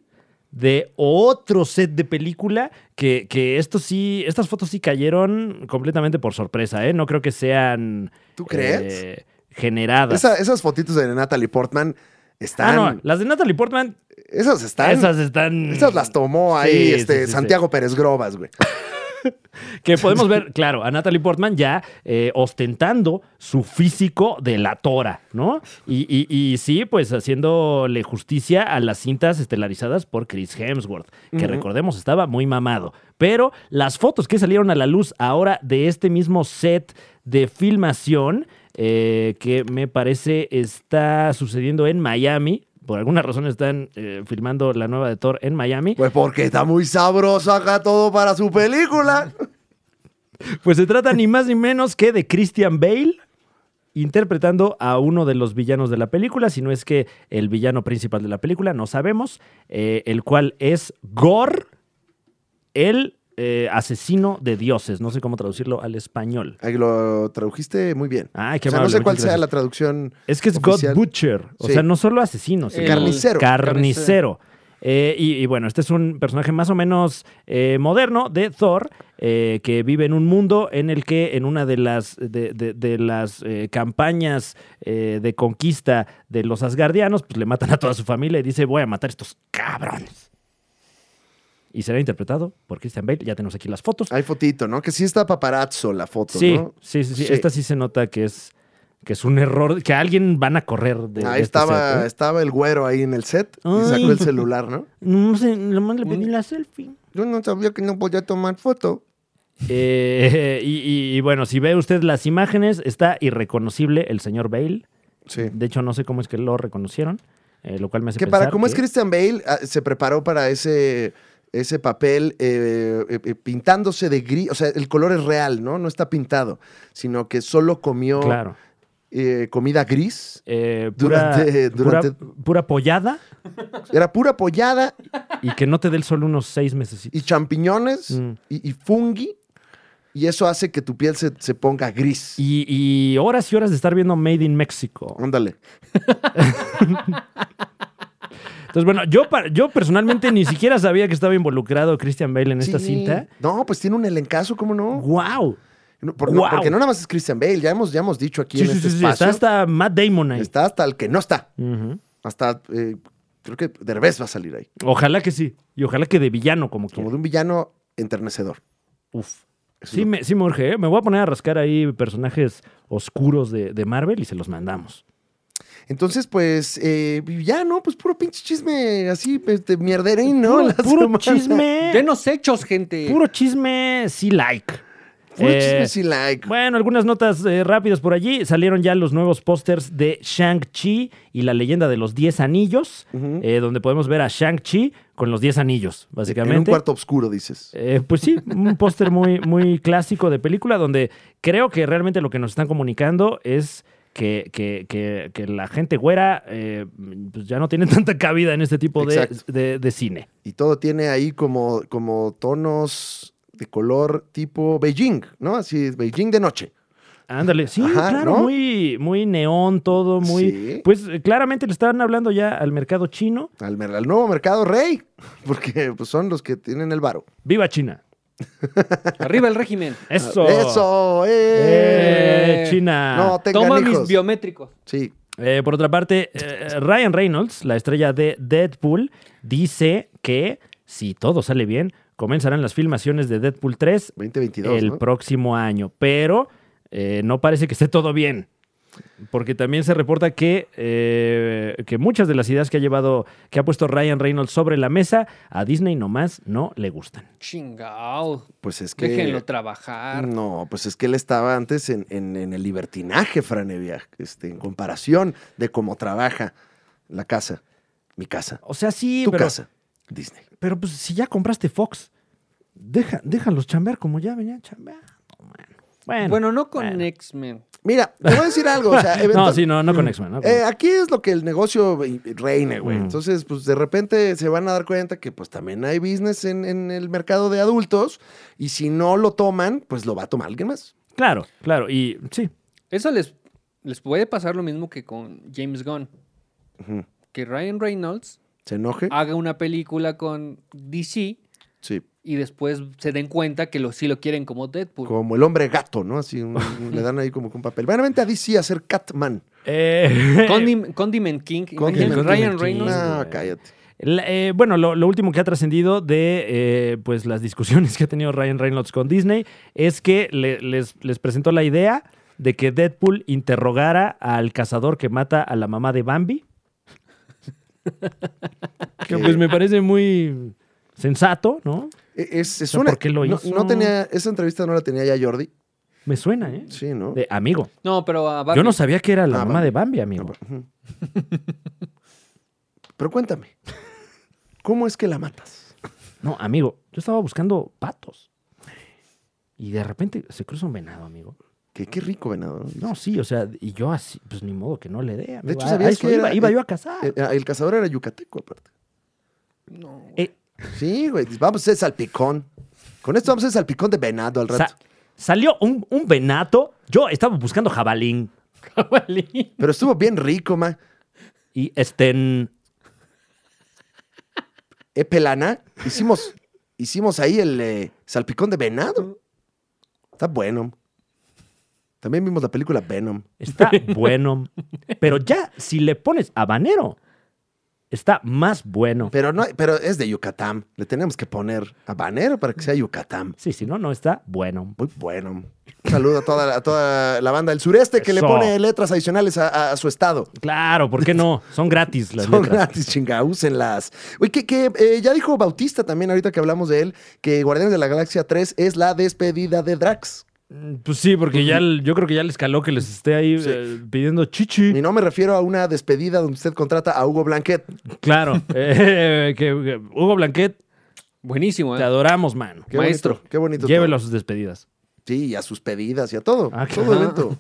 Speaker 3: de otro set de película que, que esto sí, estas fotos sí cayeron completamente por sorpresa, ¿eh? No creo que sean
Speaker 1: ¿Tú crees?
Speaker 3: eh, generadas.
Speaker 1: Esa- esas fotitos de Natalie Portman
Speaker 3: Ah,
Speaker 1: están.
Speaker 3: no, las de Natalie Portman,
Speaker 1: Esas están. Esas,
Speaker 3: esas están.
Speaker 1: las tomó ahí
Speaker 3: Sí,
Speaker 1: este,
Speaker 3: sí, sí, sí.
Speaker 1: Santiago Pérez Grobas, güey.
Speaker 3: Que podemos ver, claro, a Natalie Portman ya eh, ostentando su físico de la tora, ¿no? Y, y- y sí, pues haciéndole justicia a las cintas estelarizadas por Chris Hemsworth, que recordemos estaba muy mamado. Pero las fotos que salieron a la luz ahora de este mismo set de filmación, eh, que me parece está sucediendo en Miami. Por alguna razón están eh, filmando la nueva de Thor en Miami.
Speaker 1: Pues porque está muy sabroso acá todo para su película.
Speaker 3: Pues se trata ni más ni menos que de Christian Bale interpretando a uno de los villanos de la película, si no es que el villano principal de la película, no sabemos, eh, el cual es Gore, el eh, asesino de dioses. No sé cómo traducirlo al español.
Speaker 1: Ahí lo tradujiste muy bien.
Speaker 3: Ay, Ah, qué
Speaker 1: o sea, no
Speaker 3: amable,
Speaker 1: sé cuál
Speaker 3: muchas
Speaker 1: sea
Speaker 3: gracias.
Speaker 1: la traducción.
Speaker 3: Es que es
Speaker 1: oficial.
Speaker 3: God Butcher, o
Speaker 1: Sí.
Speaker 3: sea, no solo asesino, sino
Speaker 2: El
Speaker 1: carnicero.
Speaker 3: Carnicero. Eh, y, y bueno, este es un personaje más o menos eh, moderno de Thor, eh, que vive en un mundo en el que en una de las, de, de- de las eh, campañas eh, de conquista de los asgardianos, pues le matan a toda su familia y dice, voy a matar a estos cabrones. Y será interpretado por Christian Bale, ya tenemos aquí las fotos.
Speaker 1: Hay fotito, ¿no? Que sí está paparazzo la foto,
Speaker 3: Sí,
Speaker 1: ¿no?
Speaker 3: sí, sí, sí,
Speaker 1: Sí.
Speaker 3: Esta sí se nota que es que es un error, que a alguien van a correr de
Speaker 1: Ahí
Speaker 3: de este
Speaker 1: estaba,
Speaker 3: set, ¿eh?
Speaker 1: estaba el güero ahí en el set y
Speaker 3: Ay.
Speaker 1: sacó el celular, ¿no?
Speaker 3: No sé, nomás le pedí la selfie.
Speaker 1: Yo no sabía que no podía tomar foto.
Speaker 3: Eh, y, y- y bueno, si ve usted las imágenes, está irreconocible el señor Bale.
Speaker 1: Sí.
Speaker 3: De hecho, no sé cómo es que lo reconocieron, eh, lo cual me hace
Speaker 1: Que para
Speaker 3: pensar
Speaker 1: cómo es Christian Bale ah, se preparó para ese, ese papel eh, eh, eh, pintándose de gris. O sea, el color es real, ¿no? No está pintado, sino que solo comió
Speaker 3: Claro.
Speaker 1: eh, comida gris.
Speaker 3: Eh, pura,
Speaker 1: Durante-
Speaker 3: pura-
Speaker 1: durante-
Speaker 3: pura pollada
Speaker 1: Era pura pollada
Speaker 3: y que no te dé el sol unos seis meses.
Speaker 1: y champiñones
Speaker 3: Mm.
Speaker 1: y, y fungi. Y eso hace que tu piel se, se ponga gris.
Speaker 3: Y, y horas y horas de estar viendo Made in Mexico.
Speaker 1: Ándale.
Speaker 3: Entonces, bueno, yo, pa- yo personalmente ni siquiera sabía que estaba involucrado Christian Bale en esta
Speaker 1: Sí.
Speaker 3: cinta.
Speaker 1: No, pues tiene un elencazo, ¿cómo no?
Speaker 3: ¡Wow!
Speaker 1: No, por-
Speaker 3: Guau.
Speaker 1: Porque no nada más es Christian Bale, ya hemos, ya hemos dicho aquí
Speaker 3: Sí,
Speaker 1: en
Speaker 3: sí,
Speaker 1: este
Speaker 3: sí, sí,
Speaker 1: espacio.
Speaker 3: Está hasta Matt Damon ahí.
Speaker 1: Está hasta el que no está.
Speaker 3: Ujú.
Speaker 1: Hasta, eh, creo que Derbez va a salir ahí.
Speaker 3: Ojalá que sí. Y ojalá que de villano, como que.
Speaker 1: Como de un villano enternecedor.
Speaker 3: Uf.
Speaker 1: Eso
Speaker 3: Sí
Speaker 1: es
Speaker 3: me, sí me urge, ¿eh? Me voy a poner a rascar ahí personajes oscuros de, de Marvel y se los mandamos.
Speaker 1: lo- Entonces, pues, eh, ya, ¿no? Pues puro pinche chisme así, este, mierderín, ¿no?
Speaker 3: Puro,
Speaker 1: La
Speaker 3: puro
Speaker 1: semana.
Speaker 3: chisme.
Speaker 2: Denos hechos, gente.
Speaker 3: Puro chisme, sí like.
Speaker 1: Puro
Speaker 3: Eh,
Speaker 1: chisme sí, like.
Speaker 3: Bueno, algunas notas eh, rápidas por allí. Salieron ya los nuevos pósters de Shang-Chi y la leyenda de los 10 anillos,
Speaker 1: Ujú.
Speaker 3: eh, donde podemos ver a Shang-Chi con los 10 anillos,
Speaker 1: En un
Speaker 3: básicamente.
Speaker 1: cuarto oscuro, dices.
Speaker 3: Eh, pues sí, un póster muy, muy clásico de película donde creo que realmente lo que nos están comunicando es que, que- que- que la gente güera eh, pues ya no tiene tanta cabida en este tipo de,
Speaker 1: Exacto.
Speaker 3: de- de cine.
Speaker 1: Y todo tiene ahí como, como tonos de color tipo Beijing, ¿no? Así, Beijing de noche.
Speaker 3: Ándale, sí,
Speaker 1: Ajá,
Speaker 3: claro,
Speaker 1: ¿no?
Speaker 3: muy, muy neón todo, muy...
Speaker 1: Sí.
Speaker 3: Pues eh, claramente le estaban hablando ya al mercado chino.
Speaker 1: Al, mer- al nuevo mercado rey, porque pues, son los que tienen el varo.
Speaker 3: ¡Viva China!
Speaker 2: Arriba el régimen.
Speaker 3: ¡Eso!
Speaker 1: Ah, ¡Eso! ¡Eh!
Speaker 3: ¡Eh,
Speaker 2: Eh,
Speaker 3: China!
Speaker 1: No tengan
Speaker 2: Toma mis
Speaker 1: hijos.
Speaker 2: biométricos.
Speaker 1: Sí.
Speaker 3: Eh, por otra parte, eh, Ryan Reynolds, la estrella de Deadpool, dice que si todo sale bien, comenzarán las filmaciones de Deadpool 3
Speaker 1: 2022,
Speaker 3: el
Speaker 1: ¿no?
Speaker 3: próximo año. Pero eh, no parece que esté todo bien. Porque también se reporta que, eh, que muchas de las ideas que ha llevado, que ha puesto Ryan Reynolds sobre la mesa, a Disney nomás no le gustan.
Speaker 2: Chingao.
Speaker 1: Pues es que...
Speaker 2: Déjenlo trabajar.
Speaker 1: No, pues es que él estaba antes en, en- en el libertinaje, Franevia, este, en comparación de cómo trabaja la casa, mi casa,
Speaker 3: O sea, sí,
Speaker 1: tu
Speaker 3: pero,
Speaker 1: casa, Disney.
Speaker 3: pero pues si ya compraste Fox, deja, déjalos chambear como ya venían chambeando. man. Bueno,
Speaker 2: Bueno, no con
Speaker 3: bueno.
Speaker 2: X-Men.
Speaker 1: Mira, te voy a decir algo, o sea,
Speaker 3: No,
Speaker 1: eventual-
Speaker 3: sí, no, no con X-Men. no con-
Speaker 1: Eh, aquí es lo que el negocio eh, reina, güey.
Speaker 3: Mm.
Speaker 1: Entonces, pues de repente se van a dar cuenta que pues también hay business en, en el mercado de adultos y si no lo toman, pues lo va a tomar alguien más.
Speaker 3: Claro, claro. Y sí,
Speaker 2: Eso les, les puede pasar lo mismo que con James Gunn.
Speaker 1: Ujú.
Speaker 2: Que Ryan Reynolds
Speaker 1: ¿Se enoje?
Speaker 3: Ah.
Speaker 2: haga una película con DC
Speaker 1: Sí.
Speaker 2: y después se den cuenta que lo, sí lo quieren como Deadpool.
Speaker 1: Como el hombre gato, ¿no? Así un- un- le dan ahí como que un papel. Bueno, vente a DC a hacer Catman.
Speaker 3: Eh,
Speaker 2: Condim- Condiment King.
Speaker 1: Condiment
Speaker 2: Imagínate,
Speaker 3: King.
Speaker 2: Ryan
Speaker 3: Condiment
Speaker 2: Reynolds.
Speaker 3: King.
Speaker 1: No,
Speaker 3: güey.
Speaker 1: cállate.
Speaker 3: la- eh, bueno, lo, lo último que ha trascendido de eh, pues las discusiones que ha tenido Ryan Reynolds con Disney es que le- les, les presentó la idea de que Deadpool interrogara al cazador que mata a la mamá de Bambi. que pues me parece muy sensato, ¿no?
Speaker 1: E, Es, es
Speaker 3: sea,
Speaker 1: una.
Speaker 3: ¿por qué lo
Speaker 1: no,
Speaker 3: hizo?
Speaker 1: no tenía. Esa entrevista no la tenía ya Jordi.
Speaker 3: Me suena, ¿eh?
Speaker 1: Sí, ¿no?
Speaker 3: De amigo.
Speaker 2: No, pero a
Speaker 3: Yo
Speaker 2: Barbie.
Speaker 3: no sabía que era la
Speaker 1: Ah,
Speaker 3: mamá
Speaker 1: Bambi.
Speaker 3: de Bambi, amigo.
Speaker 1: Ujú. Pero cuéntame. ¿Cómo es que la matas?
Speaker 3: No, amigo, yo estaba buscando patos. Y de repente se cruza un venado, amigo.
Speaker 1: Que qué rico venado. ¿no?
Speaker 3: No, sí, o sea, y yo así, pues ni modo que no le dé. amigo.
Speaker 1: De hecho,
Speaker 3: A- a
Speaker 1: ¿sabías
Speaker 3: eso
Speaker 1: que
Speaker 3: iba,
Speaker 1: era-
Speaker 3: iba
Speaker 1: eh,
Speaker 3: yo a cazar.
Speaker 1: El, el cazador era yucateco, aparte.
Speaker 2: No.
Speaker 3: Eh,
Speaker 1: Sí, güey. Vamos a hacer salpicón. Con esto vamos a hacer salpicón de venado al rato.
Speaker 3: sa- salió un, un venato. Yo estaba buscando jabalín.
Speaker 2: Jabalí.
Speaker 1: Pero estuvo bien rico, ma.
Speaker 3: Y este. n-
Speaker 1: Epelana. Eh, Hicimos, hicimos ahí el eh, salpicón de venado. Está bueno. También vimos la película Venom.
Speaker 3: Está bueno. Pero ya, si le pones habanero, está más bueno.
Speaker 1: Pero, no, pero es de Yucatán. Le tenemos que poner a Banner para que
Speaker 3: Mm.
Speaker 1: sea Yucatán.
Speaker 3: Sí, si no, no está bueno.
Speaker 1: Muy bueno. Un saludo a toda, la- a toda la banda del sureste que le
Speaker 3: Eso.
Speaker 1: pone letras adicionales a, a- a su estado.
Speaker 3: Claro, ¿por qué no? Son gratis las
Speaker 1: Son
Speaker 3: letras.
Speaker 1: gratis, chinga, úsenlas. Oye, que, que, eh, ya dijo Bautista también ahorita que hablamos de él, que Guardianes de la Galaxia 3 es la despedida de Drax.
Speaker 3: Mm, Pues sí, porque ya el- yo creo que ya les caló que les esté ahí
Speaker 1: Sí.
Speaker 3: eh, pidiendo chichi.
Speaker 1: Y no me refiero a una despedida donde usted contrata a Hugo Blanquet.
Speaker 3: Claro. Eh, que, que- Hugo Blanquet,
Speaker 2: Buenísimo,
Speaker 3: te
Speaker 2: ¿eh?
Speaker 3: adoramos, man.
Speaker 1: Qué
Speaker 2: Maestro,
Speaker 1: bonito, qué bonito.
Speaker 3: Llévelo a sus despedidas.
Speaker 1: todo. Sí, y a sus pedidas y a todo.
Speaker 3: Ah,
Speaker 1: todo
Speaker 3: claro.
Speaker 1: evento.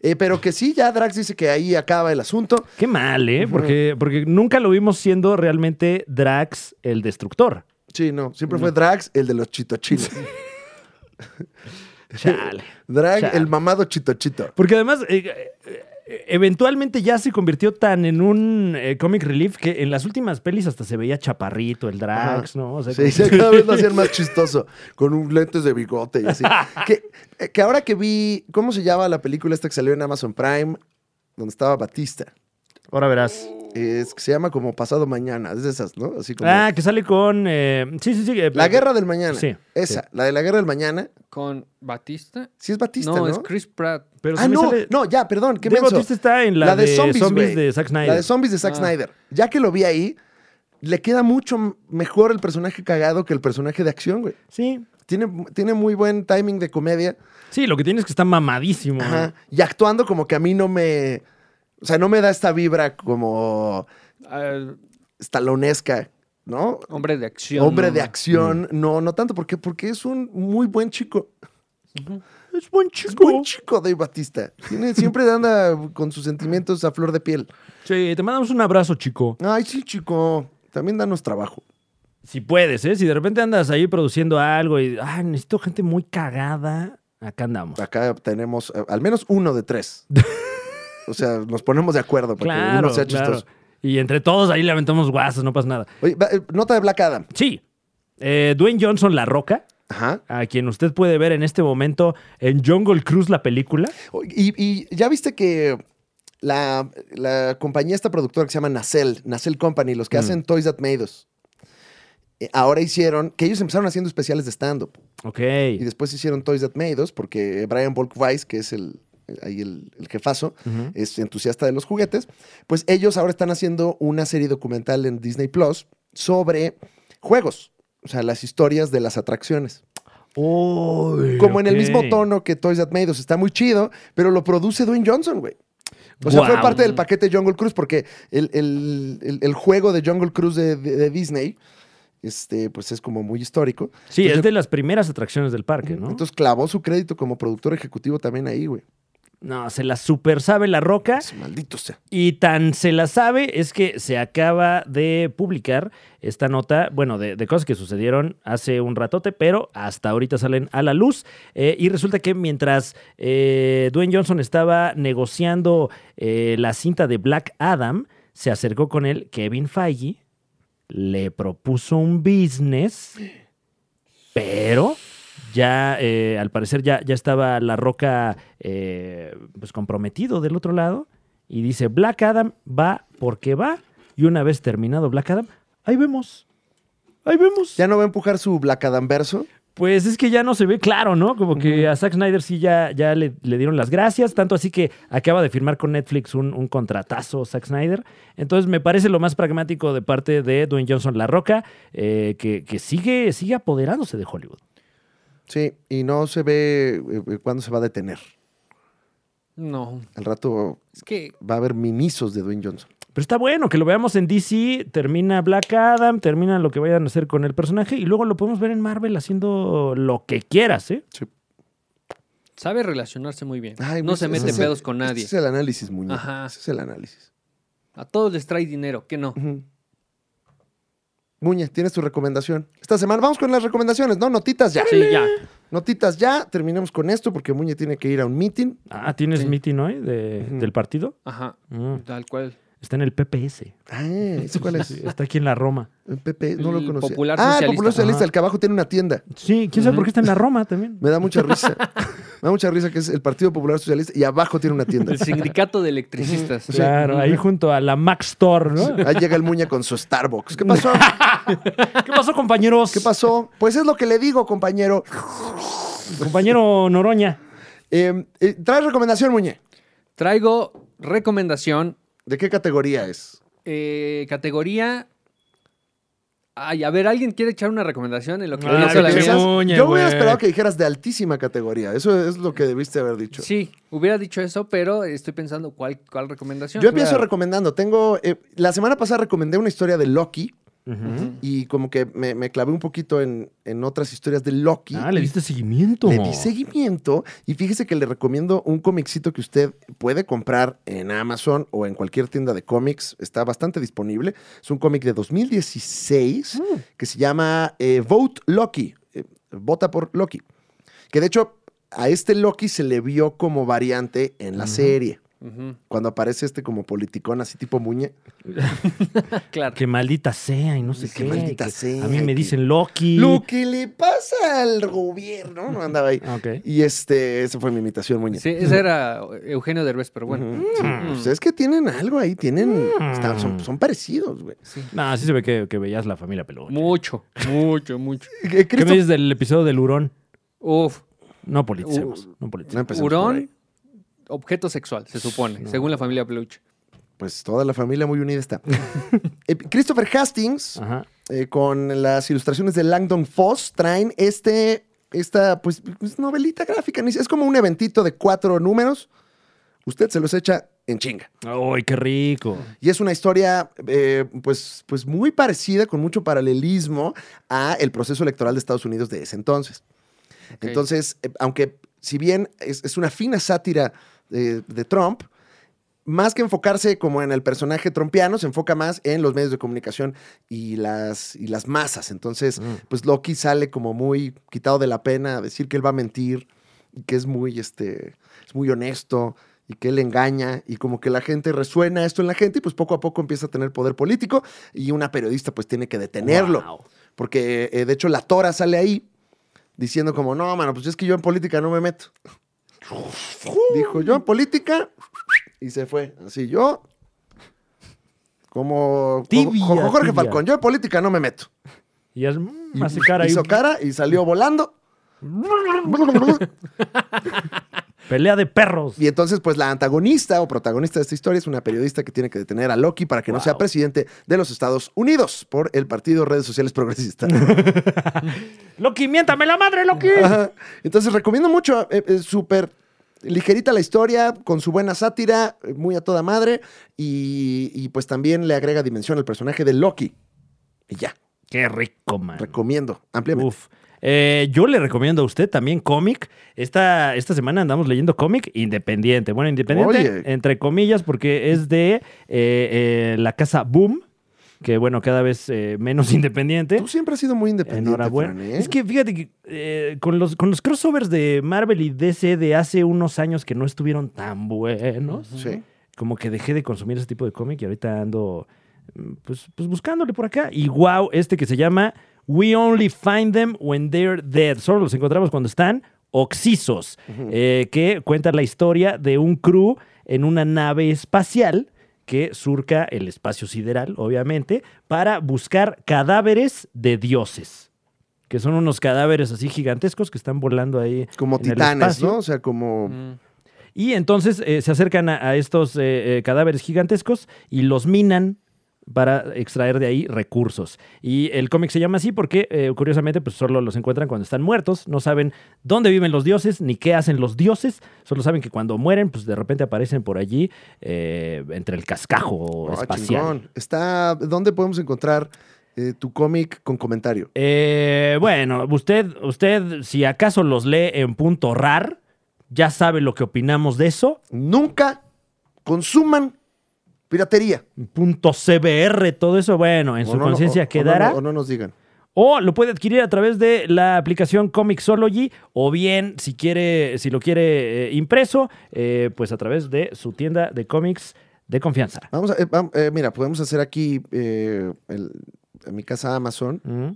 Speaker 1: Eh, pero que sí, ya Drax dice que ahí acaba el asunto.
Speaker 3: Qué mal, ¿eh? Porque, porque nunca lo vimos siendo realmente Drax el destructor.
Speaker 1: Sí, no, siempre fue Drax el de los chitochitos.
Speaker 3: Chale.
Speaker 1: Drax
Speaker 3: Chale.
Speaker 1: el mamado chitochito.
Speaker 3: Porque además, eh, eh, eventualmente ya se convirtió tan en un eh, comic relief que en las últimas pelis hasta se veía chaparrito el Drax, ¿no? O sea,
Speaker 1: Sí, sí, cada vez lo hacían más chistoso, con un lentes de bigote y así. que, eh, que ahora que vi, ¿cómo se llama la película esta que salió en Amazon Prime? Donde estaba Batista.
Speaker 3: Ahora verás.
Speaker 1: Es, se llama como Pasado Mañana, es de esas, ¿no? Así como...
Speaker 3: Ah, que sale con... eh, sí, sí, sí. eh,
Speaker 1: La Guerra del Mañana.
Speaker 3: Sí,
Speaker 1: Esa, la de la Guerra del Mañana.
Speaker 2: Con Batista.
Speaker 1: Sí es Batista, ¿no?
Speaker 2: no, es Chris Pratt.
Speaker 3: Pero
Speaker 1: ah,
Speaker 3: sí me
Speaker 1: no,
Speaker 3: sale-
Speaker 1: no, ya, perdón, qué
Speaker 3: Dave
Speaker 1: menso.
Speaker 3: Bautista está en la, de, zombies,
Speaker 1: güey.
Speaker 3: de Zack Snyder.
Speaker 1: La de zombies de Zack
Speaker 2: Ah.
Speaker 1: Snyder. Ya que lo vi ahí, le queda mucho m- mejor el personaje cagado que el personaje de acción, güey.
Speaker 3: sí.
Speaker 1: Tiene, tiene muy buen timing de comedia.
Speaker 3: Sí, lo que tiene es que está mamadísimo.
Speaker 1: Ajá. Y actuando como que a mí no me... O sea, no me da esta vibra como
Speaker 2: al
Speaker 1: estalonesca, ¿no?
Speaker 2: hombre de acción.
Speaker 1: Hombre
Speaker 2: ¿no?
Speaker 1: de acción. No, no tanto. porque Porque es un muy buen chico.
Speaker 3: Es buen
Speaker 1: Es buen chico Dave Batista. Tiene- siempre anda con sus sentimientos a flor de piel.
Speaker 3: Sí, te mandamos un abrazo, chico.
Speaker 1: Ay, sí, chico. También danos trabajo.
Speaker 3: Si puedes, ¿eh? Si de repente andas ahí produciendo algo y... Ah, necesito gente muy cagada. Acá andamos.
Speaker 1: Acá tenemos eh, al menos uno de tres. O sea, nos ponemos de acuerdo para que
Speaker 3: Claro,
Speaker 1: uno sea
Speaker 3: claro.
Speaker 1: chistoso.
Speaker 3: Y entre todos ahí le aventamos guasas, no pasa nada.
Speaker 1: Oye, va, eh, nota de Black Adam.
Speaker 3: Sí, eh, Dwayne Johnson La Roca,
Speaker 1: Ajá.
Speaker 3: a quien usted puede ver en este momento en Jungle Cruise, la película.
Speaker 1: O- Y, y ya viste que la, la compañía, esta productora que se llama Nacel, Nacel Company, los que hacen Toys That Made Us, eh, ahora hicieron, que ellos empezaron haciendo especiales de stand-up.
Speaker 3: Ok.
Speaker 1: Y después hicieron Toys That Made Us porque Brian Volkweiss, que es el, ahí el, el jefazo,
Speaker 3: Ujú.
Speaker 1: es entusiasta de los juguetes, pues ellos ahora están haciendo una serie documental en Disney Plus sobre juegos. O sea, las historias de las atracciones.
Speaker 3: Uy,
Speaker 1: Como en el
Speaker 3: ok.
Speaker 1: mismo tono que Toys That Made Us. Está muy chido, pero lo produce Dwayne Johnson, güey. O sea, fue
Speaker 3: Guau.
Speaker 1: parte del paquete Jungle Cruise porque el, el- el- el juego de Jungle Cruise de, de- de Disney, este, pues es como muy histórico.
Speaker 3: Sí,
Speaker 1: Entonces,
Speaker 3: es de las primeras atracciones del parque, ¿no?
Speaker 1: Entonces clavó su crédito como productor ejecutivo también ahí, güey.
Speaker 3: no, se la super sabe La Roca.
Speaker 2: Ah.
Speaker 1: Sí, Maldito sea.
Speaker 3: Y tan se la sabe es que se acaba de publicar esta nota, bueno, de, de cosas que sucedieron hace un ratote, pero hasta ahorita salen a la luz. Eh, y resulta que mientras eh, Dwayne Johnson estaba negociando eh, la cinta de Black Adam, se acercó con él Kevin Feige, le propuso un business, pero ya, eh, al parecer, ya, ya estaba La Roca eh, pues comprometido del otro lado. Y dice, Black Adam va porque va. Y una vez terminado Black Adam, ahí vemos. Ahí vemos.
Speaker 1: ¿Ya no va a empujar su Black Adam verso?
Speaker 3: Pues es que ya no se ve claro, ¿no? Como que a Zack Snyder sí ya, ya le, le dieron las gracias, tanto así que acaba de firmar con Netflix un, un contratazo Zack Snyder. Entonces me parece lo más pragmático de parte de Dwayne Johnson La Roca, eh, que, que sigue, sigue apoderándose de Hollywood.
Speaker 1: Sí, y no se ve eh, eh, cuándo se va a detener.
Speaker 2: No.
Speaker 1: Al rato
Speaker 2: Es que
Speaker 1: va a haber minisos de Dwayne Johnson.
Speaker 3: Pero está bueno que lo veamos en DC, termina Black Adam, termina lo que vayan a hacer con el personaje y luego lo podemos ver en Marvel haciendo lo que quieras, ¿eh?
Speaker 1: Sí.
Speaker 2: sabe relacionarse muy bien.
Speaker 1: Ay,
Speaker 2: no
Speaker 1: güey,
Speaker 2: se
Speaker 1: ese-
Speaker 2: mete
Speaker 1: ese-
Speaker 2: pedos con nadie.
Speaker 1: Ese es el análisis, Muñoz.
Speaker 2: Ajá.
Speaker 1: Ese es el análisis.
Speaker 2: A todos les trae dinero, que no.
Speaker 1: Ujú. Muñe, tienes tu recomendación. Esta semana vamos con las recomendaciones, ¿no? Notitas ya.
Speaker 2: Sí, ya.
Speaker 1: Notitas ya. Terminemos con esto porque Muñe tiene que ir a un meeting.
Speaker 3: Ah, ¿tienes
Speaker 2: Sí.
Speaker 3: meeting hoy de-
Speaker 1: Ujú.
Speaker 3: del partido?
Speaker 2: Ajá.
Speaker 3: Mm,
Speaker 2: Tal cual.
Speaker 3: está en el PPS.
Speaker 1: Ah, ¿ese cuál es?
Speaker 3: Sí, Está aquí en la Roma.
Speaker 1: El PP, no lo
Speaker 2: El
Speaker 1: conocía.
Speaker 2: Popular
Speaker 1: ah, el
Speaker 2: Socialista.
Speaker 1: Popular Socialista,
Speaker 3: Ajá.
Speaker 1: el que abajo tiene una tienda.
Speaker 3: Sí, quién sabe por qué está en la Roma también.
Speaker 1: Me da mucha risa. Me da mucha risa que es el Partido Popular Socialista y abajo tiene una tienda.
Speaker 2: El sindicato de electricistas.
Speaker 3: Claro, ahí junto a la Mac Store, ¿no?
Speaker 1: Ahí llega el Muña con su Starbucks. ¿Qué pasó?
Speaker 3: ¿Qué pasó, compañeros?
Speaker 1: ¿Qué pasó? Pues es lo que le digo, compañero.
Speaker 3: Compañero Noroña.
Speaker 1: Eh, eh, ¿Traes recomendación, Muñe?
Speaker 2: Traigo recomendación,
Speaker 1: ¿De qué categoría es?
Speaker 2: eh, categoría... Ay, a ver, ¿alguien quiere echar una recomendación en lo que
Speaker 3: Ah,
Speaker 2: pienso
Speaker 3: yo
Speaker 2: la
Speaker 3: qué
Speaker 2: mía?
Speaker 1: Piensas-
Speaker 3: Muñe,
Speaker 1: Yo hubiera
Speaker 3: güey.
Speaker 1: esperado que dijeras de altísima categoría. Eso es lo que debiste haber dicho.
Speaker 2: Sí, hubiera dicho eso, pero estoy pensando cuál, cuál recomendación.
Speaker 1: Yo empiezo recomendando. Tengo. eh, la semana pasada recomendé una historia de Loki y como que me, me clavé un poquito en, en otras historias de Loki.
Speaker 3: Ah, le diste seguimiento.
Speaker 1: Le di seguimiento y fíjese que le recomiendo un cómicito que usted puede comprar en Amazon o en cualquier tienda de cómics. Está bastante disponible. Es un cómic de 2016 que se llama eh, Vote Loki. eh, vota por Loki. Que de hecho a este Loki se le vio como variante en la serie.
Speaker 2: Ujú,
Speaker 1: Cuando aparece este como politicón así tipo Muñe.
Speaker 2: Claro.
Speaker 3: Que maldita sea y no sé
Speaker 1: Que
Speaker 3: qué.
Speaker 1: maldita
Speaker 3: que
Speaker 1: sea,
Speaker 3: A mí me
Speaker 1: que-
Speaker 3: dicen Loki.
Speaker 1: Lo que le pasa al gobierno. No andaba ahí.
Speaker 3: Ah, Ok.
Speaker 1: Y este, esa fue mi imitación, Muñe.
Speaker 2: Sí, ese era Eugenio Derbez, pero bueno. mm,
Speaker 1: Ujú. Sí, pues es que tienen algo ahí, tienen. están- son, son parecidos, güey.
Speaker 3: Nah, sí se ve que, que veías la familia peluda.
Speaker 2: Mucho, mucho, mucho.
Speaker 1: Eh,
Speaker 3: ¿Qué me
Speaker 1: Christoph-
Speaker 3: dices del episodio del hurón?
Speaker 2: Uf,
Speaker 3: No politicemos. no
Speaker 1: No
Speaker 3: politicemos.
Speaker 1: empecemos por ahí.
Speaker 2: hurón, objeto sexual, se supone, según la familia Peluche.
Speaker 1: Pues toda la familia muy unida está. Eh, Christopher
Speaker 2: Ah.
Speaker 1: Hastings,
Speaker 3: Ajá.
Speaker 1: eh, con las ilustraciones de Langdon Foss, traen este. Esta, pues, pues, novelita gráfica. ni- Es como un eventito de cuatro números. Usted se los echa en chinga.
Speaker 3: Ay, qué rico.
Speaker 1: Y es una historia, eh, pues, pues muy parecida, con mucho paralelismo a el proceso electoral de Estados Unidos de ese entonces.
Speaker 2: Ok.
Speaker 1: Entonces, eh, aunque si bien es, es una fina sátira eh, de Trump, más que enfocarse como en el personaje trompiano, se enfoca más en los medios de comunicación y las, y las masas. Entonces, pues Loki sale como muy quitado de la pena a decir que él va a mentir, y que es muy, este, es muy honesto y que él engaña y como que la gente resuena esto en la gente y pues poco a poco empieza a tener poder político y una periodista pues tiene que detenerlo.
Speaker 3: Wow.
Speaker 1: Porque eh, de hecho la Tora sale ahí diciendo como, no, mano, pues es que yo en política no me meto. Dijo, yo en política y se fue. Así yo, como,
Speaker 3: Tibia,
Speaker 1: como Jorge
Speaker 3: tibia.
Speaker 1: Falcón, yo en política no me meto.
Speaker 3: Y es mm,
Speaker 1: Y
Speaker 3: hace cara ahí.
Speaker 1: hizo cara y salió volando.
Speaker 3: Pelea de perros.
Speaker 1: Y entonces, pues la antagonista o protagonista de esta historia es una periodista que tiene que detener a Loki para que no
Speaker 3: Wow.
Speaker 1: sea presidente de los Estados Unidos por el partido Redes Sociales Progresistas.
Speaker 3: Loki, miéntame la madre, Loki.
Speaker 1: Ajá. Entonces recomiendo mucho, eh, eh, súper ligerita la historia, con su buena sátira, eh, muy a toda madre, y, y, pues también le agrega dimensión al personaje de Loki. Y ya,
Speaker 3: Qué rico, man.
Speaker 1: recomiendo ampliamente.
Speaker 3: Uf. Eh, yo le recomiendo a usted también cómic. Esta, esta semana andamos leyendo cómic independiente. Bueno, independiente
Speaker 1: Oye.
Speaker 3: entre comillas porque es de eh, eh, la casa Boom, que bueno, cada vez eh, menos independiente.
Speaker 1: Tú siempre has sido muy independiente.
Speaker 3: Enhorabuena.
Speaker 1: Fran, ¿eh?
Speaker 3: Es que fíjate que eh, con, los, con los crossovers de Marvel y DC de hace unos años que no estuvieron tan buenos,
Speaker 1: Sí.
Speaker 3: como que dejé de consumir ese tipo de cómic y ahorita ando mm, pues, pues buscándole por acá. Y wow, este que se llama We Only Find Them When They're Dead. Solo los encontramos cuando están oxisos, eh, que cuenta la historia de un crew en una nave espacial que surca el espacio sideral, obviamente, para buscar cadáveres de dioses. Que son unos cadáveres así gigantescos que están volando ahí.
Speaker 1: Como
Speaker 3: en el
Speaker 1: titanes,
Speaker 3: espacio.
Speaker 1: ¿no? O sea, como...
Speaker 2: Mm.
Speaker 3: Y entonces eh, se acercan a, a estos eh, eh, cadáveres gigantescos y los minan para extraer de ahí recursos. Y el cómic se llama así porque, eh, curiosamente, pues solo los encuentran cuando están muertos. No saben dónde viven los dioses ni qué hacen los dioses. Solo saben que cuando mueren, pues de repente aparecen por allí eh, entre el cascajo
Speaker 1: Ah,
Speaker 3: espacial.
Speaker 1: chingón. Está... ¿Dónde podemos encontrar eh, tu cómic con comentario?
Speaker 3: Eh, bueno, usted, usted, si acaso los lee en punto rar, ya sabe lo que opinamos de eso.
Speaker 1: Nunca consuman piratería.
Speaker 3: punto CBR, todo eso, bueno, en
Speaker 1: O
Speaker 3: su
Speaker 1: no-
Speaker 3: conciencia
Speaker 1: o- o no-
Speaker 3: quedará. O,
Speaker 1: o no nos digan.
Speaker 3: lo puede adquirir a través de la aplicación Comixology, o bien, si quiere, si lo quiere eh, impreso, eh, pues a través de su tienda de cómics de confianza.
Speaker 1: Vamos a, eh, vam- eh, mira, podemos hacer aquí eh, el- en mi casa Amazon.
Speaker 3: Mm.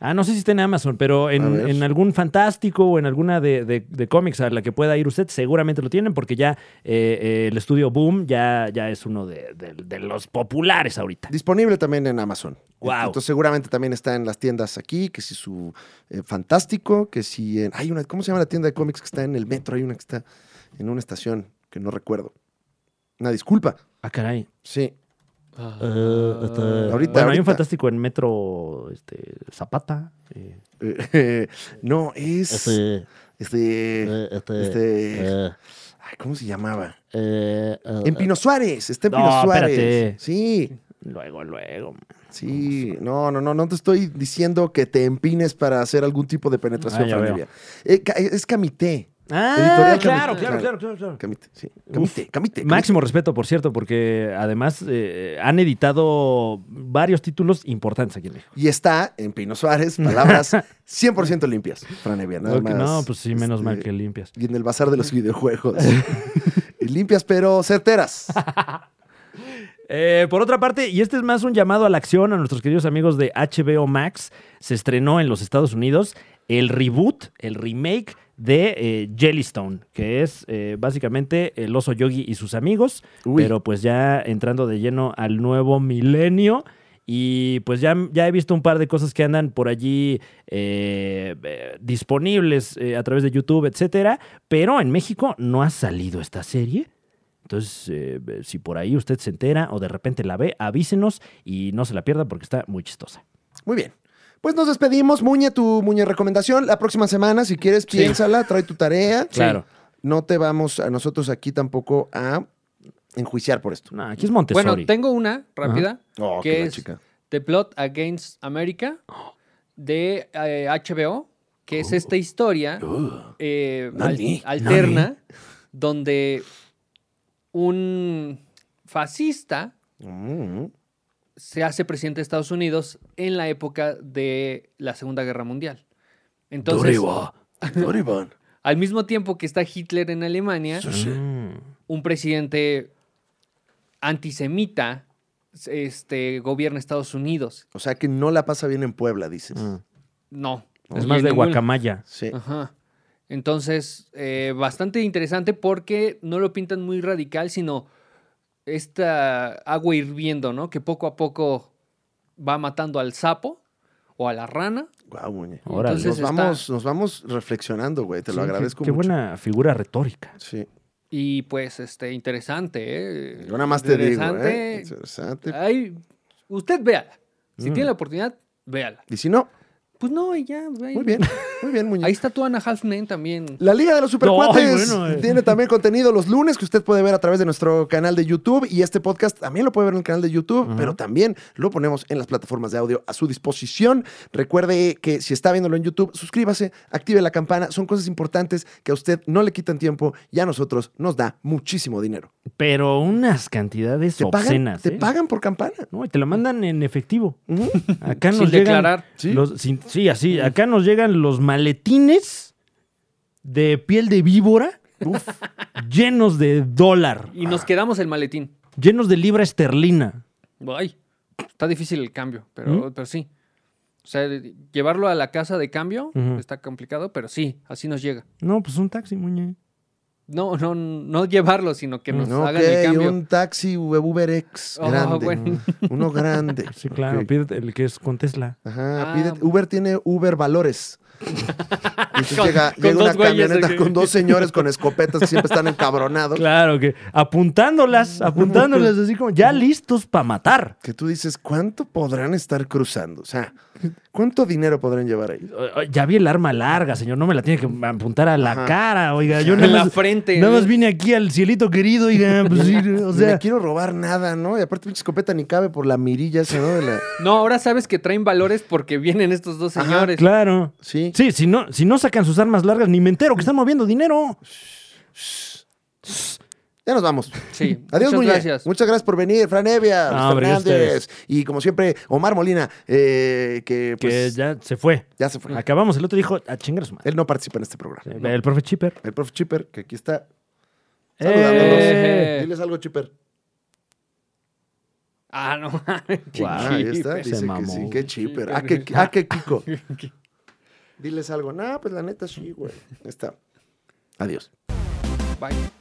Speaker 3: Ah, no sé si está en Amazon, pero
Speaker 1: A
Speaker 3: en,
Speaker 1: ver.
Speaker 3: en algún fantástico o en alguna de, de- de cómics a la que pueda ir usted, seguramente lo tienen porque ya eh, eh, el estudio Boom ya, ya es uno de, de- de los populares ahorita.
Speaker 1: Disponible también en Amazon.
Speaker 3: Guau.
Speaker 1: Entonces seguramente también está en las tiendas aquí, que si su eh, Fantástico, que si en... Hay una, ¿cómo se llama la tienda de cómics que está en el metro? Hay una que está en una estación que no recuerdo. Una disculpa.
Speaker 3: Ah, caray.
Speaker 1: Sí.
Speaker 3: Eh, hasta-
Speaker 2: Ah.
Speaker 1: ahorita-
Speaker 3: bueno, hay un fantástico en Metro este, Zapata. eh,
Speaker 1: Eh, no, es... Este...
Speaker 5: Este,
Speaker 1: Este...
Speaker 5: eh, este, eh,
Speaker 1: ay, ¿Cómo se llamaba?
Speaker 5: eh, eh,
Speaker 1: En Pino Suárez. Está en
Speaker 3: No,
Speaker 1: Pino Suárez.
Speaker 3: espérate.
Speaker 1: Sí.
Speaker 3: Luego, luego. man.
Speaker 1: Sí, no, no, no, no te estoy diciendo que te empines para hacer algún tipo de penetración,
Speaker 3: Ah, ya veo.
Speaker 1: Franevia. Eh, ca- es Camité.
Speaker 3: Ah,
Speaker 1: Editorial
Speaker 3: claro,
Speaker 1: Camite.
Speaker 3: claro, claro, claro, claro.
Speaker 1: Camite, sí. Camite,
Speaker 3: Uf,
Speaker 1: Camite.
Speaker 3: Máximo respeto, por cierto, porque además eh, han editado varios títulos importantes aquí en México.
Speaker 1: Y está en Pino Suárez, palabras 100% limpias, Franevia, nada
Speaker 3: Ok,
Speaker 1: más.
Speaker 3: no, pues sí, menos mal que
Speaker 1: este,
Speaker 3: limpias.
Speaker 1: Y en el bazar de los videojuegos. Y limpias, pero certeras.
Speaker 3: Eh, por otra parte, y este es más un llamado a la acción a nuestros queridos amigos de HBO Max, se estrenó en los Estados Unidos el reboot, el remake de eh, Jellystone, que es eh, básicamente el oso Yogi y sus amigos,
Speaker 1: Uy.
Speaker 3: pero pues ya entrando de lleno al nuevo milenio. Y pues ya, ya he visto un par de cosas que andan por allí eh, eh, disponibles eh, a través de YouTube, etcétera. Pero en México no ha salido esta serie. Entonces, eh, eh, si por ahí usted se entera o de repente la ve, avísenos y no se la pierda porque está muy chistosa.
Speaker 1: Muy bien. Pues nos despedimos. Muñe, tu Muñe recomendación. La próxima semana, si quieres, piénsala, trae tu tarea.
Speaker 3: Claro.
Speaker 1: No te vamos a nosotros aquí tampoco a enjuiciar por esto.
Speaker 3: No, aquí es
Speaker 2: Bueno,
Speaker 3: Montessori.
Speaker 2: tengo una rápida,
Speaker 1: Oh,
Speaker 2: que
Speaker 1: qué la
Speaker 2: es
Speaker 1: chica.
Speaker 2: The Plot Against America de eh, HBO, que es esta historia eh, al-
Speaker 4: Oh. Nani,
Speaker 2: alterna donde un fascista
Speaker 1: Mm.
Speaker 2: se hace presidente de Estados Unidos en la época de la Segunda Guerra Mundial. Entonces,
Speaker 4: Doriva. Dorivan.
Speaker 2: al mismo tiempo que está Hitler en Alemania,
Speaker 3: Mm.
Speaker 2: un presidente antisemita este, gobierna Estados Unidos.
Speaker 1: O sea que no la pasa bien en Puebla, dices.
Speaker 3: Mm.
Speaker 2: No.
Speaker 3: Es
Speaker 2: Y
Speaker 3: más
Speaker 2: en
Speaker 3: de
Speaker 2: ningún-
Speaker 3: guacamaya.
Speaker 1: Sí.
Speaker 2: Ajá. Entonces, eh, bastante interesante porque no lo pintan muy radical, sino esta agua hirviendo, ¿no? Que poco a poco va matando al sapo o a la rana.
Speaker 1: Guau, Muñe.
Speaker 3: Órale.
Speaker 1: Nos,
Speaker 2: Entonces está-
Speaker 1: vamos, nos vamos reflexionando, güey. Te
Speaker 3: Sí,
Speaker 1: lo
Speaker 3: qué-
Speaker 1: agradezco
Speaker 3: Qué,
Speaker 1: mucho.
Speaker 3: buena figura retórica.
Speaker 1: Sí.
Speaker 2: Y pues, este, interesante, ¿eh?
Speaker 1: Yo nada más te digo, ¿eh?
Speaker 2: Interesante.
Speaker 1: Interesante.
Speaker 2: Ay, usted véala.
Speaker 3: Mm.
Speaker 2: Si tiene la oportunidad, véala.
Speaker 1: Y si no,
Speaker 2: Pues no, y ya. ahí-
Speaker 1: muy bien. Muy bien, Muñe.
Speaker 2: Ahí está tu Ana Halfman también.
Speaker 1: La Liga de los Supercuates
Speaker 3: No, ay, bueno, eh.
Speaker 1: tiene también contenido los lunes que usted puede ver a través de nuestro canal de YouTube y este podcast también lo puede ver en el canal de YouTube, pero también lo ponemos en las plataformas de audio a su disposición. Recuerde que si está viéndolo en YouTube, suscríbase, active la campana, son cosas importantes que a usted no le quitan tiempo y a nosotros nos da muchísimo dinero.
Speaker 3: Pero unas cantidades
Speaker 1: ¿Te pagan?
Speaker 3: obscenas.
Speaker 1: ¿Te
Speaker 3: ¿eh?
Speaker 1: pagan por campana?
Speaker 3: No, y te la mandan en efectivo.
Speaker 1: Ujú.
Speaker 3: Acá nos
Speaker 2: Sin
Speaker 3: llegan
Speaker 2: declarar.
Speaker 1: Sí.
Speaker 3: los- sin- sí, así. Acá nos llegan los maletines de piel de víbora llenos de dólar,
Speaker 2: Y
Speaker 1: Ah.
Speaker 2: nos quedamos el maletín.
Speaker 3: llenos de libra esterlina.
Speaker 2: Ay, está difícil el cambio,
Speaker 1: ¿Mm?
Speaker 2: pero, pero sí. O sea, de- llevarlo a la casa de cambio
Speaker 3: Ujú.
Speaker 2: está complicado, pero sí, así nos llega.
Speaker 3: No, pues un taxi, muñe.
Speaker 2: No, no, no llevarlo, sino que nos hagan
Speaker 1: Ok,
Speaker 2: el cambio.
Speaker 1: un taxi UberX
Speaker 2: Oh,
Speaker 1: grande.
Speaker 2: bueno.
Speaker 1: Uno grande.
Speaker 3: Pues Sí, claro,
Speaker 1: Ok.
Speaker 3: pídete el que es con Tesla.
Speaker 1: Ajá,
Speaker 2: Ah,
Speaker 1: pide-
Speaker 2: bueno.
Speaker 1: Uber tiene Uber Valores. Entonces
Speaker 2: Con-
Speaker 1: llega,
Speaker 2: con
Speaker 1: llega
Speaker 2: dos
Speaker 1: una
Speaker 2: güeyes
Speaker 1: camioneta
Speaker 2: aquí.
Speaker 1: con dos señores con escopetas que siempre están encabronados.
Speaker 3: Claro, que apuntándolas, apuntándolas así como ya listos para matar.
Speaker 1: Que tú dices, ¿cuánto podrán estar cruzando? O sea, ¿cuánto dinero podrán llevar ahí?
Speaker 3: O- o- Ya vi el arma larga, señor, no me la tiene que apuntar a la
Speaker 1: Ajá.
Speaker 3: cara, oiga. Yo
Speaker 2: En
Speaker 3: nada
Speaker 2: la
Speaker 3: más,
Speaker 2: frente, ¿eh?
Speaker 3: Nada
Speaker 2: ¿no?
Speaker 3: más vine aquí al cielito querido, oiga. pues sí, o
Speaker 1: Ni
Speaker 3: sea,
Speaker 1: le quiero robar nada, ¿no? Y aparte, pinche escopeta ni cabe por la mirilla esa, ¿no? De la-
Speaker 2: No, ahora sabes que traen valores porque vienen estos dos
Speaker 1: Ajá,
Speaker 2: señores.
Speaker 3: claro.
Speaker 1: Sí.
Speaker 3: Sí, si no, si no sacan sus armas largas, ni me entero que están moviendo dinero.
Speaker 1: Ya nos vamos.
Speaker 2: Sí.
Speaker 1: Adiós,
Speaker 2: muchas
Speaker 1: Muñe.
Speaker 2: gracias.
Speaker 1: Muchas gracias por venir, Fran Evia,
Speaker 3: No,
Speaker 1: Luis
Speaker 3: hombre, gracias a
Speaker 1: Fernández. Y como siempre, Omar Molina, eh, que
Speaker 3: Que
Speaker 1: pues Mm. ya...
Speaker 3: ya se fue.
Speaker 1: se fue.
Speaker 3: Acabamos, el otro dijo, a chingar a su madre.
Speaker 1: Él no participa en este programa.
Speaker 3: El profe Chipper.
Speaker 1: El profe Chipper, que aquí está
Speaker 3: ¡Eh!
Speaker 1: Diles algo, Chipper.
Speaker 2: Ah, no mames. qué
Speaker 3: Guau,
Speaker 1: Ah, ahí está.
Speaker 2: chipper.
Speaker 3: se
Speaker 1: Dice que
Speaker 3: mamó.
Speaker 1: sí. Qué chipper. Ah, que,
Speaker 2: Chipper.
Speaker 1: ah, que Kiko. Diles algo. Nah, pues la neta sí, güey. Está. Adiós.
Speaker 2: Bye.